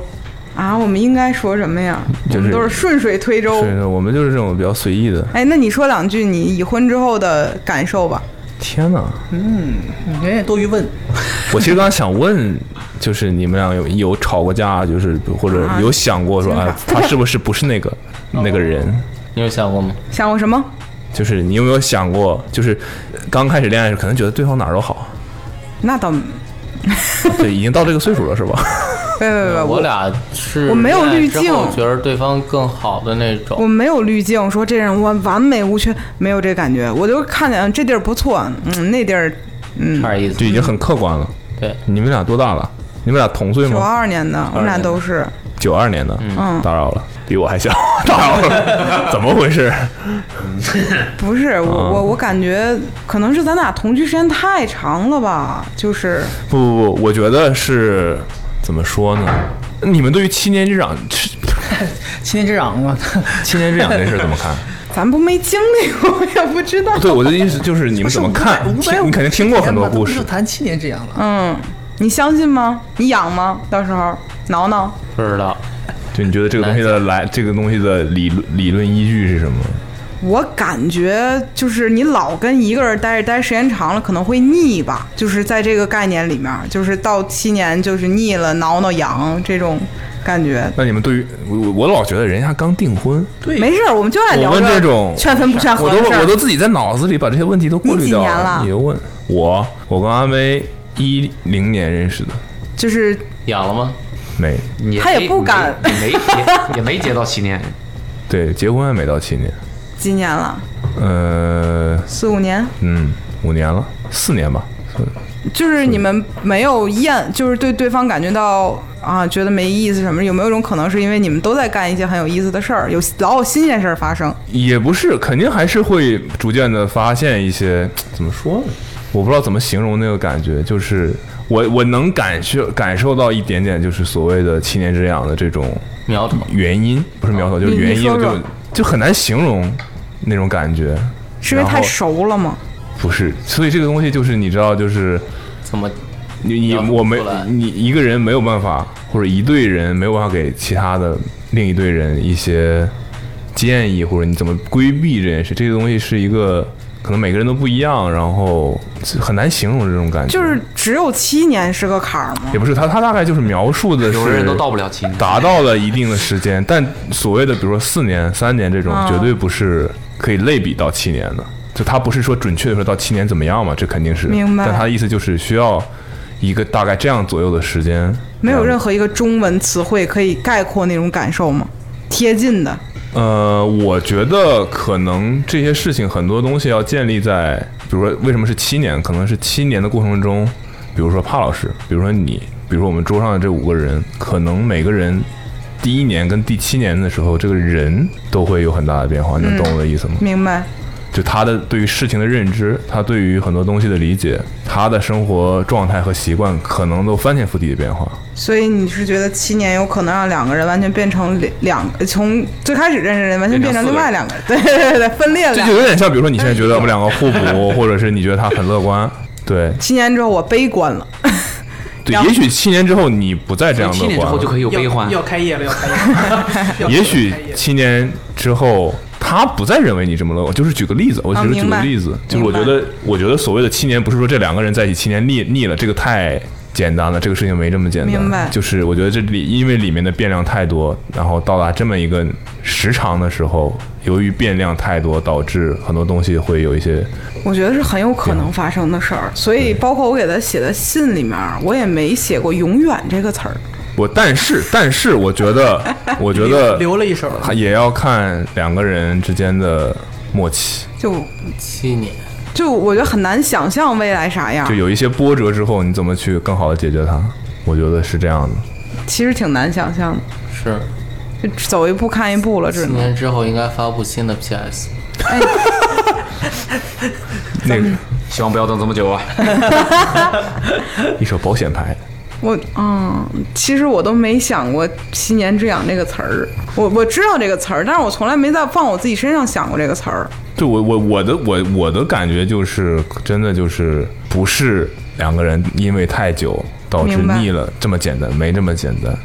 啊，我们应该说什么呀？就是我们都是顺水推舟。是的，我们就是这种比较随意的。哎，那你说两句你已婚之后的感受吧。天哪！你人也多余问，我其实刚才想问，就是你们俩有有吵过架，就是或者有想过说，哎，他是不是不是那个那个人？你有想过吗？想过什么？就是你有没有想过，就是刚开始恋爱时可能觉得对方哪儿都好，那倒没对，已经到这个岁数了是吧？ 别别别，啊我俩是我没有滤镜恋爱之后觉得对方更好的那我种。没有滤镜，说这人完完美无缺，没有这感觉。我就看见这地儿不错，嗯，那地儿嗯差点意思就，已经很客观了。对，你们俩多大了？你们俩同岁九吗？二年的，我们俩都是。九二年的，嗯打扰了，比我还小， 打扰了， 怎么回事？不是我我我感觉可能是咱俩同居时间太长了吧，就是不不不，我觉得是怎么说呢？你们对于七年之痒、七七年之 痒嘛，七年之痒这事儿怎么看？咱不没经历过， 也不知道。 对，我的意思就是你们怎么看？五百听你肯定听过很多 故事就，谈七年之痒了。嗯，你相信吗？你养吗？到时候挠挠。不知道。就你觉得这个东西的来，这个东西的理论理论依据是什么？我感觉就是你老跟一个人待着，待时间长了可能会腻吧，就是在这个概念里面，就是到七年就是腻了，挠挠痒这种感觉。那你们对于我我我老觉得人家刚订婚，没事儿，我们就爱聊我问这种劝分不劝和我的都事儿我都自己在脑子里把这些问题都过滤掉你几年了你就问我，我跟阿威一零年认识的，就是养了吗？没你他也不敢也没也也没结到七年，对，结婚还没到七年，几年了，呃，四五年，嗯，五年了，四年吧，就是你们没有厌，就是对对方感觉到啊，觉得没意思什么？有没有一种可能是因为你们都在干一些很有意思的事儿，有老有新鲜事儿发生？也不是，肯定还是会逐渐的发现一些怎么说呢？我不知道怎么形容那个感觉，就是我我能感受感受到一点点，就是所谓的七年之痒的这种苗头。原因，不是苗头，就是你原你因，说就说就很难形容那种感觉。是因为然太后熟了吗？不是，所以这个东西就是你知道，就是怎么你你聊不我没出来你一个人没有办法，或者一队人没有办法给其他的另一队人一些建议，或者你怎么规避这件事，这个东西是一个可能每个人都不一样，然后很难形容这种感觉。就是只有七年是个坎儿吗？也不是他，他大概就是描述的有的是人都到不了七年达到了一定的时间，但所谓的比如说四年、三年这种，啊绝对不是可以类比到七年的。就他不是说准确的说到七年怎么样嘛，这肯定是。明白但他的意思就是需要一个大概这样左右的时间。没有这样任何一个中文词汇可以概括那种感受吗？贴近的，呃，我觉得可能这些事情很多东西要建立在，比如说为什么是七年，可能是七年的过程中，比如说帕老师，比如说你，比如说我们桌上的这五个人，可能每个人第一年跟第七年的时候，这个人都会有很大的变化，你能懂我的意思吗？明白？就他的对于事情的认知，他对于很多东西的理解，他的生活状态和习惯，可能都翻天覆地的变化。所以你是觉得七年有可能让两个人完全变成两两，从最开始认识的人完全变成另外两个人，对对对对，啊分裂了这两就个。有点像，比如说你现在觉得我们两个互补，或者是你觉得他很乐观，对，七年之后我悲观了，对然，后也许七年之后你不再这样乐七观，年之后就可以有悲要欢，要开业了，要 开业了。要开业了也许七年之后他不再认为你这么乐观。就是举个例子，我只是举哦明个白例子，就是我觉得，我觉得所谓的七年，不是说这两个人在一起七年腻腻了，这个太。简单了，这个事情没这么简单。明白就是我觉得这里因为里面的变量太多，然后到达这么一个时长的时候，由于变量太多，导致很多东西会有一些我觉得是很有可能发生的事儿。所以包括我给他写的信里面，我也没写过“永远”这个词儿。我但是但是我觉得我 觉得留了一手，还也要看两个人之间的默契，就七年？就我觉得很难想象未来啥样就，有一些波折之后，你怎么去更好的解决它？我觉得是这样的。其实挺难想象的，是就走一步看一步了，只七能。年之后应该发布新的 PS。那个希望不要等这么久啊。 一手保险牌，我嗯，其实我都没想过“七年之痒”这个词儿，我我知道这个词儿，但是我从来没在放我自己身上想过这个词儿。对我我我的我我的感觉就是，真的就是不是两个人因为太久导致明白腻了这么简单，没这么简单。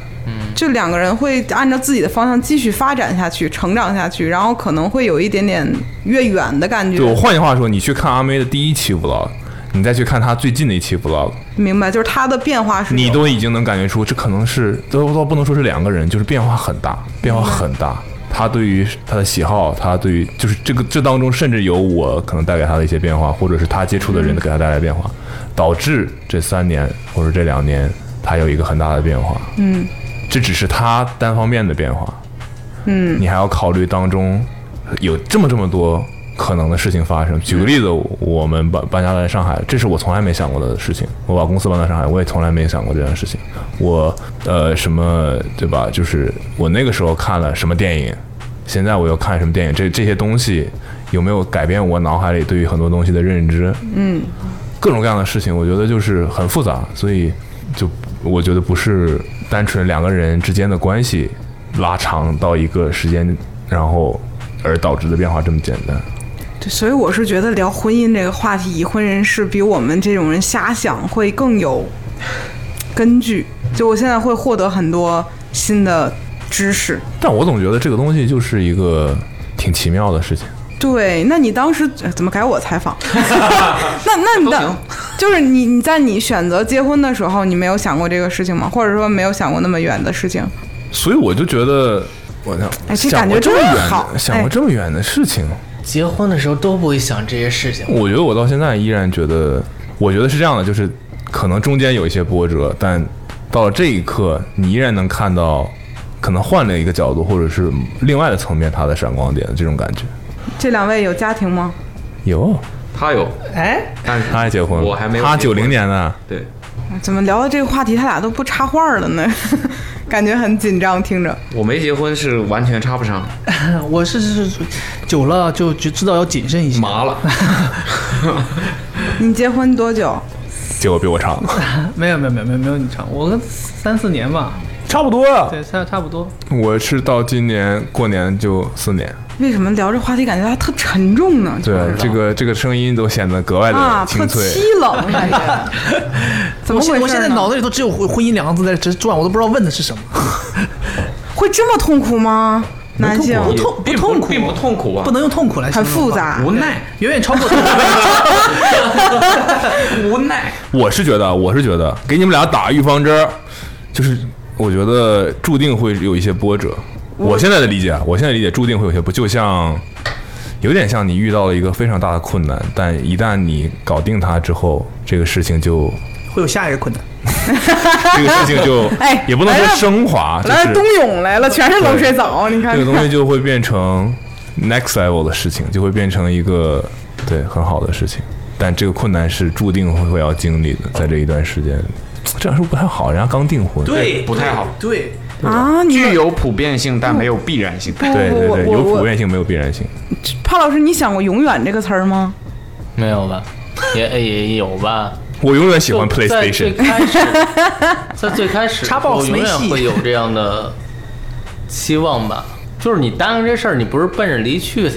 就两个人会按照自己的方向继续发展下去、成长下去，然后可能会有一点点越远的感觉对。我换句话说，你去看阿妹的第一期 vlog，你再去看她最近的一期 vlog，明白，就是他的变化是你有都已经能感觉出，这可能是都都不能说是两个人，就是变化很大，变化很大。他对于他的喜好，他对于就是这个这当中，甚至有我可能带给他的一些变化，或者是他接触的人给他带来的变化，导致这三年或者这两年他有一个很大的变化。嗯，这只是他单方面的变化。嗯，你还要考虑当中有这么这么多可能的事情发生。举个例子，我们搬搬家来上海，这是我从来没想过的事情。我把公司搬到上海，我也从来没想过这件事情。我呃什么对吧？就是我那个时候看了什么电影，现在我又看什么电影，这这些东西有没有改变我脑海里对于很多东西的认知？嗯，各种各样的事情，我觉得就是很复杂，所以就我觉得不是单纯两个人之间的关系拉长到一个时间，然后而导致的变化这么简单。对，所以我是觉得聊婚姻这个话题，已婚人士比我们这种人瞎想会更有根据。就我现在会获得很多新的知识。但我总觉得这个东西就是一个挺奇妙的事情。对，那你当时呃怎么改我采访？ 那那你的 就是你你在你选择结婚的时候，你没有想过这个事情吗？或者说没有想过那么远的事情？所以我就觉得，我哎这想感过觉这么真远好的，想过哎这么远的事情，结婚的时候都不会想这些事情。我觉得我到现在依然觉得，我觉得是这样的，就是可能中间有一些波折，但到了这一刻，你依然能看到，可能换了一个角度，或者是另外的层面，它的闪光点这种感觉。这两位有家庭吗？有，他有，哎，但是他还结婚了，我还没有他结九婚零年的，对怎么聊到这个话题，他俩都不插话了呢？ 感觉很紧张，听着。我没结婚是完全插不上，嗯我是是是久了就就知道要谨慎一些。麻了。你结婚多久？结果比我长， 没有没有没有没有没有你长，我个三四年吧，差不多啊。对，差差不多。我是到今年过年就四年，为什么聊这话题感觉还特沉重呢？对啊这个这个声音都显得格外啊，的特清脆。凄 冷感觉。怎么我回事现呢？我现在脑子里都只有婚婚姻两个字在这转，我都不知道问的是什么。会这么痛苦吗？男性不痛不并痛苦，并不痛苦啊不能用痛苦来形啊很容吧复，杂无，奈，远远超过。无奈。我是觉得，我是觉得给你们俩打预防针儿，就是我觉得注定会有一些波折。我现在的理解啊，我现在理解注定会有些波，就像有点像你遇到了一个非常大的困难，但一旦你搞定它之后，这个事 情就 会有下一个困难。这个事情就哎也不能说来了升华，就来了是冬泳来了，全是冷水澡，你看这个东西就会变成 next level 的事情，就会变成一个对很好的事情。但这个困难是注定会会要经历的，在这一段时间里，这样是不是不太好？人家刚订婚，对不太好对，啊，你具有普遍性，但没有必然性。不对对不对，哦我有我普我，遍性没有必然性。帕老师，你想过“永远”这个词儿吗？没有吧？也哎也有吧。我永远喜欢就在最 PlayStation，开始，在最开始，插 box 我永没远戏会有这样的期望吧。就是你答应这事儿，你不是奔着离去的呀？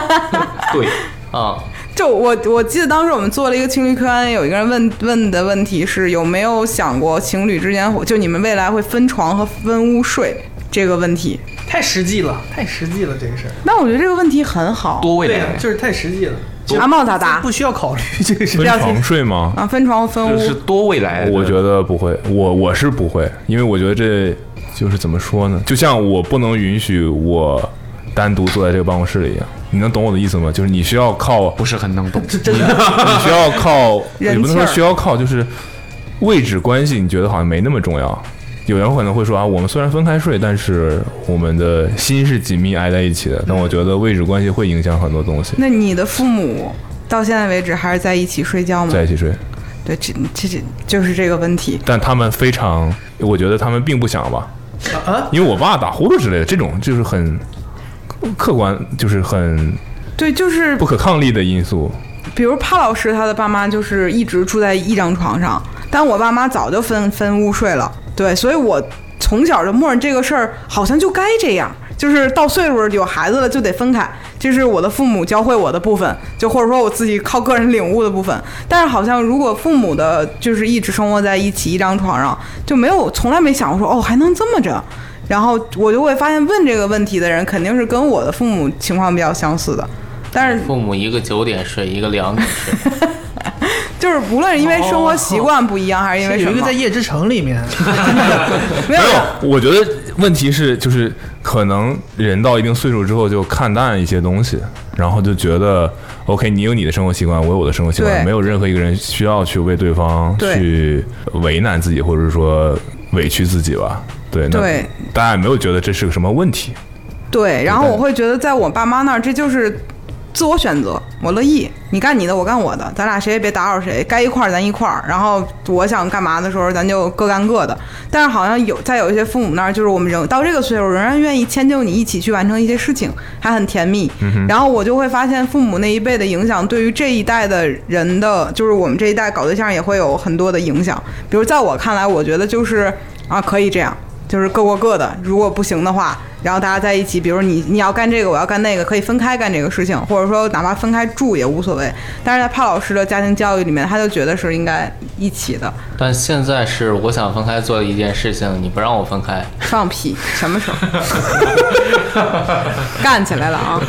对，啊，就我我记得当时我们做了一个情侣科安，有一个人问问的问题是有没有想过情侣之间就你们未来会分床和分屋睡这个问题？太实际了，太实际了这个事儿。那我觉得这个问题很好，多未对来啊，就是太实际了。阿茂咋答不需要考虑这个事分情。床睡吗？啊？分床和分就屋是多未来的。我觉得不会，我我是不会，因为我觉得这就是怎么说呢？就像我不能允许我单独坐在这个办公室里一样，你能懂我的意思吗？就是你需要靠 不是很能懂。这真的，你需要靠，人也不能气说儿需要靠，就是位置关系，你觉得好像没那么重要。有人可能会说啊，我们虽然分开睡，但是我们的心是紧密挨在一起的。但我觉得位置关系会影响很多东西。那你的父母到现在为止还是在一起睡觉吗？在一起睡，对，这这这就是这个问题。但他们非常，我觉得他们并不想吧，啊因为我爸打呼噜之类的，这种就是很客观，就是很对，就是不可抗力的因素。比如帕老师他的爸妈就是一直住在一张床上，但我爸妈早就分分屋睡了。对，所以我从小就默认这个事儿好像就该这样，就是到岁数有孩子了就得分开，这是我的父母教会我的部分，就或者说我自己靠个人领悟的部分。但是好像如果父母的就是一直生活在一起一张床上，就没有从来没想过说哦还能这么着。然后我就会发现，问这个问题的人肯定是跟我的父母情况比较相似的，但是父母一个九点睡，一个两点睡，就是无论是因为生活习惯不一样，还是因为什哦有一个么在，夜之城里面，没有没有，我觉得问题是就是可能人到一定岁数之后就看淡一些东西，然后就觉得 OK，你有你的生活习惯，我有我的生活习惯，对没有任何一个人需要去为对方对去为难自己，或者说委屈自己吧。对，那对大家也没有觉得这是个什么问题。对。然后我会觉得，在我爸妈那儿，这就是自我选择，我乐意，你干你的，我干我的，咱俩谁也别打扰谁，该一块儿咱一块儿。然后我想干嘛的时候，咱就各干各的。但是好像有在有一些父母那儿，就是我们仍到这个岁数，仍然愿意迁就你一起去完成一些事情，还很甜蜜。然后我就会发现，父母那一辈的影响对于这一代的人的，就是我们这一代搞对象也会有很多的影响。比如在我看来，我觉得就是啊，可以这样。就是各过各的，如果不行的话，然后大家在一起，比如你你要干这个，我要干那个，可以分开干这个事情，或者说哪怕分开住也无所谓。但是在帕老师的家庭教育里面，他就觉得是应该一起的。但现在是我想分开做一件事情，你不让我分开，放屁，什么时候？干起来了啊！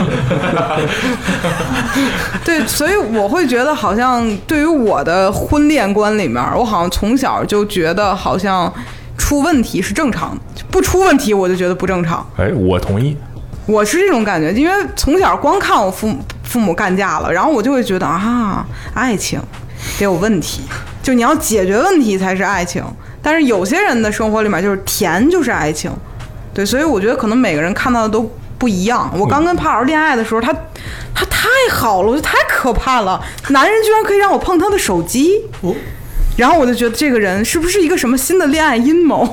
对，所以我会觉得，好像对于我的婚恋观里面，我好像从小就觉得，好像出问题是正常的，不出问题我就觉得不正常。哎，我同意。我是这种感觉，因为从小光看我父母父母干架了，然后我就会觉得啊，爱情得有问题，就你要解决问题才是爱情。但是有些人的生活里面就是甜就是爱情，对，所以我觉得可能每个人看到的都不一样。我刚跟帕老师恋爱的时候，他他太好了，我觉得太可怕了，男人居然可以让我碰他的手机，我然后我就觉得这个人是不是一个什么新的恋爱阴 谋？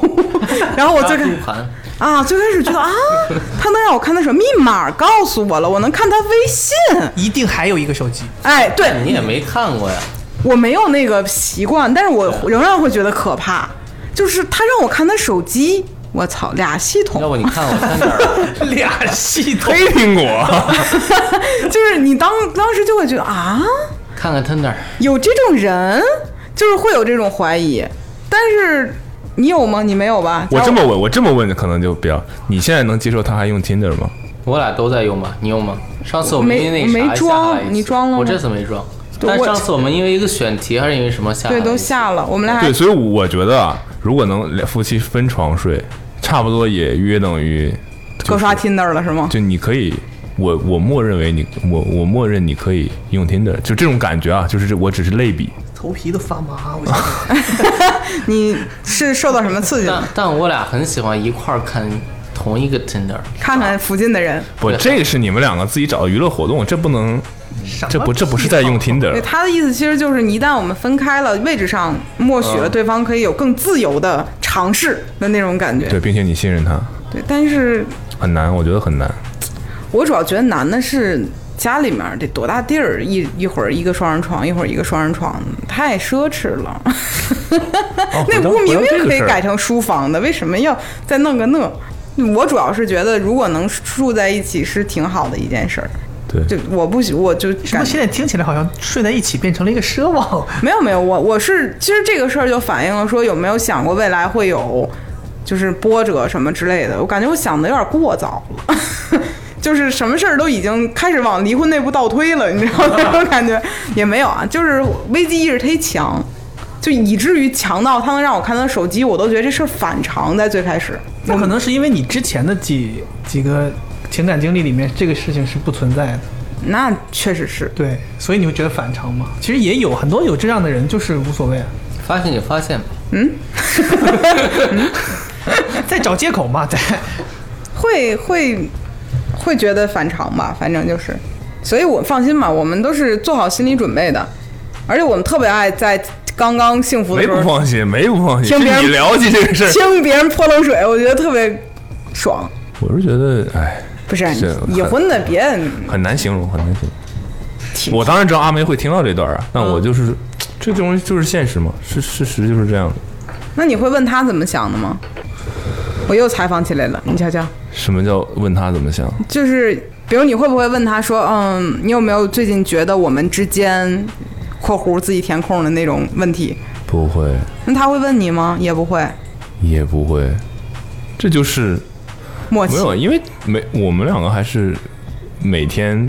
然后我最开大盘啊，最开始觉得啊，他能让我看他什么密码告诉我了，我能看他微信。一定还有一个手 机。哎，对你也没看过呀，我没有那个习惯，但是我仍然会觉得可怕。就是他让我看他手机，我操，俩系统。要不你看我看点儿俩系统，黑苹果， 就是你当当时就会觉得啊，看看他那儿，有这种人，就是会有这种怀疑。但是你有吗？你没有吧？我假这如么问，我这么问可能就比较，你现在能接受他还用 Tinder 吗？我俩都在用吧？你用吗？上次我们没因为那个啥没下装来一次你装了吗我这次没装。对但我上次我们因为一个选题还是因为什么下来对，一都次下了，我们俩还对，所以我觉得啊，如果能两夫妻分床睡，差不多也约等于各刷 Tinder 了是吗？就你可以，我我默认为你，我我默认你可以用 Tinder，就这种感觉啊，就是这我只是类比， 头皮都发 麻。我现在你是受到什么刺激嗯但了？但我俩很喜欢一块儿看同一个 Tinder，看看附近的人，不，对这是你们两个自己找的娱乐活动，这不能，什么这不这不是在用屁 Tinder 对。他的意思其实就是，你一旦我们分开了，位置上默许嗯了对方可以有更自由的尝试的那种感觉。对，并且你信任他对，但是很难，我觉得很难。我主要觉得难的是家里面得多大地儿，一一会儿一个双人床，一会儿一个双人床，太奢侈了。哦 那回到屋明回到明这个可以事儿改成书房的，为什么要再弄个那？我主要是觉得，如果能住在一起是挺好的一件事儿。对，就我不喜，我就怎感么现在听起来好像睡在一起变成了一个奢 望？没有没有，我我是其实这个事儿就反映了说有没有想过未来会有就是波折什么之类的，我感觉我想的有点过早 了。就是什么事儿都已经开始往离婚那步倒推了，你知道 那种感觉也没有啊，就是危机意识忒强，就以至于强到他能让我看他手机，我都觉得这事儿反常。在最开始，那可能是因为你之前的几几个情感经历里面，这个事情是不存在的。那确实是对，所以你会觉得反常吗？其实也有很多有这样的人，就是无所谓啊，发现就发现吧。在找借口嘛，在。 会会会觉得反常吧，反正就是，所以我放心吧，我们都是做好心理准备的，而且我们特别爱在刚刚幸福的没时不候放心，没不放心，听是别人你了解这个事儿。听别人泼冷水，我觉得特别爽。我是觉得，哎，不是是已婚的别很难形容，很难形挺嗯容。我当然知道阿梅会听到这段啊，但我就是、这东西就是现实嘛，是事实就是这样的。那你会问他怎么想的吗？我又采访起来了，你瞧瞧，什么叫问他怎么想？就是比如你会不会问他说，嗯，你有没有最近觉得我们之间（括弧自己填空的那种问题不会，）？那他会问你吗？也不会，也不会，这就是默契没。有，因为没我们两个还是每天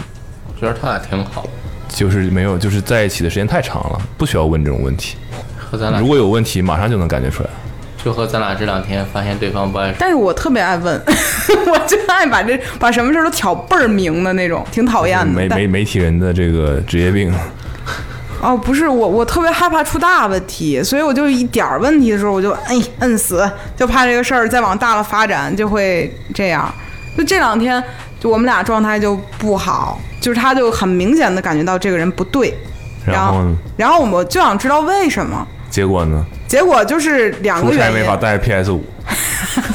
觉得他俩挺好，就是没有就是在一起的时间太长了，不需要问这种问题。和咱俩如果有问题，马上就能感觉出来。就和咱俩这两天发现对方不爱说，但是我特别爱问， 我就爱把这把什么事儿都挑倍儿明的那种，挺讨厌的。媒但媒媒体人的这个职业病，哦，不是我，我特别害怕出大问题，所以我就一点儿问题的时候，我就哎摁死，就怕这个事儿再往大了发展就会这样。就这两天，就我们俩状态就不好，就是他就很明显的感觉到这个人不对，然后呢然后我们就想知道为什么，结果呢，结果就是两出个差原没法因，带 PS 五。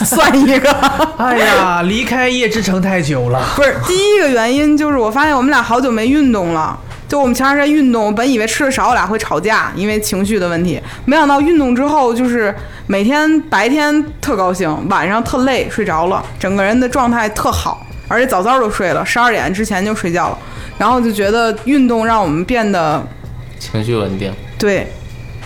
算一个。哎呀，离开叶之城太久了， 不是第一个原因就是我发现我们俩好久没运动了。就我们前段时间运动，我本以为吃的少，我俩会吵架，因为情绪的问题。没想到运动之后，就是每天白天特高兴，晚上特累，睡着了，整个人的状态特好，而且早早就睡了，十二点之前就睡觉了。然后就觉得运动让我们变得情绪稳定，对。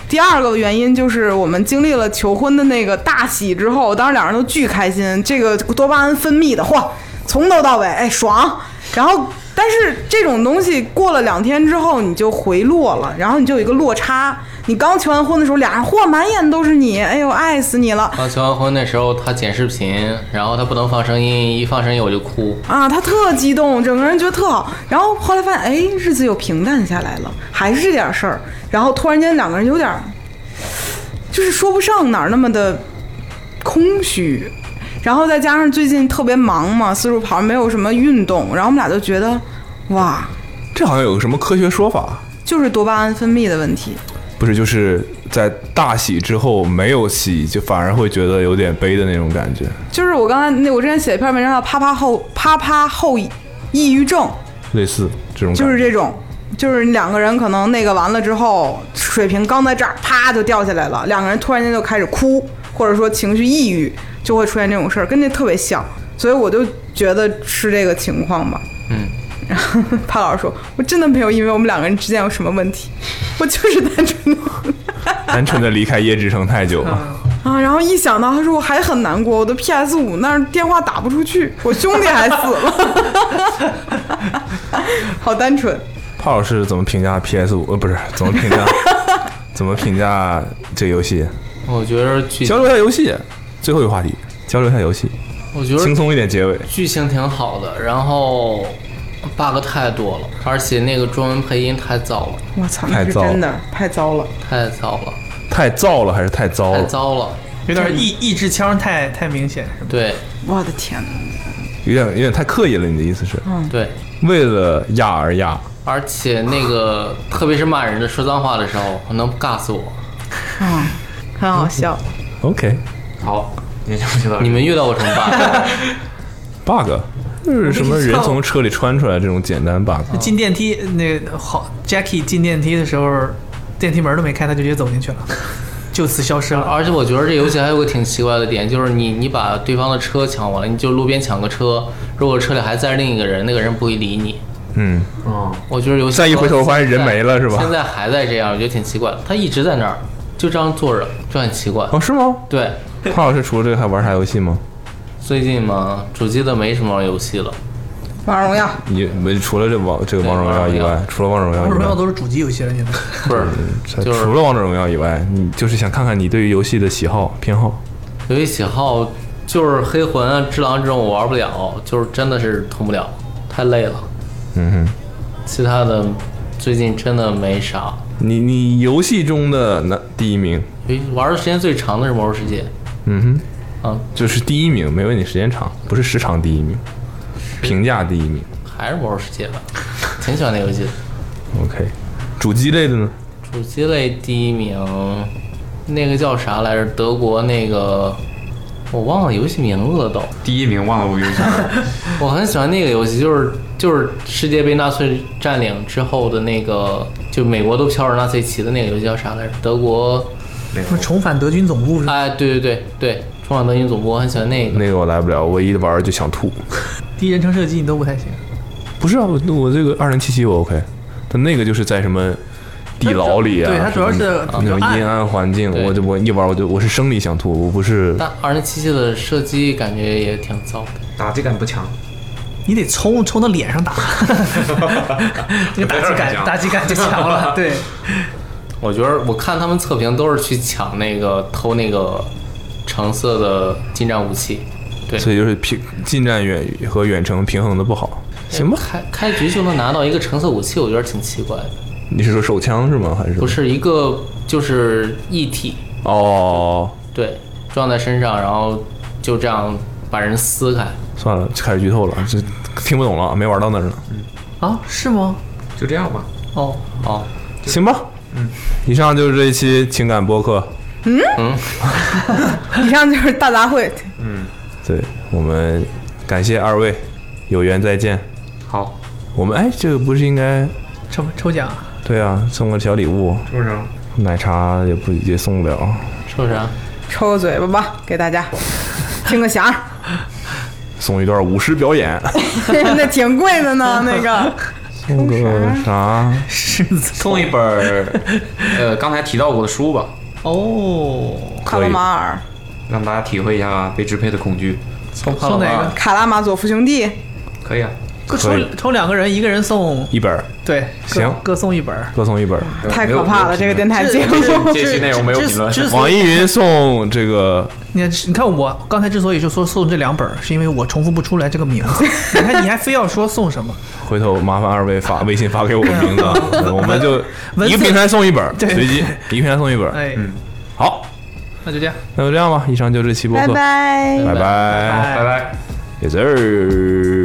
第二个原因就是我们经历了求婚的那个大喜之后，当时两人都巨开心，这个多巴胺分泌的，嚯，从头到尾，哎，爽。然后，但是这种东西过了两天之后，你就回落了，然后你就有一个落差。你刚求完婚的时候，俩人嚯，满眼都是你，哎呦，爱死你了刚求完婚那时候，他剪视频，然后他不能放声音，一放声音我就哭。啊！他特激动，整个人觉得特好。然后后来发现，哎，日子又平淡下来了，还是这点事儿。然后突然间，两个人有点儿就是说不上哪儿那么的空虚，然后再加上最近特别忙嘛，四处跑，没有什么运动，然后我们俩就觉得，哇，这好像有个什么科学说法，就是多巴胺分泌的问题。不是就是在大喜之后没有喜，就反而会觉得有点悲的那种感觉，就是我刚才那我之前写一篇文章叫《啪啪后啪啪后抑郁症》，类似这种感觉。就是这种，就是两个人可能那个完了之后，水平刚在这儿，啪就掉下来了，两个人突然间就开始哭，或者说情绪抑郁，就会出现这种事儿，跟这特别像，所以我就觉得是这个情况吧。嗯， 潘老师说，我真的没有因为我们两个人之间有什么问题， 我就是单纯的单纯的离开椰之城太久了，啊，然后一想到他说我还很难过，我的 PS 五那儿电话打不出去，我兄弟还死了， 好单纯。帕老师怎么评价 PS 五？呃，不是怎么 评价，怎么评价这游戏？我觉得剧，交流一下游戏，最后一个话题，交流一下游戏，我觉轻得松一点结尾。剧情挺好的，然后 bug 太多了，而且那个中文配音太糟了，我操，太那是糟真的太糟了。太糟了，太燥了还是太糟太了？糟了。有点意意志腔太太明显，是吧对我的天哪！有点有点太刻意了，你的意思是？嗯对，为了压而压，而且那个特别是骂人的说脏话的时候，能尬死我。很好笑。 OK 好，今天就到这 你们遇到过什么 bug？ bug 嗯就是什么我跟你人说从车里穿出来这种简单 bug，进电梯那个好，Jackie 进电梯的时候，电梯门都没开，他就直接走进去了，就此消失了。 而且我觉得这游戏还有个挺奇怪的点，就是你你把对方的车抢完了，你就路边抢个车，如果车里还载着另一个人，那个人不会理你。嗯，我觉得游戏再一回头发现人没了是吧现在还在这样，我觉得挺奇怪。他一直在那儿，就这样坐着，就很奇怪。哦是吗？对， 潘老师除了这个还玩啥游戏吗？最近嘛，主机的没什么玩游戏了。王者荣耀，你没除了这王这个对王者荣耀以王者外荣耀，除了王者荣耀王者以荣耀外，都是主机游戏了，现在。不是，嗯就是除了王者荣耀以外，你就是想看看你对于游戏的喜好偏好。 游戏喜好就是黑魂啊、只狼这种我玩不了，就是真的是通不了，太累了。嗯哼，其他的最近真的没啥。你你游戏中的那第一名，诶玩的时间最长的是《魔兽世界嗯》啊，哼，就是第一名，没问你时间长，不是时长第一名，评价第一名。还是《魔兽世界》吧，挺喜欢那游戏的。 OK，主机类的呢？主机类第一名，那个叫啥来着？德国那个，我忘了游戏名字了都。第一名忘了我名字，我很喜欢那个游戏，就是就是世界被纳粹占领之后的那个，就美国都飘着纳粹旗的那个游戏叫啥来着？德国，什么重返德军总部是吧？哎，对对对对，重返德军总部，我很喜欢那个。那个我来不了，我一玩就想吐。第一人称射击你都不太行。不是啊，我我这个二零七七我 OK，但那个就是在什么地牢里啊，对它主要是什么比较那种暗阴暗环境，对我就我一玩我就我是生理想吐，我不是但二零七七的射击感觉也挺糟的。打击感不强，你得冲冲他脸上打，这个打击感打击感就强了。对，我觉得我看他们测评都是去抢那个偷那个橙色的近战武器，对，所以就是平近战远和远程平衡的不好。行吧，开开局就能拿到一个橙色武器，我觉得挺奇怪的。你是说手枪是吗？还是不是一个就是异体，哦，对，撞在身上，然后就这样把人撕开。算了，开始剧透了，这听不懂了，没玩到那儿呢。嗯啊，是吗？就这样吧。哦，哦，行吧，嗯，以上就是这一期情感播客。以上就是大杂烩。对我们感谢二位，有缘再见。好，我们哎，这个不是应该抽抽奖啊，对啊，送个小礼物，是不是？奶茶也不也送不了，是不是啊？抽个嘴巴吧，给大家听个响儿，送一段舞狮表演，那挺贵的呢。那个送个啥？狮子送一本儿，呃，刚才提到过的书吧，哦，卡可拉以，马尔、让大家体会一下被支配的恐惧。送送哪个？卡拉马佐夫兄弟，可以啊，各可以抽抽两个人，一个人送一本儿，对，各行各送一本儿。各送一本儿。太可怕了！这个电台节目，这期内容没有评论之之之所网以易云送这个，你看，你看我刚才之所以就说送这两本儿，是因为我重复不出来这个名字。你看，你还非要说送什么？回头麻烦二位发微信发给我名字啊，我们就文字一个平台送一本儿，对随机一个平台送一本儿。哎，好，那就这样。那就这样吧，以上就这期播拜客，拜。拜拜拜拜。 ，yes sir。